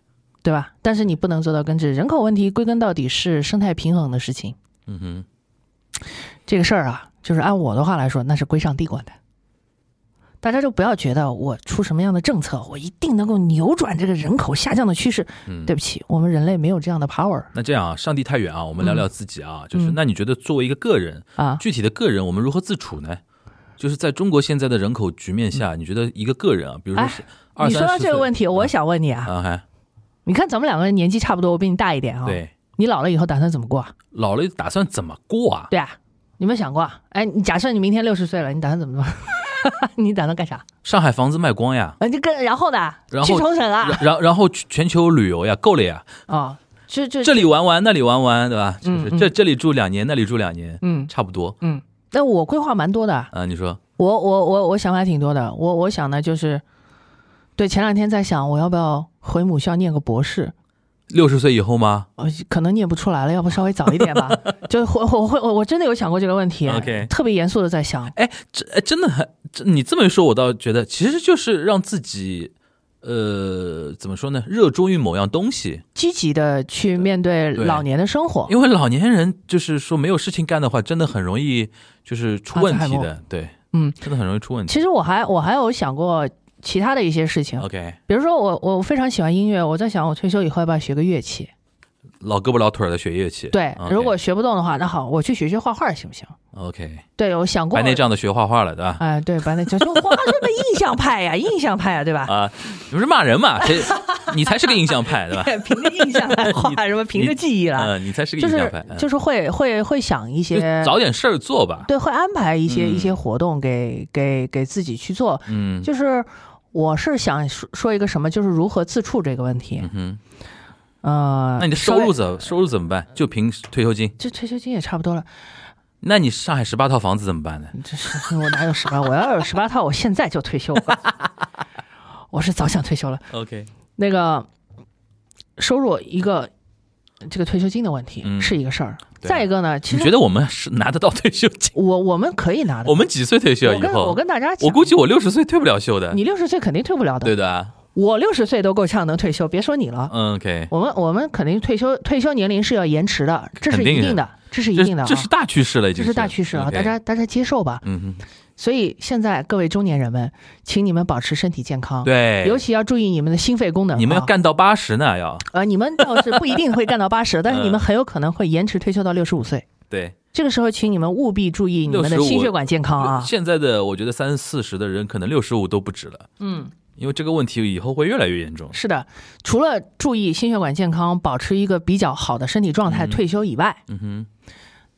[SPEAKER 3] 对吧？但是你不能做到根治。人口问题归根到底是生态平衡的事情，
[SPEAKER 2] 嗯哼，
[SPEAKER 3] 这个事儿啊，就是按我的话来说，那是归上帝管的。大家就不要觉得我出什么样的政策，我一定能够扭转这个人口下降的趋势。
[SPEAKER 2] 嗯
[SPEAKER 3] 对不起，我们人类没有这样的 power
[SPEAKER 2] 那这样啊，上帝太远啊，我们聊聊自己啊，就是
[SPEAKER 3] 嗯
[SPEAKER 2] 那你觉得作为一个个人，
[SPEAKER 3] 啊。
[SPEAKER 2] 具体的个人我们如何自处呢？就是在中国现在的人口局面下，你觉得一个个人啊，比如说
[SPEAKER 3] 嗯哎
[SPEAKER 2] 是二
[SPEAKER 3] 你
[SPEAKER 2] 三
[SPEAKER 3] 说到
[SPEAKER 2] 十
[SPEAKER 3] 这
[SPEAKER 2] 岁
[SPEAKER 3] 个问题，我想问你啊，
[SPEAKER 2] 啊，还
[SPEAKER 3] 你看咱们两个人年纪差不多，我比你大一点啊、
[SPEAKER 2] 对
[SPEAKER 3] 你老了以后打算怎么过啊？
[SPEAKER 2] 老了打算怎么过啊？
[SPEAKER 3] 对啊，你有没有想过啊？哎，你假设你明天六十岁了，你打算怎么做？ 你打算干啥？
[SPEAKER 2] 上海房子卖光呀，
[SPEAKER 3] 啊，就跟然后呢？
[SPEAKER 2] 然后
[SPEAKER 3] 去冲绳啊？
[SPEAKER 2] 然然然后去全球旅游呀，够了呀，
[SPEAKER 3] 哦，这这
[SPEAKER 2] 这里玩玩，那里玩玩，对吧？就
[SPEAKER 3] 嗯
[SPEAKER 2] 是
[SPEAKER 3] 嗯
[SPEAKER 2] 这这里住两年，那里住两年，
[SPEAKER 3] 嗯
[SPEAKER 2] 差不多
[SPEAKER 3] 嗯，那我规划蛮多的，
[SPEAKER 2] 啊。你说，
[SPEAKER 3] 我我我我想法挺多的。我我想呢，就是对前两天在想，我要不要回母校念个博士？
[SPEAKER 2] 六十岁以后吗
[SPEAKER 3] 呃，可能念不出来了，要不稍微早一点 吧。就我我会我我真的有想过这个问题
[SPEAKER 2] OK
[SPEAKER 3] 特别严肃的在想，
[SPEAKER 2] 这哎真的很，这你这么一说，我倒觉得其实就是让自己，呃，怎么说呢？热衷于某样东西，
[SPEAKER 3] 积极的去面对
[SPEAKER 2] 对
[SPEAKER 3] 老年的生活。
[SPEAKER 2] 因为老年人就是说没有事情干的话，真的很容易就是出问题
[SPEAKER 3] 阿兹海
[SPEAKER 2] 的，对，
[SPEAKER 3] 嗯，
[SPEAKER 2] 真的很容易出问题。
[SPEAKER 3] 其实我还我还有想过其他的一些事情，
[SPEAKER 2] OK，
[SPEAKER 3] 比如说我我非常喜欢音乐，我在想我退休以后要不要学个乐器？
[SPEAKER 2] 老胳膊老腿儿的学乐器，
[SPEAKER 3] 对
[SPEAKER 2] OK
[SPEAKER 3] 如果学不动的话，那好，我去学学画画行不行？
[SPEAKER 2] OK，
[SPEAKER 3] 对，我想过
[SPEAKER 2] 白内障的学画画了，对吧？
[SPEAKER 3] 哎，对，白内障就画什么印象派呀， 印象派呀，对吧？
[SPEAKER 2] 啊， 你不是骂人嘛？谁你才是个印象派，对吧？
[SPEAKER 3] 凭着印象 来画什么，凭着记忆来，
[SPEAKER 2] 嗯，啊你才是个
[SPEAKER 3] 就
[SPEAKER 2] 印象
[SPEAKER 3] 是
[SPEAKER 2] 派，嗯
[SPEAKER 3] 就是会会会想一
[SPEAKER 2] 就
[SPEAKER 3] 些，
[SPEAKER 2] 找点事儿做吧。
[SPEAKER 3] 对，会安排一些
[SPEAKER 2] 嗯
[SPEAKER 3] 一些活动给给给自己去做。
[SPEAKER 2] 嗯，
[SPEAKER 3] 就是我是想说说一个什么，就是如何自处这个问题
[SPEAKER 2] 嗯。哼，
[SPEAKER 3] 呃，
[SPEAKER 2] 嗯那你的
[SPEAKER 3] 稍
[SPEAKER 2] 收入
[SPEAKER 3] 微
[SPEAKER 2] 怎收入怎么办？就凭退休金？
[SPEAKER 3] 这退休金也差不多了。
[SPEAKER 2] 那你上海十八套房子怎么办呢？
[SPEAKER 3] 这是我哪有十八？我要有十八套，我现在就退休。我告诉你 我是早想退休了。
[SPEAKER 2] OK，
[SPEAKER 3] 那个收入一个这个退休金的问题、
[SPEAKER 2] 嗯
[SPEAKER 3] 是一个事儿，
[SPEAKER 2] 对
[SPEAKER 3] 再一个呢，
[SPEAKER 2] 你
[SPEAKER 3] 其
[SPEAKER 2] 觉
[SPEAKER 3] 实
[SPEAKER 2] 得我们是拿得到退休金？
[SPEAKER 3] 我我们可以拿的。
[SPEAKER 2] 我们几岁退休啊？
[SPEAKER 3] 我
[SPEAKER 2] 以
[SPEAKER 3] 跟
[SPEAKER 2] 后
[SPEAKER 3] 我跟大家讲，
[SPEAKER 2] 我估计我六十岁退不了休的。
[SPEAKER 3] 你六十岁肯定退不了的。
[SPEAKER 2] 对的啊，
[SPEAKER 3] 我六十岁都够呛能退休，别说你了。
[SPEAKER 2] 嗯，OK，
[SPEAKER 3] 我们我们肯定退休退休年龄是要延迟的，这是
[SPEAKER 2] 肯定
[SPEAKER 3] 一
[SPEAKER 2] 的
[SPEAKER 3] 定的，这是一
[SPEAKER 2] 这
[SPEAKER 3] 定的啊，
[SPEAKER 2] 这是嗯大趋势了，已
[SPEAKER 3] 这
[SPEAKER 2] 经
[SPEAKER 3] 是大趋势啊，
[SPEAKER 2] OK
[SPEAKER 3] 大家大家接受吧。
[SPEAKER 2] 嗯哼，
[SPEAKER 3] 所以现在各位中年人们，请你们保持身体健康。
[SPEAKER 2] 对，
[SPEAKER 3] 尤其要注意你们的心肺功能、啊。
[SPEAKER 2] 哎你们要干到八十呢，要
[SPEAKER 3] 呃，你们倒是不一定会干 到八十，但是
[SPEAKER 2] 嗯
[SPEAKER 3] 你们很有可能会延迟退休到六十五岁。
[SPEAKER 2] 对。
[SPEAKER 3] 这个时候，请你们务必注意你们的
[SPEAKER 2] 65
[SPEAKER 3] 心血管健康啊！
[SPEAKER 2] 现在的我觉得三四十的人可能六十五都不止了，
[SPEAKER 3] 嗯，
[SPEAKER 2] 因为这个问题以后会越来越严重。
[SPEAKER 3] 是的，除了注意心血管健康，保持一个比较好的身体状态，
[SPEAKER 2] 嗯
[SPEAKER 3] 退休以外，
[SPEAKER 2] 嗯哼，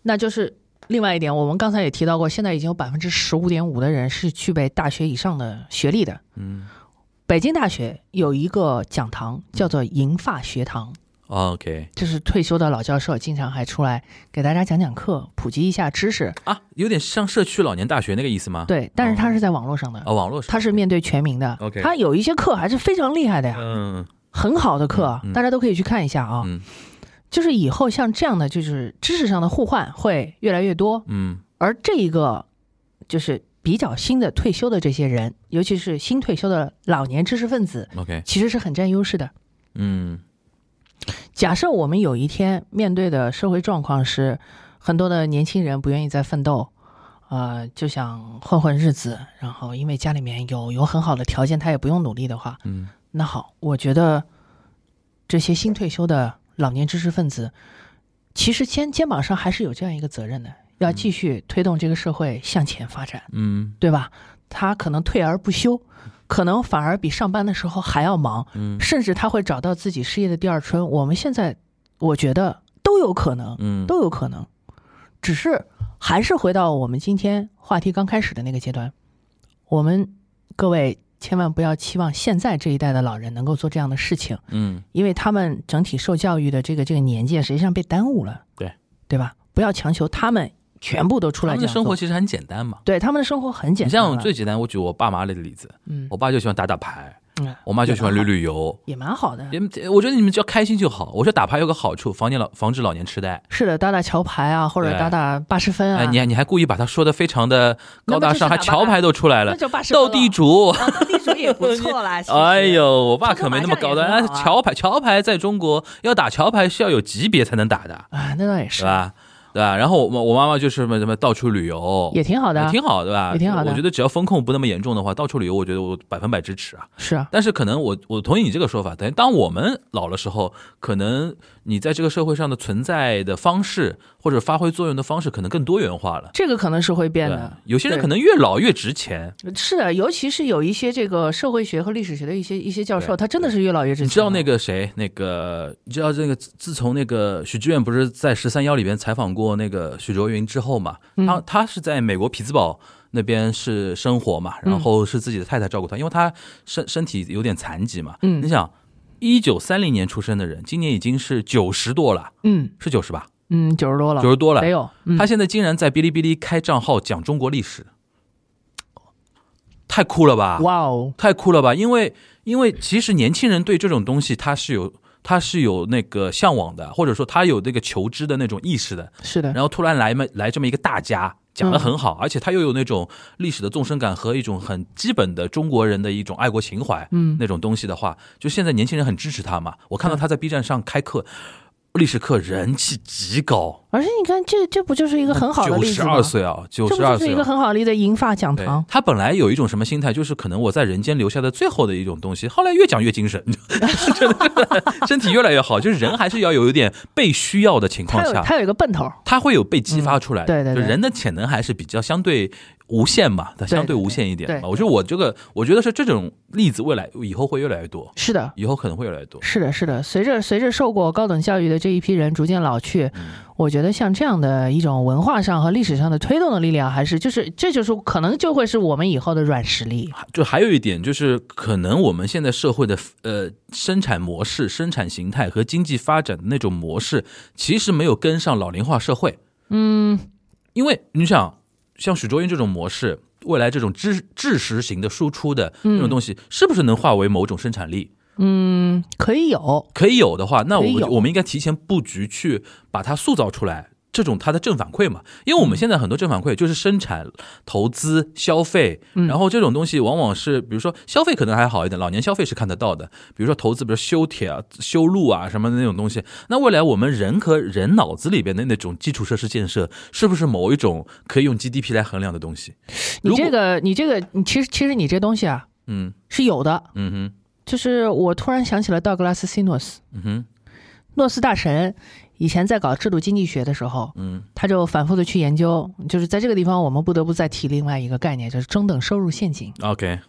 [SPEAKER 3] 那就是另外一点，我们刚才也提到过，现在已经有百分之十五点五的人是具备大学以上的学历的。
[SPEAKER 2] 嗯
[SPEAKER 3] 北京大学有一个讲堂叫做“银发学堂”，
[SPEAKER 2] 啊，OK
[SPEAKER 3] 就是退休的老教授经常还出来给大家讲讲课，普及一下知识。
[SPEAKER 2] 啊，有点像社区老年大学那个意思吗？
[SPEAKER 3] 对，但是他是在网络上的，
[SPEAKER 2] 啊，网络上
[SPEAKER 3] 他是面对全民的。
[SPEAKER 2] OK
[SPEAKER 3] 他有一些课还是非常厉害的呀，
[SPEAKER 2] 嗯
[SPEAKER 3] 很好的课
[SPEAKER 2] 嗯嗯，
[SPEAKER 3] 大家都可以去看一下啊。
[SPEAKER 2] 嗯
[SPEAKER 3] 就是以后像这样的，就是知识上的互换会越来越多，
[SPEAKER 2] 嗯
[SPEAKER 3] 而这一个就是比较新的退休的这些人，尤其是新退休的老年知识分子，
[SPEAKER 2] ，OK，
[SPEAKER 3] 其实是很占优势的。
[SPEAKER 2] 嗯
[SPEAKER 3] 假设我们有一天面对的社会状况是，很多的年轻人不愿意再奋斗，呃，就想混混日子，然后因为家里面有有很好的条件，他也不用努力的话，
[SPEAKER 2] 嗯
[SPEAKER 3] 那好，我觉得这些新退休的老年知识分子，其实肩肩膀上还是有这样一个责任的，要继续推动这个社会向前发展，
[SPEAKER 2] 嗯
[SPEAKER 3] 对吧？他可能退而不休，可能反而比上班的时候还要忙，
[SPEAKER 2] 嗯
[SPEAKER 3] 甚至他会找到自己事业的第二春。我们现在我觉得都有可能，
[SPEAKER 2] 嗯，
[SPEAKER 3] 都有可能，只是还是回到我们今天话题刚开始的那个阶段，我们各位千万不要期望现在这一代的老人能够做这样的事情，
[SPEAKER 2] 嗯
[SPEAKER 3] 因为他们整体受教育的这个这个年纪啊实际上被耽误了，
[SPEAKER 2] 对
[SPEAKER 3] 对吧？不要强求他们全部都
[SPEAKER 2] 他
[SPEAKER 3] 出来
[SPEAKER 2] 们
[SPEAKER 3] 这
[SPEAKER 2] 的
[SPEAKER 3] 样
[SPEAKER 2] 生活
[SPEAKER 3] 做，
[SPEAKER 2] 其实很简单嘛。
[SPEAKER 3] 对他们的生活很简
[SPEAKER 2] 你
[SPEAKER 3] 单了，
[SPEAKER 2] 像我最简单，我举我爸妈的例子，
[SPEAKER 3] 嗯
[SPEAKER 2] 我爸就喜欢打打牌，
[SPEAKER 3] 嗯，
[SPEAKER 2] 我妈就喜欢旅
[SPEAKER 3] 也蛮好
[SPEAKER 2] 旅游。
[SPEAKER 3] 也蛮好的，
[SPEAKER 2] 也我觉得你们只要开心就好。我说打牌有个好处，防止老防止老年痴呆。
[SPEAKER 3] 是的，打打桥牌啊，或者
[SPEAKER 2] 对
[SPEAKER 3] 打打八十分啊，
[SPEAKER 2] 哎，你还你还故意把它说的非常的高大上，
[SPEAKER 3] 那
[SPEAKER 2] 还
[SPEAKER 3] 么就是打
[SPEAKER 2] 桥
[SPEAKER 3] 吧
[SPEAKER 2] 牌都出来
[SPEAKER 3] 那
[SPEAKER 2] 了，
[SPEAKER 3] 就八十
[SPEAKER 2] 斗地主。
[SPEAKER 3] 啊，斗地主也不 错啦。其实
[SPEAKER 2] 哎，呦，我爸可没那么高端。哎
[SPEAKER 3] 冲冲麻将也很好啊
[SPEAKER 2] 桥牌，桥牌在中国要打桥牌是要有级别才能打的，
[SPEAKER 3] 啊，那倒也
[SPEAKER 2] 对
[SPEAKER 3] 是，
[SPEAKER 2] 吧？对吧？然后我我妈妈就是什么什么到处旅游，
[SPEAKER 3] 也挺好的啊，
[SPEAKER 2] 也挺好，对吧？
[SPEAKER 3] 也挺好的
[SPEAKER 2] 我觉得只要风控不那么严重的话，到处旅游，我觉得我百分百支持啊。
[SPEAKER 3] 是啊，
[SPEAKER 2] 但是可能我我同意你这个说法，等于当我们老了时候，可能你在这个社会上的存在的方式或者发挥作用的方式，可能更多元化了。
[SPEAKER 3] 这个可能是会变
[SPEAKER 2] 对
[SPEAKER 3] 的，。
[SPEAKER 2] 有些人
[SPEAKER 3] 对
[SPEAKER 2] 可能越老越值钱，
[SPEAKER 3] 是的，尤其是有一些这个社会学和历史学的一些一些教授，
[SPEAKER 2] 对
[SPEAKER 3] 他真的是越老越值钱。
[SPEAKER 2] 你知道那个谁，那个你知道这个自自从那个许志远不是在十三幺里边采访过那个许卓云之后嘛，
[SPEAKER 3] 嗯
[SPEAKER 2] 他他是在美国匹兹堡那边是生活嘛，
[SPEAKER 3] 嗯
[SPEAKER 2] 然后是自己的太太照顾他，因为他身身体有点残疾嘛。
[SPEAKER 3] 嗯
[SPEAKER 2] 你想，一九三零年出生的人，今年已经是九十多了，
[SPEAKER 3] 嗯
[SPEAKER 2] 是九十吧？
[SPEAKER 3] 嗯，九十多了，
[SPEAKER 2] 九十多了啊
[SPEAKER 3] 得，有。嗯
[SPEAKER 2] 他现在竟然在哔哩哔哩开账号讲中国历史，太酷了吧！
[SPEAKER 3] 哇哦，
[SPEAKER 2] 太酷了吧！因为因为其实年轻人对这种东西他是有他是有那个向往的，或者说他有那个求知的那种意识的。
[SPEAKER 3] 是的，
[SPEAKER 2] 然后突然来么来这么一个大家，讲的很好，
[SPEAKER 3] 嗯
[SPEAKER 2] 而且他又有那种历史的纵深感和一种很基本的中国人的一种爱国情怀，
[SPEAKER 3] 嗯
[SPEAKER 2] 那种东西的话，就现在年轻人很支持他嘛。我看到他在 B 站上开课，历史课人气极高，
[SPEAKER 3] 而且你看，这这不就是一个很好的
[SPEAKER 2] 九
[SPEAKER 3] 例
[SPEAKER 2] 十
[SPEAKER 3] 子吗？
[SPEAKER 2] 二岁啊，九
[SPEAKER 3] 这
[SPEAKER 2] 十
[SPEAKER 3] 不
[SPEAKER 2] 二
[SPEAKER 3] 就是
[SPEAKER 2] 岁
[SPEAKER 3] 一个
[SPEAKER 2] 啊。
[SPEAKER 3] 很好的例子？银发讲
[SPEAKER 2] 对
[SPEAKER 3] 堂，
[SPEAKER 2] 他本来有一种什么心态，就是可能我在人间留下的最后的一种东西，后来越讲越精神， 真的身体越来越好，就是人还是要有一点被需要的情
[SPEAKER 3] 他
[SPEAKER 2] 况
[SPEAKER 3] 有
[SPEAKER 2] 下，
[SPEAKER 3] 他有一个奔头，
[SPEAKER 2] 他会有被激发出来的。
[SPEAKER 3] 嗯对对对
[SPEAKER 2] 就人的潜能还是比较相对无限嘛，它相
[SPEAKER 3] 对对
[SPEAKER 2] 无限一点
[SPEAKER 3] 对
[SPEAKER 2] 嘛。
[SPEAKER 3] 对
[SPEAKER 2] 我觉得我这个，我觉得是这种例子，未来以后会越来越多，
[SPEAKER 3] 是的，
[SPEAKER 2] 以后可能会越来越多。
[SPEAKER 3] 是的，是的，随着随着受过高等教育的这一批人逐渐老去，
[SPEAKER 2] 嗯
[SPEAKER 3] 我觉得像这样的一种文化上和历史上的推动的力量，还是就是这就是可能就会是我们以后的软实力。
[SPEAKER 2] 就还有一点就是，可能我们现在社会的呃生产模式、生产形态和经济发展的那种模式，其实没有跟上老龄化社会。
[SPEAKER 3] 嗯，
[SPEAKER 2] 因为你想，像许卓云这种模式，未来这种知知识型的输出的这种东西，是不是能化为某种生产力？
[SPEAKER 3] 可以有，
[SPEAKER 2] 可以有的话，那
[SPEAKER 3] 可以有
[SPEAKER 2] 我我们应该提前布局去把它塑造出来。这种它的正反馈嘛，因为我
[SPEAKER 3] 嗯
[SPEAKER 2] 们现在很多正反馈就是生产、投资、消费，
[SPEAKER 3] 嗯
[SPEAKER 2] 然后这种东西往往是，比如说消费可能还好一点，老年消费是看得到的，比如说投资，比如修铁啊、修路啊什么的那种东西。那未来我们人和人脑子里边的那种基础设施建设，是不是某一种可以用 GDP 来衡量的东西？
[SPEAKER 3] 你
[SPEAKER 2] 如果
[SPEAKER 3] 这个你这个你其实其实你这东西啊
[SPEAKER 2] 嗯
[SPEAKER 3] 是有的，
[SPEAKER 2] 嗯哼
[SPEAKER 3] 就是我突然想起了道格拉斯·西诺斯，
[SPEAKER 2] 嗯哼
[SPEAKER 3] 诺斯大神以前在搞制度经济学的时候，
[SPEAKER 2] 嗯
[SPEAKER 3] 他就反复的去研究，就是在这个地方我们不得不再提另外一个概念，就是中等收入陷阱。
[SPEAKER 2] 嗯，OK，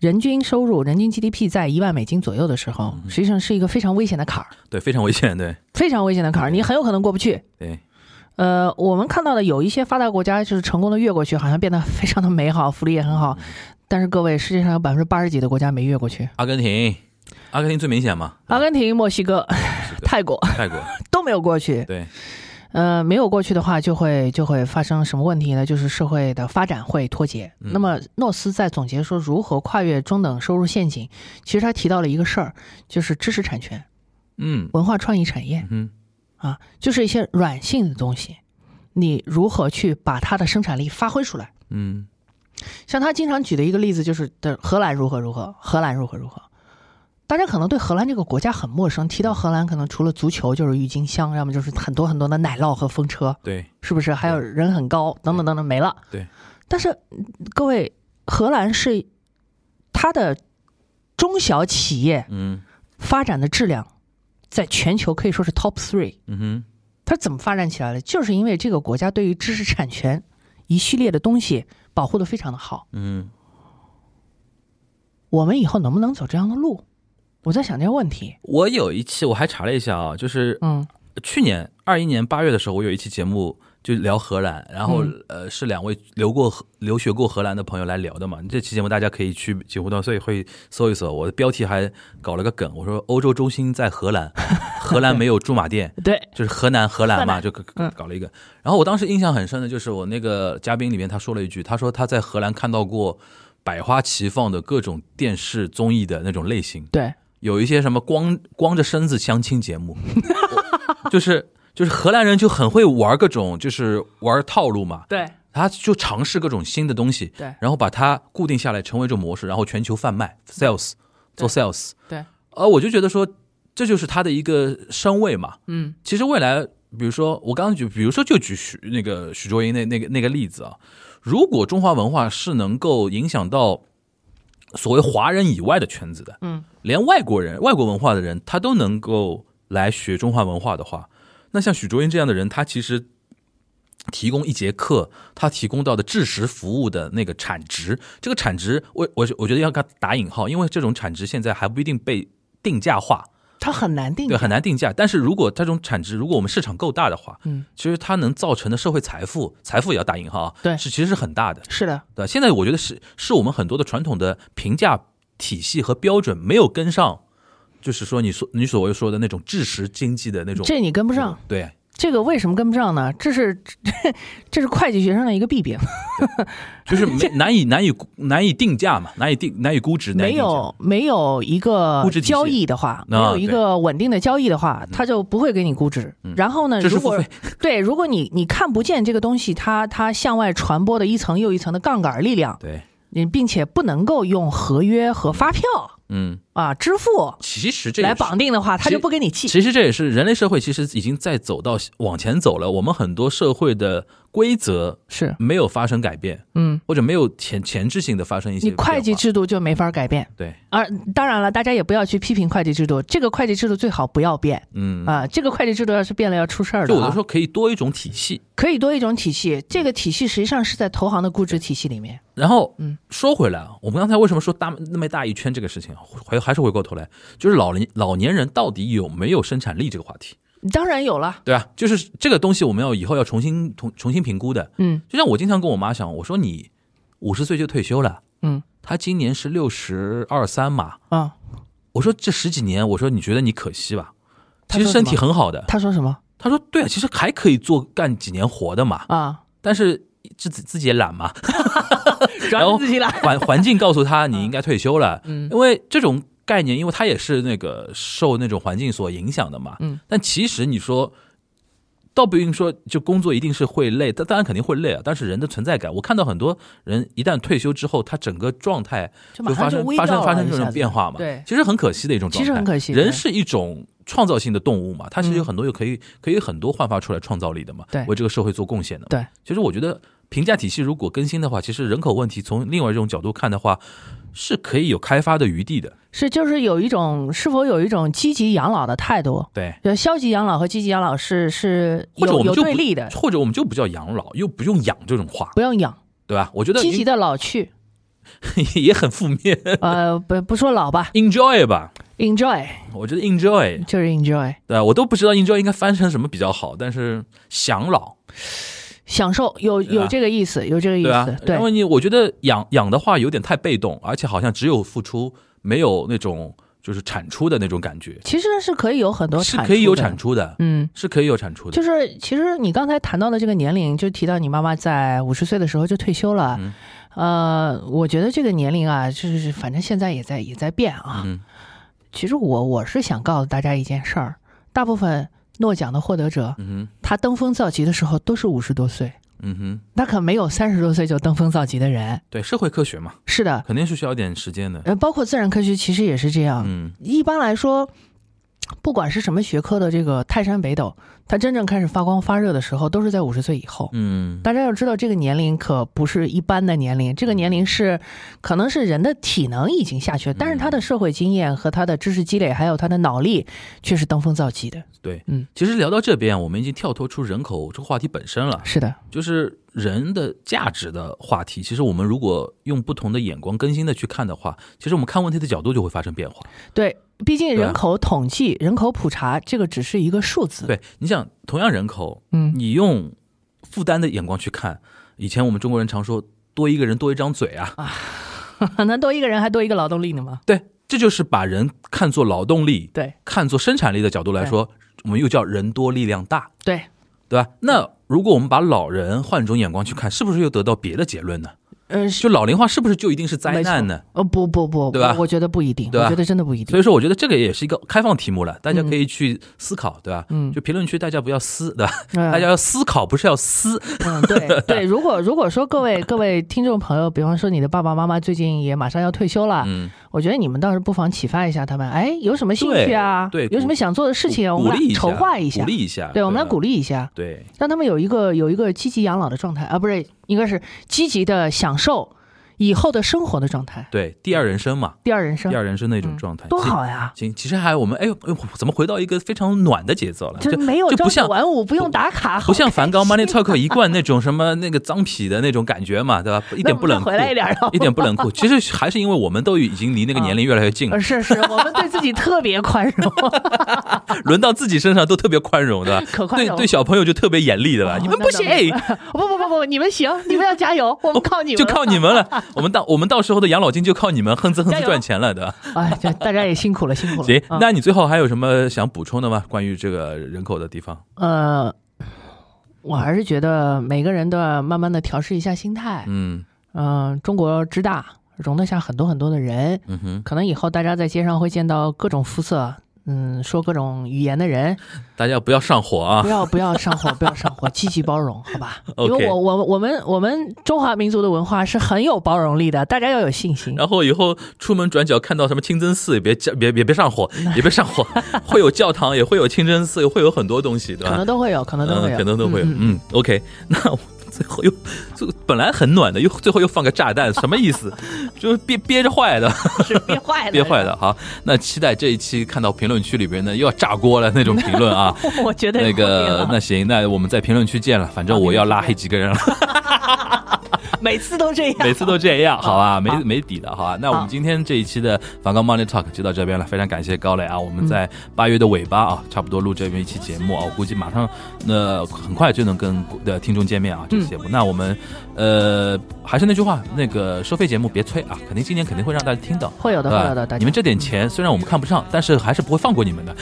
[SPEAKER 3] 人均收入、人均 GDP 在一万美金左右的时候，实际上是一个非常危险的坎儿，
[SPEAKER 2] 对，非常危险，对
[SPEAKER 3] 非常危险的坎儿，你很有可能过不去。
[SPEAKER 2] 对，
[SPEAKER 3] 呃，我们看到的有一些发达国家就是成功的越过去，好像变得非常的美好，福利也很好。但是各位，世界上有百分之八十几的国家没越过去，啊
[SPEAKER 2] 阿根廷，阿根廷最明显嘛，
[SPEAKER 3] 阿根廷、墨西哥、
[SPEAKER 2] 是的
[SPEAKER 3] 泰国
[SPEAKER 2] 泰国，
[SPEAKER 3] 都没有过去。
[SPEAKER 2] 对。
[SPEAKER 3] 呃，没有过去的话，就会就会发生什么问题呢？就是社会的发展会脱节。那么诺斯在总结说如何跨越中等收入陷阱，其实他提到了一个事儿，就是知识产权、
[SPEAKER 2] 嗯
[SPEAKER 3] 文化创意产业。
[SPEAKER 2] 嗯
[SPEAKER 3] 啊，就是一些软性的东西，你如何去把它的生产力发挥出来？
[SPEAKER 2] 嗯
[SPEAKER 3] 像他经常举的一个例子就是的荷兰如何如何，荷兰如何如何。大家可能对荷兰这个国家很陌生，提到荷兰，可能除了足球就是郁金香，要么就是很多很多的奶酪和风车，，
[SPEAKER 2] 对，
[SPEAKER 3] 是不是？还有人很高，等等等等，没了。
[SPEAKER 2] 对。
[SPEAKER 3] 但是嗯各位，荷兰是它的中小企业
[SPEAKER 2] 嗯
[SPEAKER 3] 发展的质量，在全球可以说是 top three。
[SPEAKER 2] 嗯哼，
[SPEAKER 3] 它怎么发展起来的？就是因为这个国家对于知识产权一系列的东西保护的非常的好。
[SPEAKER 2] 嗯
[SPEAKER 3] 我们以后能不能走这样的路？我在想这个问题。
[SPEAKER 2] 我有一期我还查了一下啊，就是
[SPEAKER 3] 嗯
[SPEAKER 2] 去年二一年八月的时候，我有一期节目就聊荷兰，然后、呃是两位留过荷留学过荷兰的朋友来聊的嘛。这期节目大家可以去锦湖端所以会搜一搜。我的标题还搞了个梗，我说欧洲中心在荷兰，荷兰没有驻马店。，
[SPEAKER 3] 对，
[SPEAKER 2] 就是河南荷兰嘛，
[SPEAKER 3] 荷兰
[SPEAKER 2] 就搞
[SPEAKER 3] 嗯
[SPEAKER 2] 搞了一个。然后我当时印象很深的就是我那个嘉宾里面他说了一句，他说他在荷兰看到过百花齐放的各种电视综艺的那种类型，
[SPEAKER 3] 对，
[SPEAKER 2] 有一些什么光光着身子相亲节目， 我就是就是荷兰人就很会玩各种就是玩套路嘛，
[SPEAKER 3] 对，
[SPEAKER 2] 他就尝试各种新的东西，
[SPEAKER 3] 对
[SPEAKER 2] 然后把它固定下来成为一种模式，然后全球贩卖 sales 做 sales，
[SPEAKER 3] 对，
[SPEAKER 2] 呃，我就觉得说这就是他的一个身位嘛，
[SPEAKER 3] 嗯
[SPEAKER 2] 其实未来，比如说我刚刚举，比如说就举许那个许卓英那那个那个例子啊，如果中华文化是能够影响到所谓华人以外的圈子的，
[SPEAKER 3] 嗯，
[SPEAKER 2] 连外国人、外国文化的人，他都能够来学中华文化的话，那像许卓英这样的人，他其实提供一节课，他提供到的知识服务的那个产值，这个产值，我我我觉得要给他打引号，因为这种产值现在还不一定被定价化，
[SPEAKER 3] 它很难定
[SPEAKER 2] 对，
[SPEAKER 3] 价，
[SPEAKER 2] 很难定价。但是如果它这种产值，如果我们市场够大的话，
[SPEAKER 3] 嗯，
[SPEAKER 2] 其实它能造成的社会财富，财富也要打引号啊，
[SPEAKER 3] 对
[SPEAKER 2] 是其实是很大的，
[SPEAKER 3] 是的，
[SPEAKER 2] 对吧。现在我觉得是是我们很多的传统的评价体系和标准没有跟上，就是说你说你所谓说的那种知识经济的那种，嗯
[SPEAKER 3] 这你跟不上。
[SPEAKER 2] 对，
[SPEAKER 3] 这个为什么跟不上呢？这是 这是会计学生的一个弊病，
[SPEAKER 2] 就是 没难以难以难以定价嘛，难以定难以估值，难以
[SPEAKER 3] 没
[SPEAKER 2] 定价，
[SPEAKER 3] 有没有一个
[SPEAKER 2] 估值体系啊嗯
[SPEAKER 3] 交易的话，没有一个稳定的交易的话，它就不会给你估值。然后呢，
[SPEAKER 2] 知识嗯
[SPEAKER 3] 如
[SPEAKER 2] 付
[SPEAKER 3] 果
[SPEAKER 2] 费
[SPEAKER 3] 对，如果你你看不见这个东西，它它向外传播的一层又一层的杠杆力量，
[SPEAKER 2] 对，
[SPEAKER 3] 你并且不能够用合约和发票
[SPEAKER 2] 嗯，
[SPEAKER 3] 啊支付
[SPEAKER 2] 其实这也
[SPEAKER 3] 来
[SPEAKER 2] 是
[SPEAKER 3] 绑定的话，它就不给你记。
[SPEAKER 2] 其实这也是人类社会其实已经在走到往前走了，我们很多社会的规则
[SPEAKER 3] 是，
[SPEAKER 2] 没有发生改变，
[SPEAKER 3] 嗯，
[SPEAKER 2] 或者没有前前置性的发生一些
[SPEAKER 3] 你
[SPEAKER 2] 变化。
[SPEAKER 3] 会计制度就没法改变。
[SPEAKER 2] 对，
[SPEAKER 3] 而当然了，大家也不要去批评会计制度，这个会计制度最好不要变
[SPEAKER 2] 嗯，
[SPEAKER 3] 啊！这个会计制度要是变了，要出事儿的
[SPEAKER 2] 就有
[SPEAKER 3] 啊。
[SPEAKER 2] 的时候可以多一种体系。
[SPEAKER 3] 可以多一种体系，这个体系实际上是在投行的估值体系里面。
[SPEAKER 2] 然后
[SPEAKER 3] 嗯，
[SPEAKER 2] 说回来啊，我们刚才为什么说大那么大一圈这个事情啊，回还是回过头来，就是老年老年人到底有没有生产力这个话题，
[SPEAKER 3] 当然有了，
[SPEAKER 2] 对吧？啊就是这个东西我们要以后要重新重重新评估的。
[SPEAKER 3] 嗯
[SPEAKER 2] 就像我经常跟我妈讲，我说你五十岁就退休了，
[SPEAKER 3] 嗯
[SPEAKER 2] 她今年是六十二三嘛，
[SPEAKER 3] 啊，
[SPEAKER 2] 我说这十几年，我说你觉得你可惜吧？
[SPEAKER 3] 他
[SPEAKER 2] 其
[SPEAKER 3] 说
[SPEAKER 2] 实身体很好的。
[SPEAKER 3] 他说什么
[SPEAKER 2] 他说对啊，其实还可以做干几年活的嘛，
[SPEAKER 3] 啊？
[SPEAKER 2] 但是自己自己也懒嘛，
[SPEAKER 3] 主
[SPEAKER 2] 然后
[SPEAKER 3] 自己来。
[SPEAKER 2] 环环境告诉 他你应该退休了，
[SPEAKER 3] 嗯
[SPEAKER 2] 因为这种概念，因为他也是那个受那种环境所影响的嘛，
[SPEAKER 3] 嗯，
[SPEAKER 2] 但其实你说。倒不一定说就工作一定是会累，但当然肯定会累啊。但是人的存在感，我看到很多人一旦退休之后，他整个状态
[SPEAKER 3] 就马上
[SPEAKER 2] 发
[SPEAKER 3] 就
[SPEAKER 2] 生
[SPEAKER 3] 微
[SPEAKER 2] 发
[SPEAKER 3] 掉
[SPEAKER 2] 生
[SPEAKER 3] 了
[SPEAKER 2] 发生
[SPEAKER 3] 一
[SPEAKER 2] 这
[SPEAKER 3] 下
[SPEAKER 2] 种
[SPEAKER 3] 子
[SPEAKER 2] 变化嘛，
[SPEAKER 3] 对
[SPEAKER 2] 其实很可惜的一种状态，
[SPEAKER 3] 其实很可惜对
[SPEAKER 2] 人是一种创造性的动物嘛，它是有很多有可以可以很多焕发出来创造力的嘛，
[SPEAKER 3] 嗯对
[SPEAKER 2] 为这个社会做贡献的嘛。
[SPEAKER 3] 对，
[SPEAKER 2] 其实我觉得评价体系如果更新的话，其实人口问题从另外一种角度看的话，是可以有开发的余地的。
[SPEAKER 3] 是就是有一种是否有一种积极养老的态度？
[SPEAKER 2] 对，
[SPEAKER 3] 就消极养老和积极养老是是
[SPEAKER 2] 或者
[SPEAKER 3] 有
[SPEAKER 2] 我们
[SPEAKER 3] 有
[SPEAKER 2] 就不
[SPEAKER 3] 对立的，
[SPEAKER 2] 或者我们就不叫养老，又不用养这种话，
[SPEAKER 3] 不用养，
[SPEAKER 2] 对吧？我觉得
[SPEAKER 3] 积极的老 去，
[SPEAKER 2] 也很负面
[SPEAKER 3] 呃，不不说老吧
[SPEAKER 2] ，enjoy 吧，
[SPEAKER 3] ，enjoy
[SPEAKER 2] 我觉得 enjoy，
[SPEAKER 3] 就是 enjoy，
[SPEAKER 2] 对吧我都不知道 enjoy 应该翻成什么比较好，但是享老。
[SPEAKER 3] 享受有
[SPEAKER 2] 对啊
[SPEAKER 3] 有这个意思，有这个意
[SPEAKER 2] 对啊
[SPEAKER 3] 思，，
[SPEAKER 2] 因为
[SPEAKER 3] 对
[SPEAKER 2] 你我觉得养养的话有点太被动，而且好像只有付出，没有那种就是产出的那种感觉，
[SPEAKER 3] 其实是可以有很多
[SPEAKER 2] 是
[SPEAKER 3] 产
[SPEAKER 2] 可以有
[SPEAKER 3] 的
[SPEAKER 2] 产，出的，
[SPEAKER 3] 嗯。
[SPEAKER 2] 是可以有产出的。
[SPEAKER 3] 就是其实你刚才谈到的这个年龄，就提到你妈妈在五十岁的时候就退休了。
[SPEAKER 2] 嗯
[SPEAKER 3] 呃，我觉得这个年龄啊，就是反正现在也在也在变啊。
[SPEAKER 2] 嗯
[SPEAKER 3] 其实我我是想告诉大家一件事儿：大部分诺奖的获得者，
[SPEAKER 2] 嗯
[SPEAKER 3] 他登峰造极的时候都是五十多岁，
[SPEAKER 2] 哼嗯哼，
[SPEAKER 3] 他可没有三十多岁就登峰造极的人。
[SPEAKER 2] 对，社会科学嘛，
[SPEAKER 3] 是的，
[SPEAKER 2] 肯定是需要点时间的。
[SPEAKER 3] 啊呃，包括自然科学其实也是这样。
[SPEAKER 2] 嗯
[SPEAKER 3] 一般来说，不管是什么学科的这个泰山北斗，它真正开始发光发热的时候，都是在五十岁以后。
[SPEAKER 2] 嗯，
[SPEAKER 3] 大家要知道，这个年龄可不是一般的年龄，这个年龄是可能是人的体能已经下去了，但是
[SPEAKER 2] 嗯
[SPEAKER 3] 他的社会经验和他的知识积累，还有他的脑力，却是登峰造极的。
[SPEAKER 2] 对，
[SPEAKER 3] 嗯，
[SPEAKER 2] 其实聊到这边，我们已经跳脱出人口这个话题本身了，
[SPEAKER 3] 是的，
[SPEAKER 2] 就是人的价值的话题。其实我们如果用不同的眼光更新的去看的话，其实我们看问题的角度就会发生变化。
[SPEAKER 3] 对，毕竟
[SPEAKER 2] 对啊
[SPEAKER 3] 人口统计、人口普查这个只是一个数字。
[SPEAKER 2] 对，你想，同样人口，
[SPEAKER 3] 嗯，
[SPEAKER 2] 你用负担的眼光去看，以前我们中国人常说多一个人多一张嘴啊，
[SPEAKER 3] 那多一个人还多一个劳动力呢嘛？
[SPEAKER 2] 对，这就是把人看作劳动力、
[SPEAKER 3] 对
[SPEAKER 2] 看作生产力的角度来说，我们又叫人多力量大，
[SPEAKER 3] 对，
[SPEAKER 2] 对吧？那如果我们把老人换一种眼光去看，是不是又得到别的结论呢？
[SPEAKER 3] 呃，
[SPEAKER 2] 就老龄化是不是就一定是灾难呢？
[SPEAKER 3] 呃，不不不，
[SPEAKER 2] 对吧
[SPEAKER 3] 我觉得不一定，
[SPEAKER 2] 对吧
[SPEAKER 3] 我觉得真的不一定
[SPEAKER 2] 所。以说，我觉得这个也是一个开放题目了，大家可以去思考，对吧？
[SPEAKER 3] 嗯
[SPEAKER 2] 就评论区大家不要撕，对吧？
[SPEAKER 3] 嗯
[SPEAKER 2] 大家要思考，不是要撕。
[SPEAKER 3] 嗯，对对，如果如果说各位各位听众朋友，比方说你的爸爸妈妈最近也马上要退休了，
[SPEAKER 2] 嗯，
[SPEAKER 3] 我觉得你们倒是不妨启发一下他们，哎，有什么兴趣啊？
[SPEAKER 2] 对对
[SPEAKER 3] 有什么想做的事情啊？我
[SPEAKER 2] 鼓
[SPEAKER 3] 们
[SPEAKER 2] 励
[SPEAKER 3] 来
[SPEAKER 2] 一下，
[SPEAKER 3] 筹划一
[SPEAKER 2] 鼓
[SPEAKER 3] 下
[SPEAKER 2] 励，一下，啊
[SPEAKER 3] 对，我们来鼓
[SPEAKER 2] 励。
[SPEAKER 3] 励一下，
[SPEAKER 2] 对，
[SPEAKER 3] 让他们有一个有一个积极养老的状态啊，不是，应该是积极的享受以后的生活的状态，
[SPEAKER 2] 对，第二人生嘛，
[SPEAKER 3] 第二人生
[SPEAKER 2] 第二人生的一种状态，
[SPEAKER 3] 嗯多好呀！
[SPEAKER 2] 其！行，其实还有我们哎呦，哎呦，怎么回到一个非常暖的节奏了？
[SPEAKER 3] 就是没有
[SPEAKER 2] 啊就
[SPEAKER 3] 朝
[SPEAKER 2] 不
[SPEAKER 3] 九
[SPEAKER 2] 像
[SPEAKER 3] 晚五，不用打卡，
[SPEAKER 2] 不像梵高
[SPEAKER 3] 啊
[SPEAKER 2] Money Talk 一贯那种什么那个脏痞的那种感觉嘛，对吧？一
[SPEAKER 3] 一
[SPEAKER 2] 点不冷酷
[SPEAKER 3] 回，来一点，啊然后
[SPEAKER 2] 一点不冷酷。其实还是因为我们都已经离那个年龄越来越近了
[SPEAKER 3] 呃，，是是，我们对自己特别宽容，
[SPEAKER 2] 轮到自己身上都特别宽容，对吧？
[SPEAKER 3] 可宽容了
[SPEAKER 2] 对对小朋友就特别严厉，对吧？
[SPEAKER 3] 哦
[SPEAKER 2] 你们
[SPEAKER 3] 那
[SPEAKER 2] 不
[SPEAKER 3] 倒
[SPEAKER 2] 行，哎
[SPEAKER 3] 没不不不不，你们行，你们要加油，我们靠你们，
[SPEAKER 2] 就靠你们了。我们到我们到时候的养老金就靠你们哼哧哼
[SPEAKER 3] 加
[SPEAKER 2] 哧
[SPEAKER 3] 油
[SPEAKER 2] 赚钱了，对吧？
[SPEAKER 3] 哎，这大家也辛苦了，辛苦了。
[SPEAKER 2] 行，
[SPEAKER 3] 啊
[SPEAKER 2] 那你最后还有什么想补充的吗？关于这个人口的地方？
[SPEAKER 3] 呃，我还是觉得每个人都要慢慢的调试一下心态。
[SPEAKER 2] 嗯
[SPEAKER 3] 嗯、中国之大，容得下很多很多的人，
[SPEAKER 2] 嗯哼，
[SPEAKER 3] 可能以后大家在街上会见到各种肤色。嗯，说各种语言 的人，
[SPEAKER 2] 大家不要上火啊
[SPEAKER 3] 不！要不要上火，不要上火，积极包容，好吧？因
[SPEAKER 2] OK
[SPEAKER 3] 为我我我们我们中华民族的文化是很有包容力的，大家要有信心。
[SPEAKER 2] 然后以后出门转角看到什么清真寺，也别别别别上 火，也别上火，会有教堂，也会有清真寺，会有很多东西，对
[SPEAKER 3] 可
[SPEAKER 2] 吧
[SPEAKER 3] 能？都会有，可能都会
[SPEAKER 2] 嗯，
[SPEAKER 3] 有，
[SPEAKER 2] 可能都会有。
[SPEAKER 3] 嗯嗯
[SPEAKER 2] 嗯，OK，那我 最后又最本来很暖的，又最后又放个炸弹，什么意思？ 就是憋憋着坏的，
[SPEAKER 3] 是憋坏了，
[SPEAKER 2] 憋坏的。好，那期待这一期看到评论区里边呢又要炸锅了那种评论 啊。
[SPEAKER 3] 我觉得
[SPEAKER 2] 那个，
[SPEAKER 3] 会
[SPEAKER 2] 那行，那我们在啊评论区见了。反正我要拉黑几个人了，
[SPEAKER 3] 每次都这样，
[SPEAKER 2] 每次都这样，好吧，没
[SPEAKER 3] 好
[SPEAKER 2] 没底的，好吧。那我
[SPEAKER 3] 好
[SPEAKER 2] 们今天这一期的梵高 Money Talk 就到这边了，非常感谢高磊啊，我们
[SPEAKER 3] 嗯
[SPEAKER 2] 在八月的尾巴啊，差不多录这么一期节目啊，我估计马上那很快就能跟的听众见面啊，这期节目。那我们呃，还是那句话，那个收费节目别催啊，肯定今年肯定会让大家听到。
[SPEAKER 3] 会有的，
[SPEAKER 2] 对吧
[SPEAKER 3] 会有的，大家
[SPEAKER 2] 啊你们这点钱虽然我们看不上，但是还是不会放过你们的，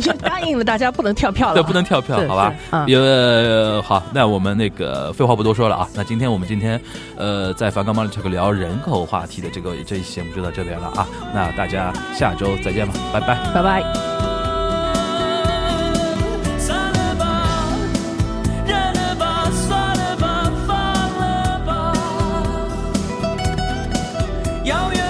[SPEAKER 3] 就 答应了大家不能跳票了，
[SPEAKER 2] 对，不能跳票，
[SPEAKER 3] 对
[SPEAKER 2] 好吧
[SPEAKER 3] 对？嗯
[SPEAKER 2] 因为呃好，那我们那个废话不多说了啊。那今天我们今天，呃，在梵高 Money Talk 聊人口话题的这个这一期节目就到这边了啊。那大家下周再见吧，拜拜。
[SPEAKER 3] 拜拜。
[SPEAKER 4] 算了吧，忍了吧，算了吧，放了吧。遥远